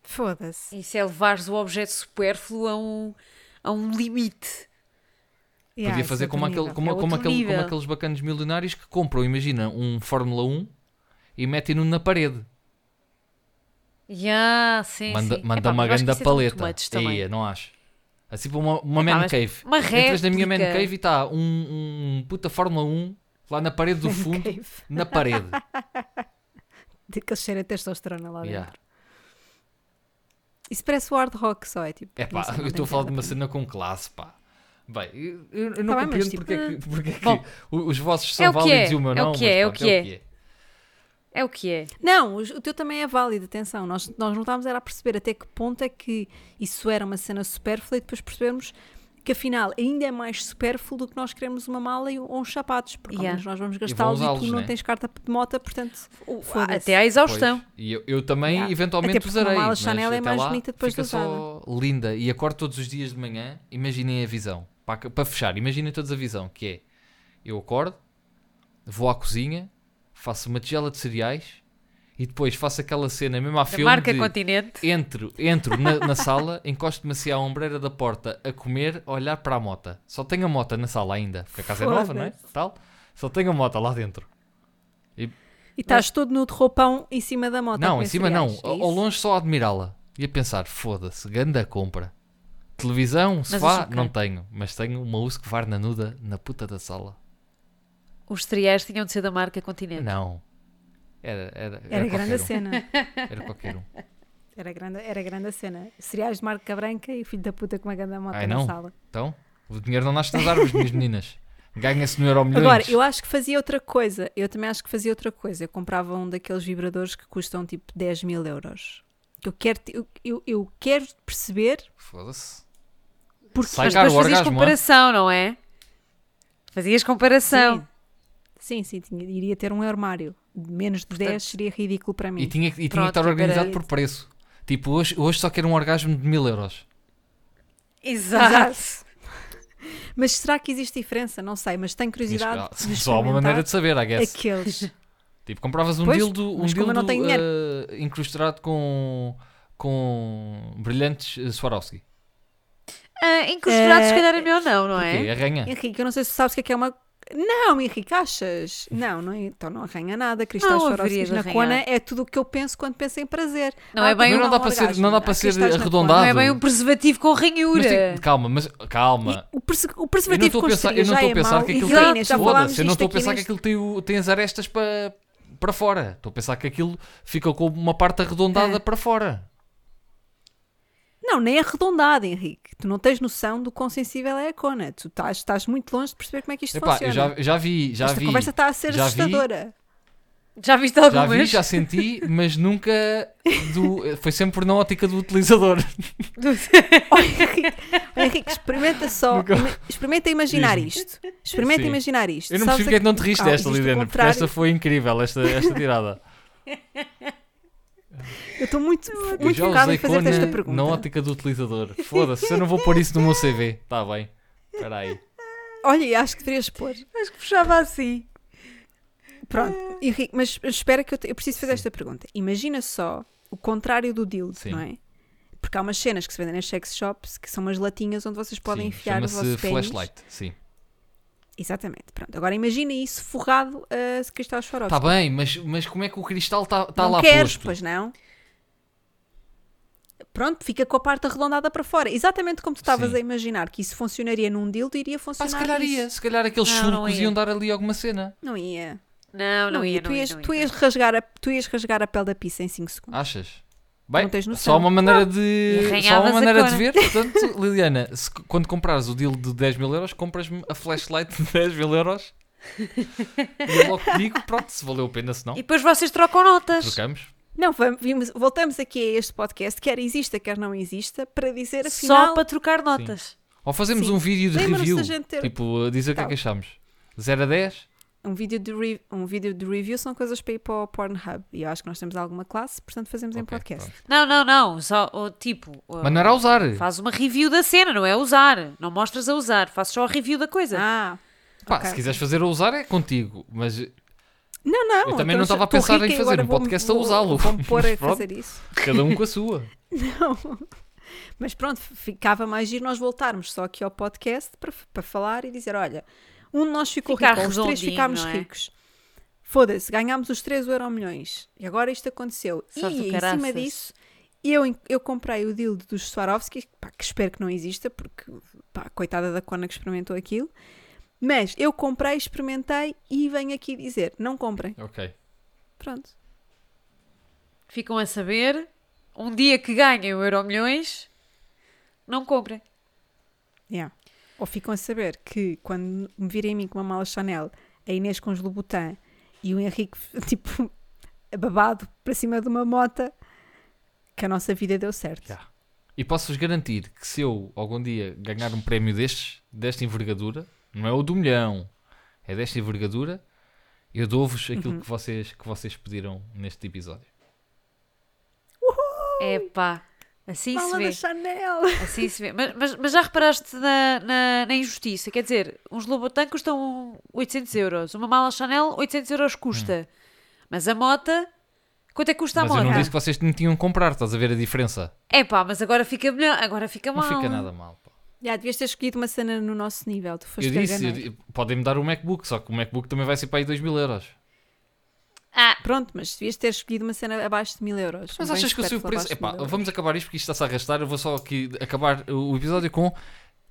Speaker 1: Foda-se.
Speaker 3: Isso é levares o objeto supérfluo a um, a um limite.
Speaker 1: Yeah,
Speaker 2: podia
Speaker 1: isso é
Speaker 2: fazer
Speaker 1: outro
Speaker 2: como, aquele,
Speaker 1: nível.
Speaker 2: como,
Speaker 3: É
Speaker 2: como
Speaker 3: outro
Speaker 2: aquele, como
Speaker 3: nível.
Speaker 2: aqueles bacanos milionários que compram, imagina, um Fórmula 1 e metem-no na parede.
Speaker 3: Yeah, sim,
Speaker 2: Manda,
Speaker 3: sim.
Speaker 2: manda
Speaker 3: Epá,
Speaker 2: uma
Speaker 3: mas eu acho
Speaker 2: grande
Speaker 3: que isso é muito
Speaker 2: paleta.
Speaker 3: much também.
Speaker 2: Eia, não acho. Assim para uma, uma
Speaker 3: Epá,
Speaker 2: man
Speaker 3: mas
Speaker 2: cave.
Speaker 3: uma
Speaker 2: Entras na minha man
Speaker 3: réplica.
Speaker 2: cave e está um, um puta Fórmula 1 lá na parede do fundo,
Speaker 1: Cave.
Speaker 2: na parede.
Speaker 1: De que eles cheira de testosterona lá
Speaker 2: Yeah.
Speaker 1: dentro. Isso parece o hard rock só, é tipo...
Speaker 2: É pá,
Speaker 1: não sei, não
Speaker 2: eu estou a falar de uma
Speaker 1: entendo.
Speaker 2: cena com classe, pá. Bem, eu, eu- eu não
Speaker 1: Tá bem,
Speaker 2: compreendo
Speaker 1: mas tipo,
Speaker 2: porque é que, porque é que
Speaker 3: bom.
Speaker 2: o- os vossos são
Speaker 3: É o que é,
Speaker 2: válidos e o meu
Speaker 3: é o
Speaker 2: não.
Speaker 3: que é,
Speaker 2: mas
Speaker 3: é o
Speaker 2: pronto,
Speaker 3: que é. É o que é.
Speaker 1: Não, os- o teu também é válido, atenção. Nós, nós não estávamos era a perceber até que ponto é que isso era uma cena supérflua e depois percebemos que afinal ainda é mais supérfluo do que nós queremos uma mala e um, uns sapatos, porque ao
Speaker 3: Yeah.
Speaker 1: menos nós vamos gastá-los e, tu
Speaker 2: usá-los,
Speaker 1: não
Speaker 2: né?
Speaker 1: tens carta de mota, portanto,
Speaker 3: O-
Speaker 1: Foda-se.
Speaker 3: até à
Speaker 2: Pois.
Speaker 3: exaustão.
Speaker 2: E eu, eu também,
Speaker 1: Yeah. Até
Speaker 2: eventualmente,
Speaker 1: porque uma
Speaker 2: usarei.
Speaker 1: mala
Speaker 2: mas
Speaker 1: Chanel é
Speaker 2: até
Speaker 1: mais
Speaker 2: lá
Speaker 1: bonita depois
Speaker 2: fica
Speaker 1: de
Speaker 2: só linda. E acordo todos os dias de manhã. Imaginem a visão. Para, ac- para fechar, imaginem todos a visão: que é eu acordo, vou à cozinha, faço uma tigela de cereais e depois faço aquela cena mesmo à
Speaker 3: A
Speaker 2: filme.
Speaker 3: marca
Speaker 2: de-
Speaker 3: Continente.
Speaker 2: Entro, entro na, na sala, encosto-me assim à ombreira da porta a comer, a olhar para a mota. Só tenho a mota na sala ainda, porque a casa é nova, não é? Tal. Só tenho a mota lá dentro.
Speaker 1: e estás todo nu de roupão em cima da moto. a
Speaker 2: não,
Speaker 1: comer
Speaker 2: em cima
Speaker 1: cereais,
Speaker 2: não.
Speaker 1: é
Speaker 2: Ao- ao
Speaker 1: isso?
Speaker 2: longe só a admirá-la. E a pensar, foda-se, ganda compra. Televisão,
Speaker 3: acho
Speaker 2: sofá,
Speaker 3: que
Speaker 2: não
Speaker 3: não.
Speaker 2: tenho. Mas tenho uma Usque Varna nuda na puta da sala.
Speaker 3: Os cereais tinham de ser da marca Continente.
Speaker 2: Não. Era, era, era,
Speaker 1: É. Era, grande a
Speaker 2: qualquer um.
Speaker 1: cena.
Speaker 2: Era qualquer um.
Speaker 1: Era grande, era grande a cena. Cereais de marca branca e o filho da puta com uma grande moto
Speaker 2: Ai,
Speaker 1: na
Speaker 2: não.
Speaker 1: sala.
Speaker 2: Então, o dinheiro não nasce nas árvores, minhas meninas. Ganha-se no euro milhões.
Speaker 1: Agora, eu acho que fazia outra coisa. Eu também acho que fazia outra coisa. Eu comprava um daqueles vibradores que custam tipo 10 mil euros. Que Eu quero, te- eu, eu, eu quero perceber
Speaker 2: Foda-se.
Speaker 1: porque
Speaker 2: Sai
Speaker 3: Mas
Speaker 2: cá
Speaker 3: depois
Speaker 2: o
Speaker 3: fazias
Speaker 2: orgasmo, hã?
Speaker 3: comparação, não é? Fazias comparação.
Speaker 1: Sim, sim, tinha- iria ter um armário. De Menos de 10 seria ridículo para
Speaker 2: E
Speaker 1: mim.
Speaker 2: tinha, que- e tinha
Speaker 3: Pronto,
Speaker 2: que estar organizado
Speaker 3: peraí.
Speaker 2: por preço. Tipo, hoje, hoje só quero um orgasmo de mil euros.
Speaker 3: Exato.
Speaker 1: Mas será que existe diferença? Não sei, mas tenho curiosidade.
Speaker 2: Mas,
Speaker 1: de
Speaker 2: só há uma
Speaker 1: experimentar
Speaker 2: maneira de saber, I guess.
Speaker 1: Aqueles.
Speaker 2: Tipo, compravas um
Speaker 1: Pois,
Speaker 2: dildo, um
Speaker 1: mas como eu não tenho
Speaker 2: dildo eh, incrustado com, com brilhantes eh, Swarovski.
Speaker 3: Ah, encosturados,
Speaker 1: Eh,
Speaker 3: se calhar é meu, não, não
Speaker 2: É?
Speaker 3: é?
Speaker 2: Arranha.
Speaker 1: Henrique, eu não sei se sabes o que é que é uma. Não, Henrique, achas? Não, não então não arranha nada. Cristais
Speaker 3: Não haveria
Speaker 1: Swarovski
Speaker 3: de
Speaker 1: na
Speaker 3: arranhar.
Speaker 1: cona é tudo o que eu penso quando penso em prazer. Ah,
Speaker 3: Não é bem
Speaker 1: também
Speaker 3: um-
Speaker 2: Não dá
Speaker 1: há
Speaker 2: para ser-
Speaker 1: orgasmo.
Speaker 2: não dá para
Speaker 1: Há
Speaker 2: ser
Speaker 1: cristais na
Speaker 2: arredondado.
Speaker 1: cona.
Speaker 3: Não é bem um preservativo com ranhura.
Speaker 2: Mas tem- calma, mas calma.
Speaker 1: E O, perse- o
Speaker 2: Eu não
Speaker 1: preservativo
Speaker 2: estou
Speaker 1: com
Speaker 2: a pensar, eu
Speaker 1: estria
Speaker 2: não
Speaker 1: já
Speaker 2: estou
Speaker 1: é
Speaker 2: a pensar
Speaker 1: mau.
Speaker 2: que
Speaker 1: E
Speaker 2: aquilo
Speaker 1: Karina,
Speaker 2: tem,
Speaker 1: já falámos
Speaker 2: foda-se, eu não
Speaker 1: disto
Speaker 2: estou a
Speaker 1: aqui
Speaker 2: pensar que
Speaker 1: neste-
Speaker 2: aquilo tem, o- tem as arestas para, para fora. Estou a pensar que aquilo fica com uma parte arredondada
Speaker 1: É.
Speaker 2: para fora.
Speaker 1: Não, nem é arredondado, Henrique. Tu não tens noção do quão sensível é a cona. Tu estás, estás muito longe de perceber como é que isto
Speaker 2: Epá,
Speaker 1: funciona.
Speaker 2: eu já, já vi, já
Speaker 1: Esta
Speaker 2: vi.
Speaker 1: conversa está a ser
Speaker 2: já vi-
Speaker 1: assustadora.
Speaker 3: Já viste
Speaker 2: Já
Speaker 3: algumas?
Speaker 2: vi, já senti, mas nunca do, foi sempre na ótica do utilizador.
Speaker 1: Oh, Henrique, oh, Henrique, experimenta só, ima- experimenta imaginar
Speaker 2: Diz-me.
Speaker 1: isto. Experimenta
Speaker 2: Sim.
Speaker 1: imaginar isto.
Speaker 2: Eu não
Speaker 1: Sabes
Speaker 2: percebo porque é que não te riste
Speaker 1: Ah, existe
Speaker 2: desta,
Speaker 1: o
Speaker 2: Lidiana, porque
Speaker 1: contrário.
Speaker 2: esta foi incrível, esta, esta tirada.
Speaker 1: Eu estou muito,
Speaker 2: Eu
Speaker 1: muito
Speaker 2: já
Speaker 1: focada
Speaker 2: usei
Speaker 1: em fazer-te esta
Speaker 2: cona
Speaker 1: pergunta.
Speaker 2: na ótica do utilizador. Foda-se, eu não vou pôr isso no meu CV. Está bem. Espera aí.
Speaker 1: Olha, acho que deverias pôr.
Speaker 3: Acho que fechava assim.
Speaker 1: Pronto, Henrique, mas espera que eu, te- eu preciso fazer esta pergunta. Imagina só o contrário do dildo,
Speaker 2: Sim.
Speaker 1: não é? Porque há umas cenas que se vendem nas sex shops que são umas latinhas onde vocês podem
Speaker 2: Sim,
Speaker 1: enfiar o vosso
Speaker 2: Chama-se
Speaker 1: pênis.
Speaker 2: flashlight. Sim.
Speaker 1: Exatamente, pronto. Agora imagina isso forrado a cristal Swarovski.
Speaker 2: Está Tá bem, mas, mas como é que o cristal está tá
Speaker 1: não
Speaker 2: lá
Speaker 1: queres,
Speaker 2: posto?
Speaker 1: pois não? Pronto, fica com a parte arredondada para fora. Exatamente como tu estavas
Speaker 2: Sim.
Speaker 1: a imaginar que isso funcionaria num dildo, iria
Speaker 2: Pá,
Speaker 1: funcionar
Speaker 2: se calhar
Speaker 1: nisso.
Speaker 2: ia. Se calhar
Speaker 1: Ah,
Speaker 2: aqueles
Speaker 3: Não, não
Speaker 2: churros
Speaker 3: ia.
Speaker 2: iam dar ali alguma cena.
Speaker 1: Não ia.
Speaker 3: Não, não, ia,
Speaker 1: Tu
Speaker 3: não ia,
Speaker 1: ias,
Speaker 3: não
Speaker 1: tu
Speaker 3: ia.
Speaker 1: ias rasgar a, tu ias rasgar a pele da pizza em 5 segundos.
Speaker 2: Achas? Bem,
Speaker 1: Não tens noção.
Speaker 2: só uma maneira de,
Speaker 3: E
Speaker 2: só uma
Speaker 3: arranhavas a
Speaker 2: maneira de
Speaker 3: cona.
Speaker 2: ver. Portanto, Liliana, se- quando comprares o deal de 10 mil euros, compras-me a flashlight de 10 mil euros. E eu logo te digo, pronto, se valeu a pena, se não,
Speaker 3: E depois vocês trocam notas.
Speaker 2: trocamos.
Speaker 1: Não, vam- vimos- voltamos aqui a este podcast, quer exista, quer não exista, para dizer afinal.
Speaker 3: Só para trocar notas.
Speaker 2: Ou fazemos
Speaker 1: Sim.
Speaker 2: um vídeo de
Speaker 1: Lembram-se
Speaker 2: review,
Speaker 1: da gente ter-
Speaker 2: tipo, a dizer o que é
Speaker 1: Tá.
Speaker 2: que achamos. 0 a 10?
Speaker 1: um, vídeo de re- um vídeo de review são coisas para ir para o Pornhub. E eu acho que nós temos alguma classe, portanto fazemos em
Speaker 2: Ok,
Speaker 1: podcast.
Speaker 2: pronto.
Speaker 3: Não, não, não. Só, o tipo... o-
Speaker 2: Mas não era a usar.
Speaker 3: Faz uma review da cena, não é a usar. Não mostras a usar. Fazes só a review da coisa.
Speaker 1: Ah,
Speaker 2: Pá,
Speaker 1: ok.
Speaker 2: se quiseres fazer a usar é contigo, mas
Speaker 1: Não, não.
Speaker 2: Eu também
Speaker 1: então
Speaker 2: não estava a
Speaker 1: estou
Speaker 2: pensar
Speaker 1: rica
Speaker 2: em
Speaker 1: e
Speaker 2: fazer
Speaker 1: agora
Speaker 2: um
Speaker 1: vou-
Speaker 2: podcast a
Speaker 1: vou-
Speaker 2: usá-lo.
Speaker 1: Vou-me pôr a
Speaker 2: Mas pronto.
Speaker 1: fazer isso.
Speaker 2: cada um com a sua.
Speaker 1: Não. Mas pronto, ficava mais giro nós voltarmos só aqui ao podcast para, para falar e dizer: olha, um de nós ficou
Speaker 3: Ficar
Speaker 1: rico, ou os três
Speaker 3: redondinho,
Speaker 1: ficámos
Speaker 3: não é?
Speaker 1: ricos. Foda-se, ganhámos os três o euro milhões. E agora isto aconteceu.
Speaker 3: Sorte do
Speaker 1: e em cima
Speaker 3: caraças.
Speaker 1: disso, eu, en- eu comprei o dildo dos Swarovski, pá, que espero que não exista, porque pá, coitada da cona que experimentou aquilo. Mas eu comprei, experimentei e venho aqui dizer: não comprem.
Speaker 2: Ok.
Speaker 1: Pronto.
Speaker 3: Ficam a saber. Um dia que ganhem o Euro Milhões, não comprem.
Speaker 1: Yeah. Ou ficam a saber que quando me virem a mim com uma mala Chanel, a Inês com os Louboutin e o Henrique, tipo, babado para cima de uma mota, que a nossa vida deu certo.
Speaker 2: Yeah. E posso-vos garantir que se eu algum dia ganhar um prémio destes, desta envergadura, não é o do milhão, é desta envergadura, eu dou-vos aquilo
Speaker 1: Uhum.
Speaker 2: que, vocês, que vocês pediram neste episódio.
Speaker 3: Uh. Epá, assim se
Speaker 1: Fala
Speaker 3: vê.
Speaker 1: da Chanel!
Speaker 3: Assim se vê. Mas, mas- mas já reparaste na, na- na injustiça? Quer dizer, uns Lobotan custam 800 euros. Uma mala Chanel, 800 euros custa. Mas a mota, quanto é que
Speaker 1: Tá
Speaker 3: custa
Speaker 2: Hum. Mas
Speaker 3: a
Speaker 2: eu
Speaker 3: mota?
Speaker 2: não disse que vocês não tinham que comprar, estás a ver a diferença?
Speaker 3: É pá, mas agora fica melhor. Agora fica
Speaker 2: Não
Speaker 3: mal.
Speaker 2: fica nada mal. pá.
Speaker 1: Já, devias ter escolhido uma cena no nosso nível. Tu foste
Speaker 2: Eu disse, eu
Speaker 1: caganeiro.
Speaker 2: di- podem-me dar o MacBook, só que o MacBook também vai ser para aí 2 mil euros.
Speaker 3: Ah,
Speaker 1: Pronto, mas devias ter escolhido uma cena abaixo de mil euros.
Speaker 2: Mas
Speaker 1: Um bem
Speaker 2: achas que eu sei o
Speaker 1: supérfluo
Speaker 2: preço?
Speaker 1: abaixo de
Speaker 2: Epá,
Speaker 1: mil euros.
Speaker 2: vamos acabar isto porque isto está-se a arrastar. Eu vou só aqui acabar o episódio com.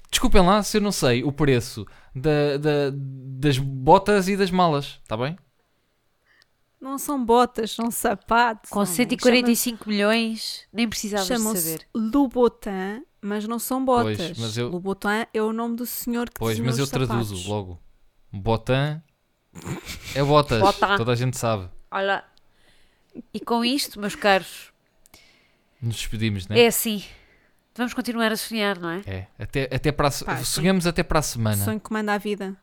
Speaker 2: Desculpem lá se eu não sei o preço da- da- das botas e das malas, está bem?
Speaker 1: Não são botas, são sapatos.
Speaker 3: com
Speaker 1: homem.
Speaker 3: 145 milhões, nem precisavas de
Speaker 1: Chamam-se-
Speaker 3: saber.
Speaker 1: Chamam-se Louboutin, mas não são botas.
Speaker 2: Pois, mas eu-
Speaker 1: Louboutin é o nome do senhor que
Speaker 2: Pois,
Speaker 1: desenhou
Speaker 2: mas eu
Speaker 1: os sapatos.
Speaker 2: traduzo logo. Botan é botas,
Speaker 3: Botã.
Speaker 2: toda a gente sabe.
Speaker 3: Olha. E com isto, meus caros,
Speaker 2: Nos despedimos, né?
Speaker 3: é assim. Vamos continuar a sonhar, não é?
Speaker 2: É. Até, até para a, se-
Speaker 1: Pá, sim.
Speaker 2: sonhamos até para a semana.
Speaker 1: O sonho que manda a vida.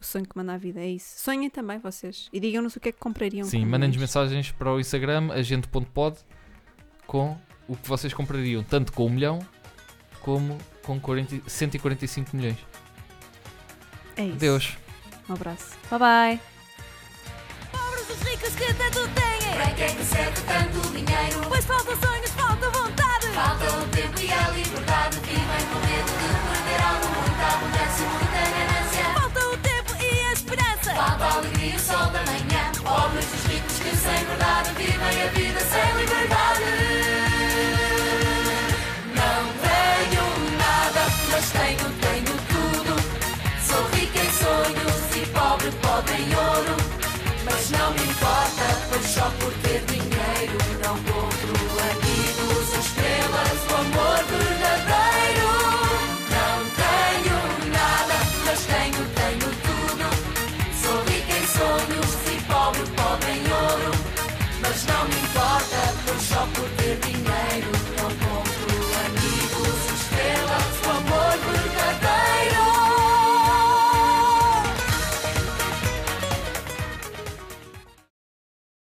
Speaker 1: O sonho que manda a vida, é isso. Sonhem também vocês. E digam-nos o que é que comprariam.
Speaker 2: Sim,
Speaker 1: com
Speaker 2: mandem-nos
Speaker 1: isto.
Speaker 2: mensagens para o Instagram, agente.pod, com o que vocês comprariam, tanto com um milhão como com 40, 145 milhões.
Speaker 1: É isso.
Speaker 2: Deus.
Speaker 1: Um abraço.
Speaker 3: Bye bye.
Speaker 4: Pobres os ricos que tanto têm. Para quem serve tanto dinheiro? Pois faltam sonhos, falta vontade. Falta o tempo e a liberdade. Vivem com medo de perder algo. Muita abundância, muita ganância. Falta o tempo e a esperança. Falta a alegria e o sol da manhã. Pobres os ricos que sem verdade vivem a vida sem liberdade. Não tenho nada, mas tenho, tenho tudo. Sou rica em sonhos e pobre, pobre em ouro. Mas não me importa, pois só por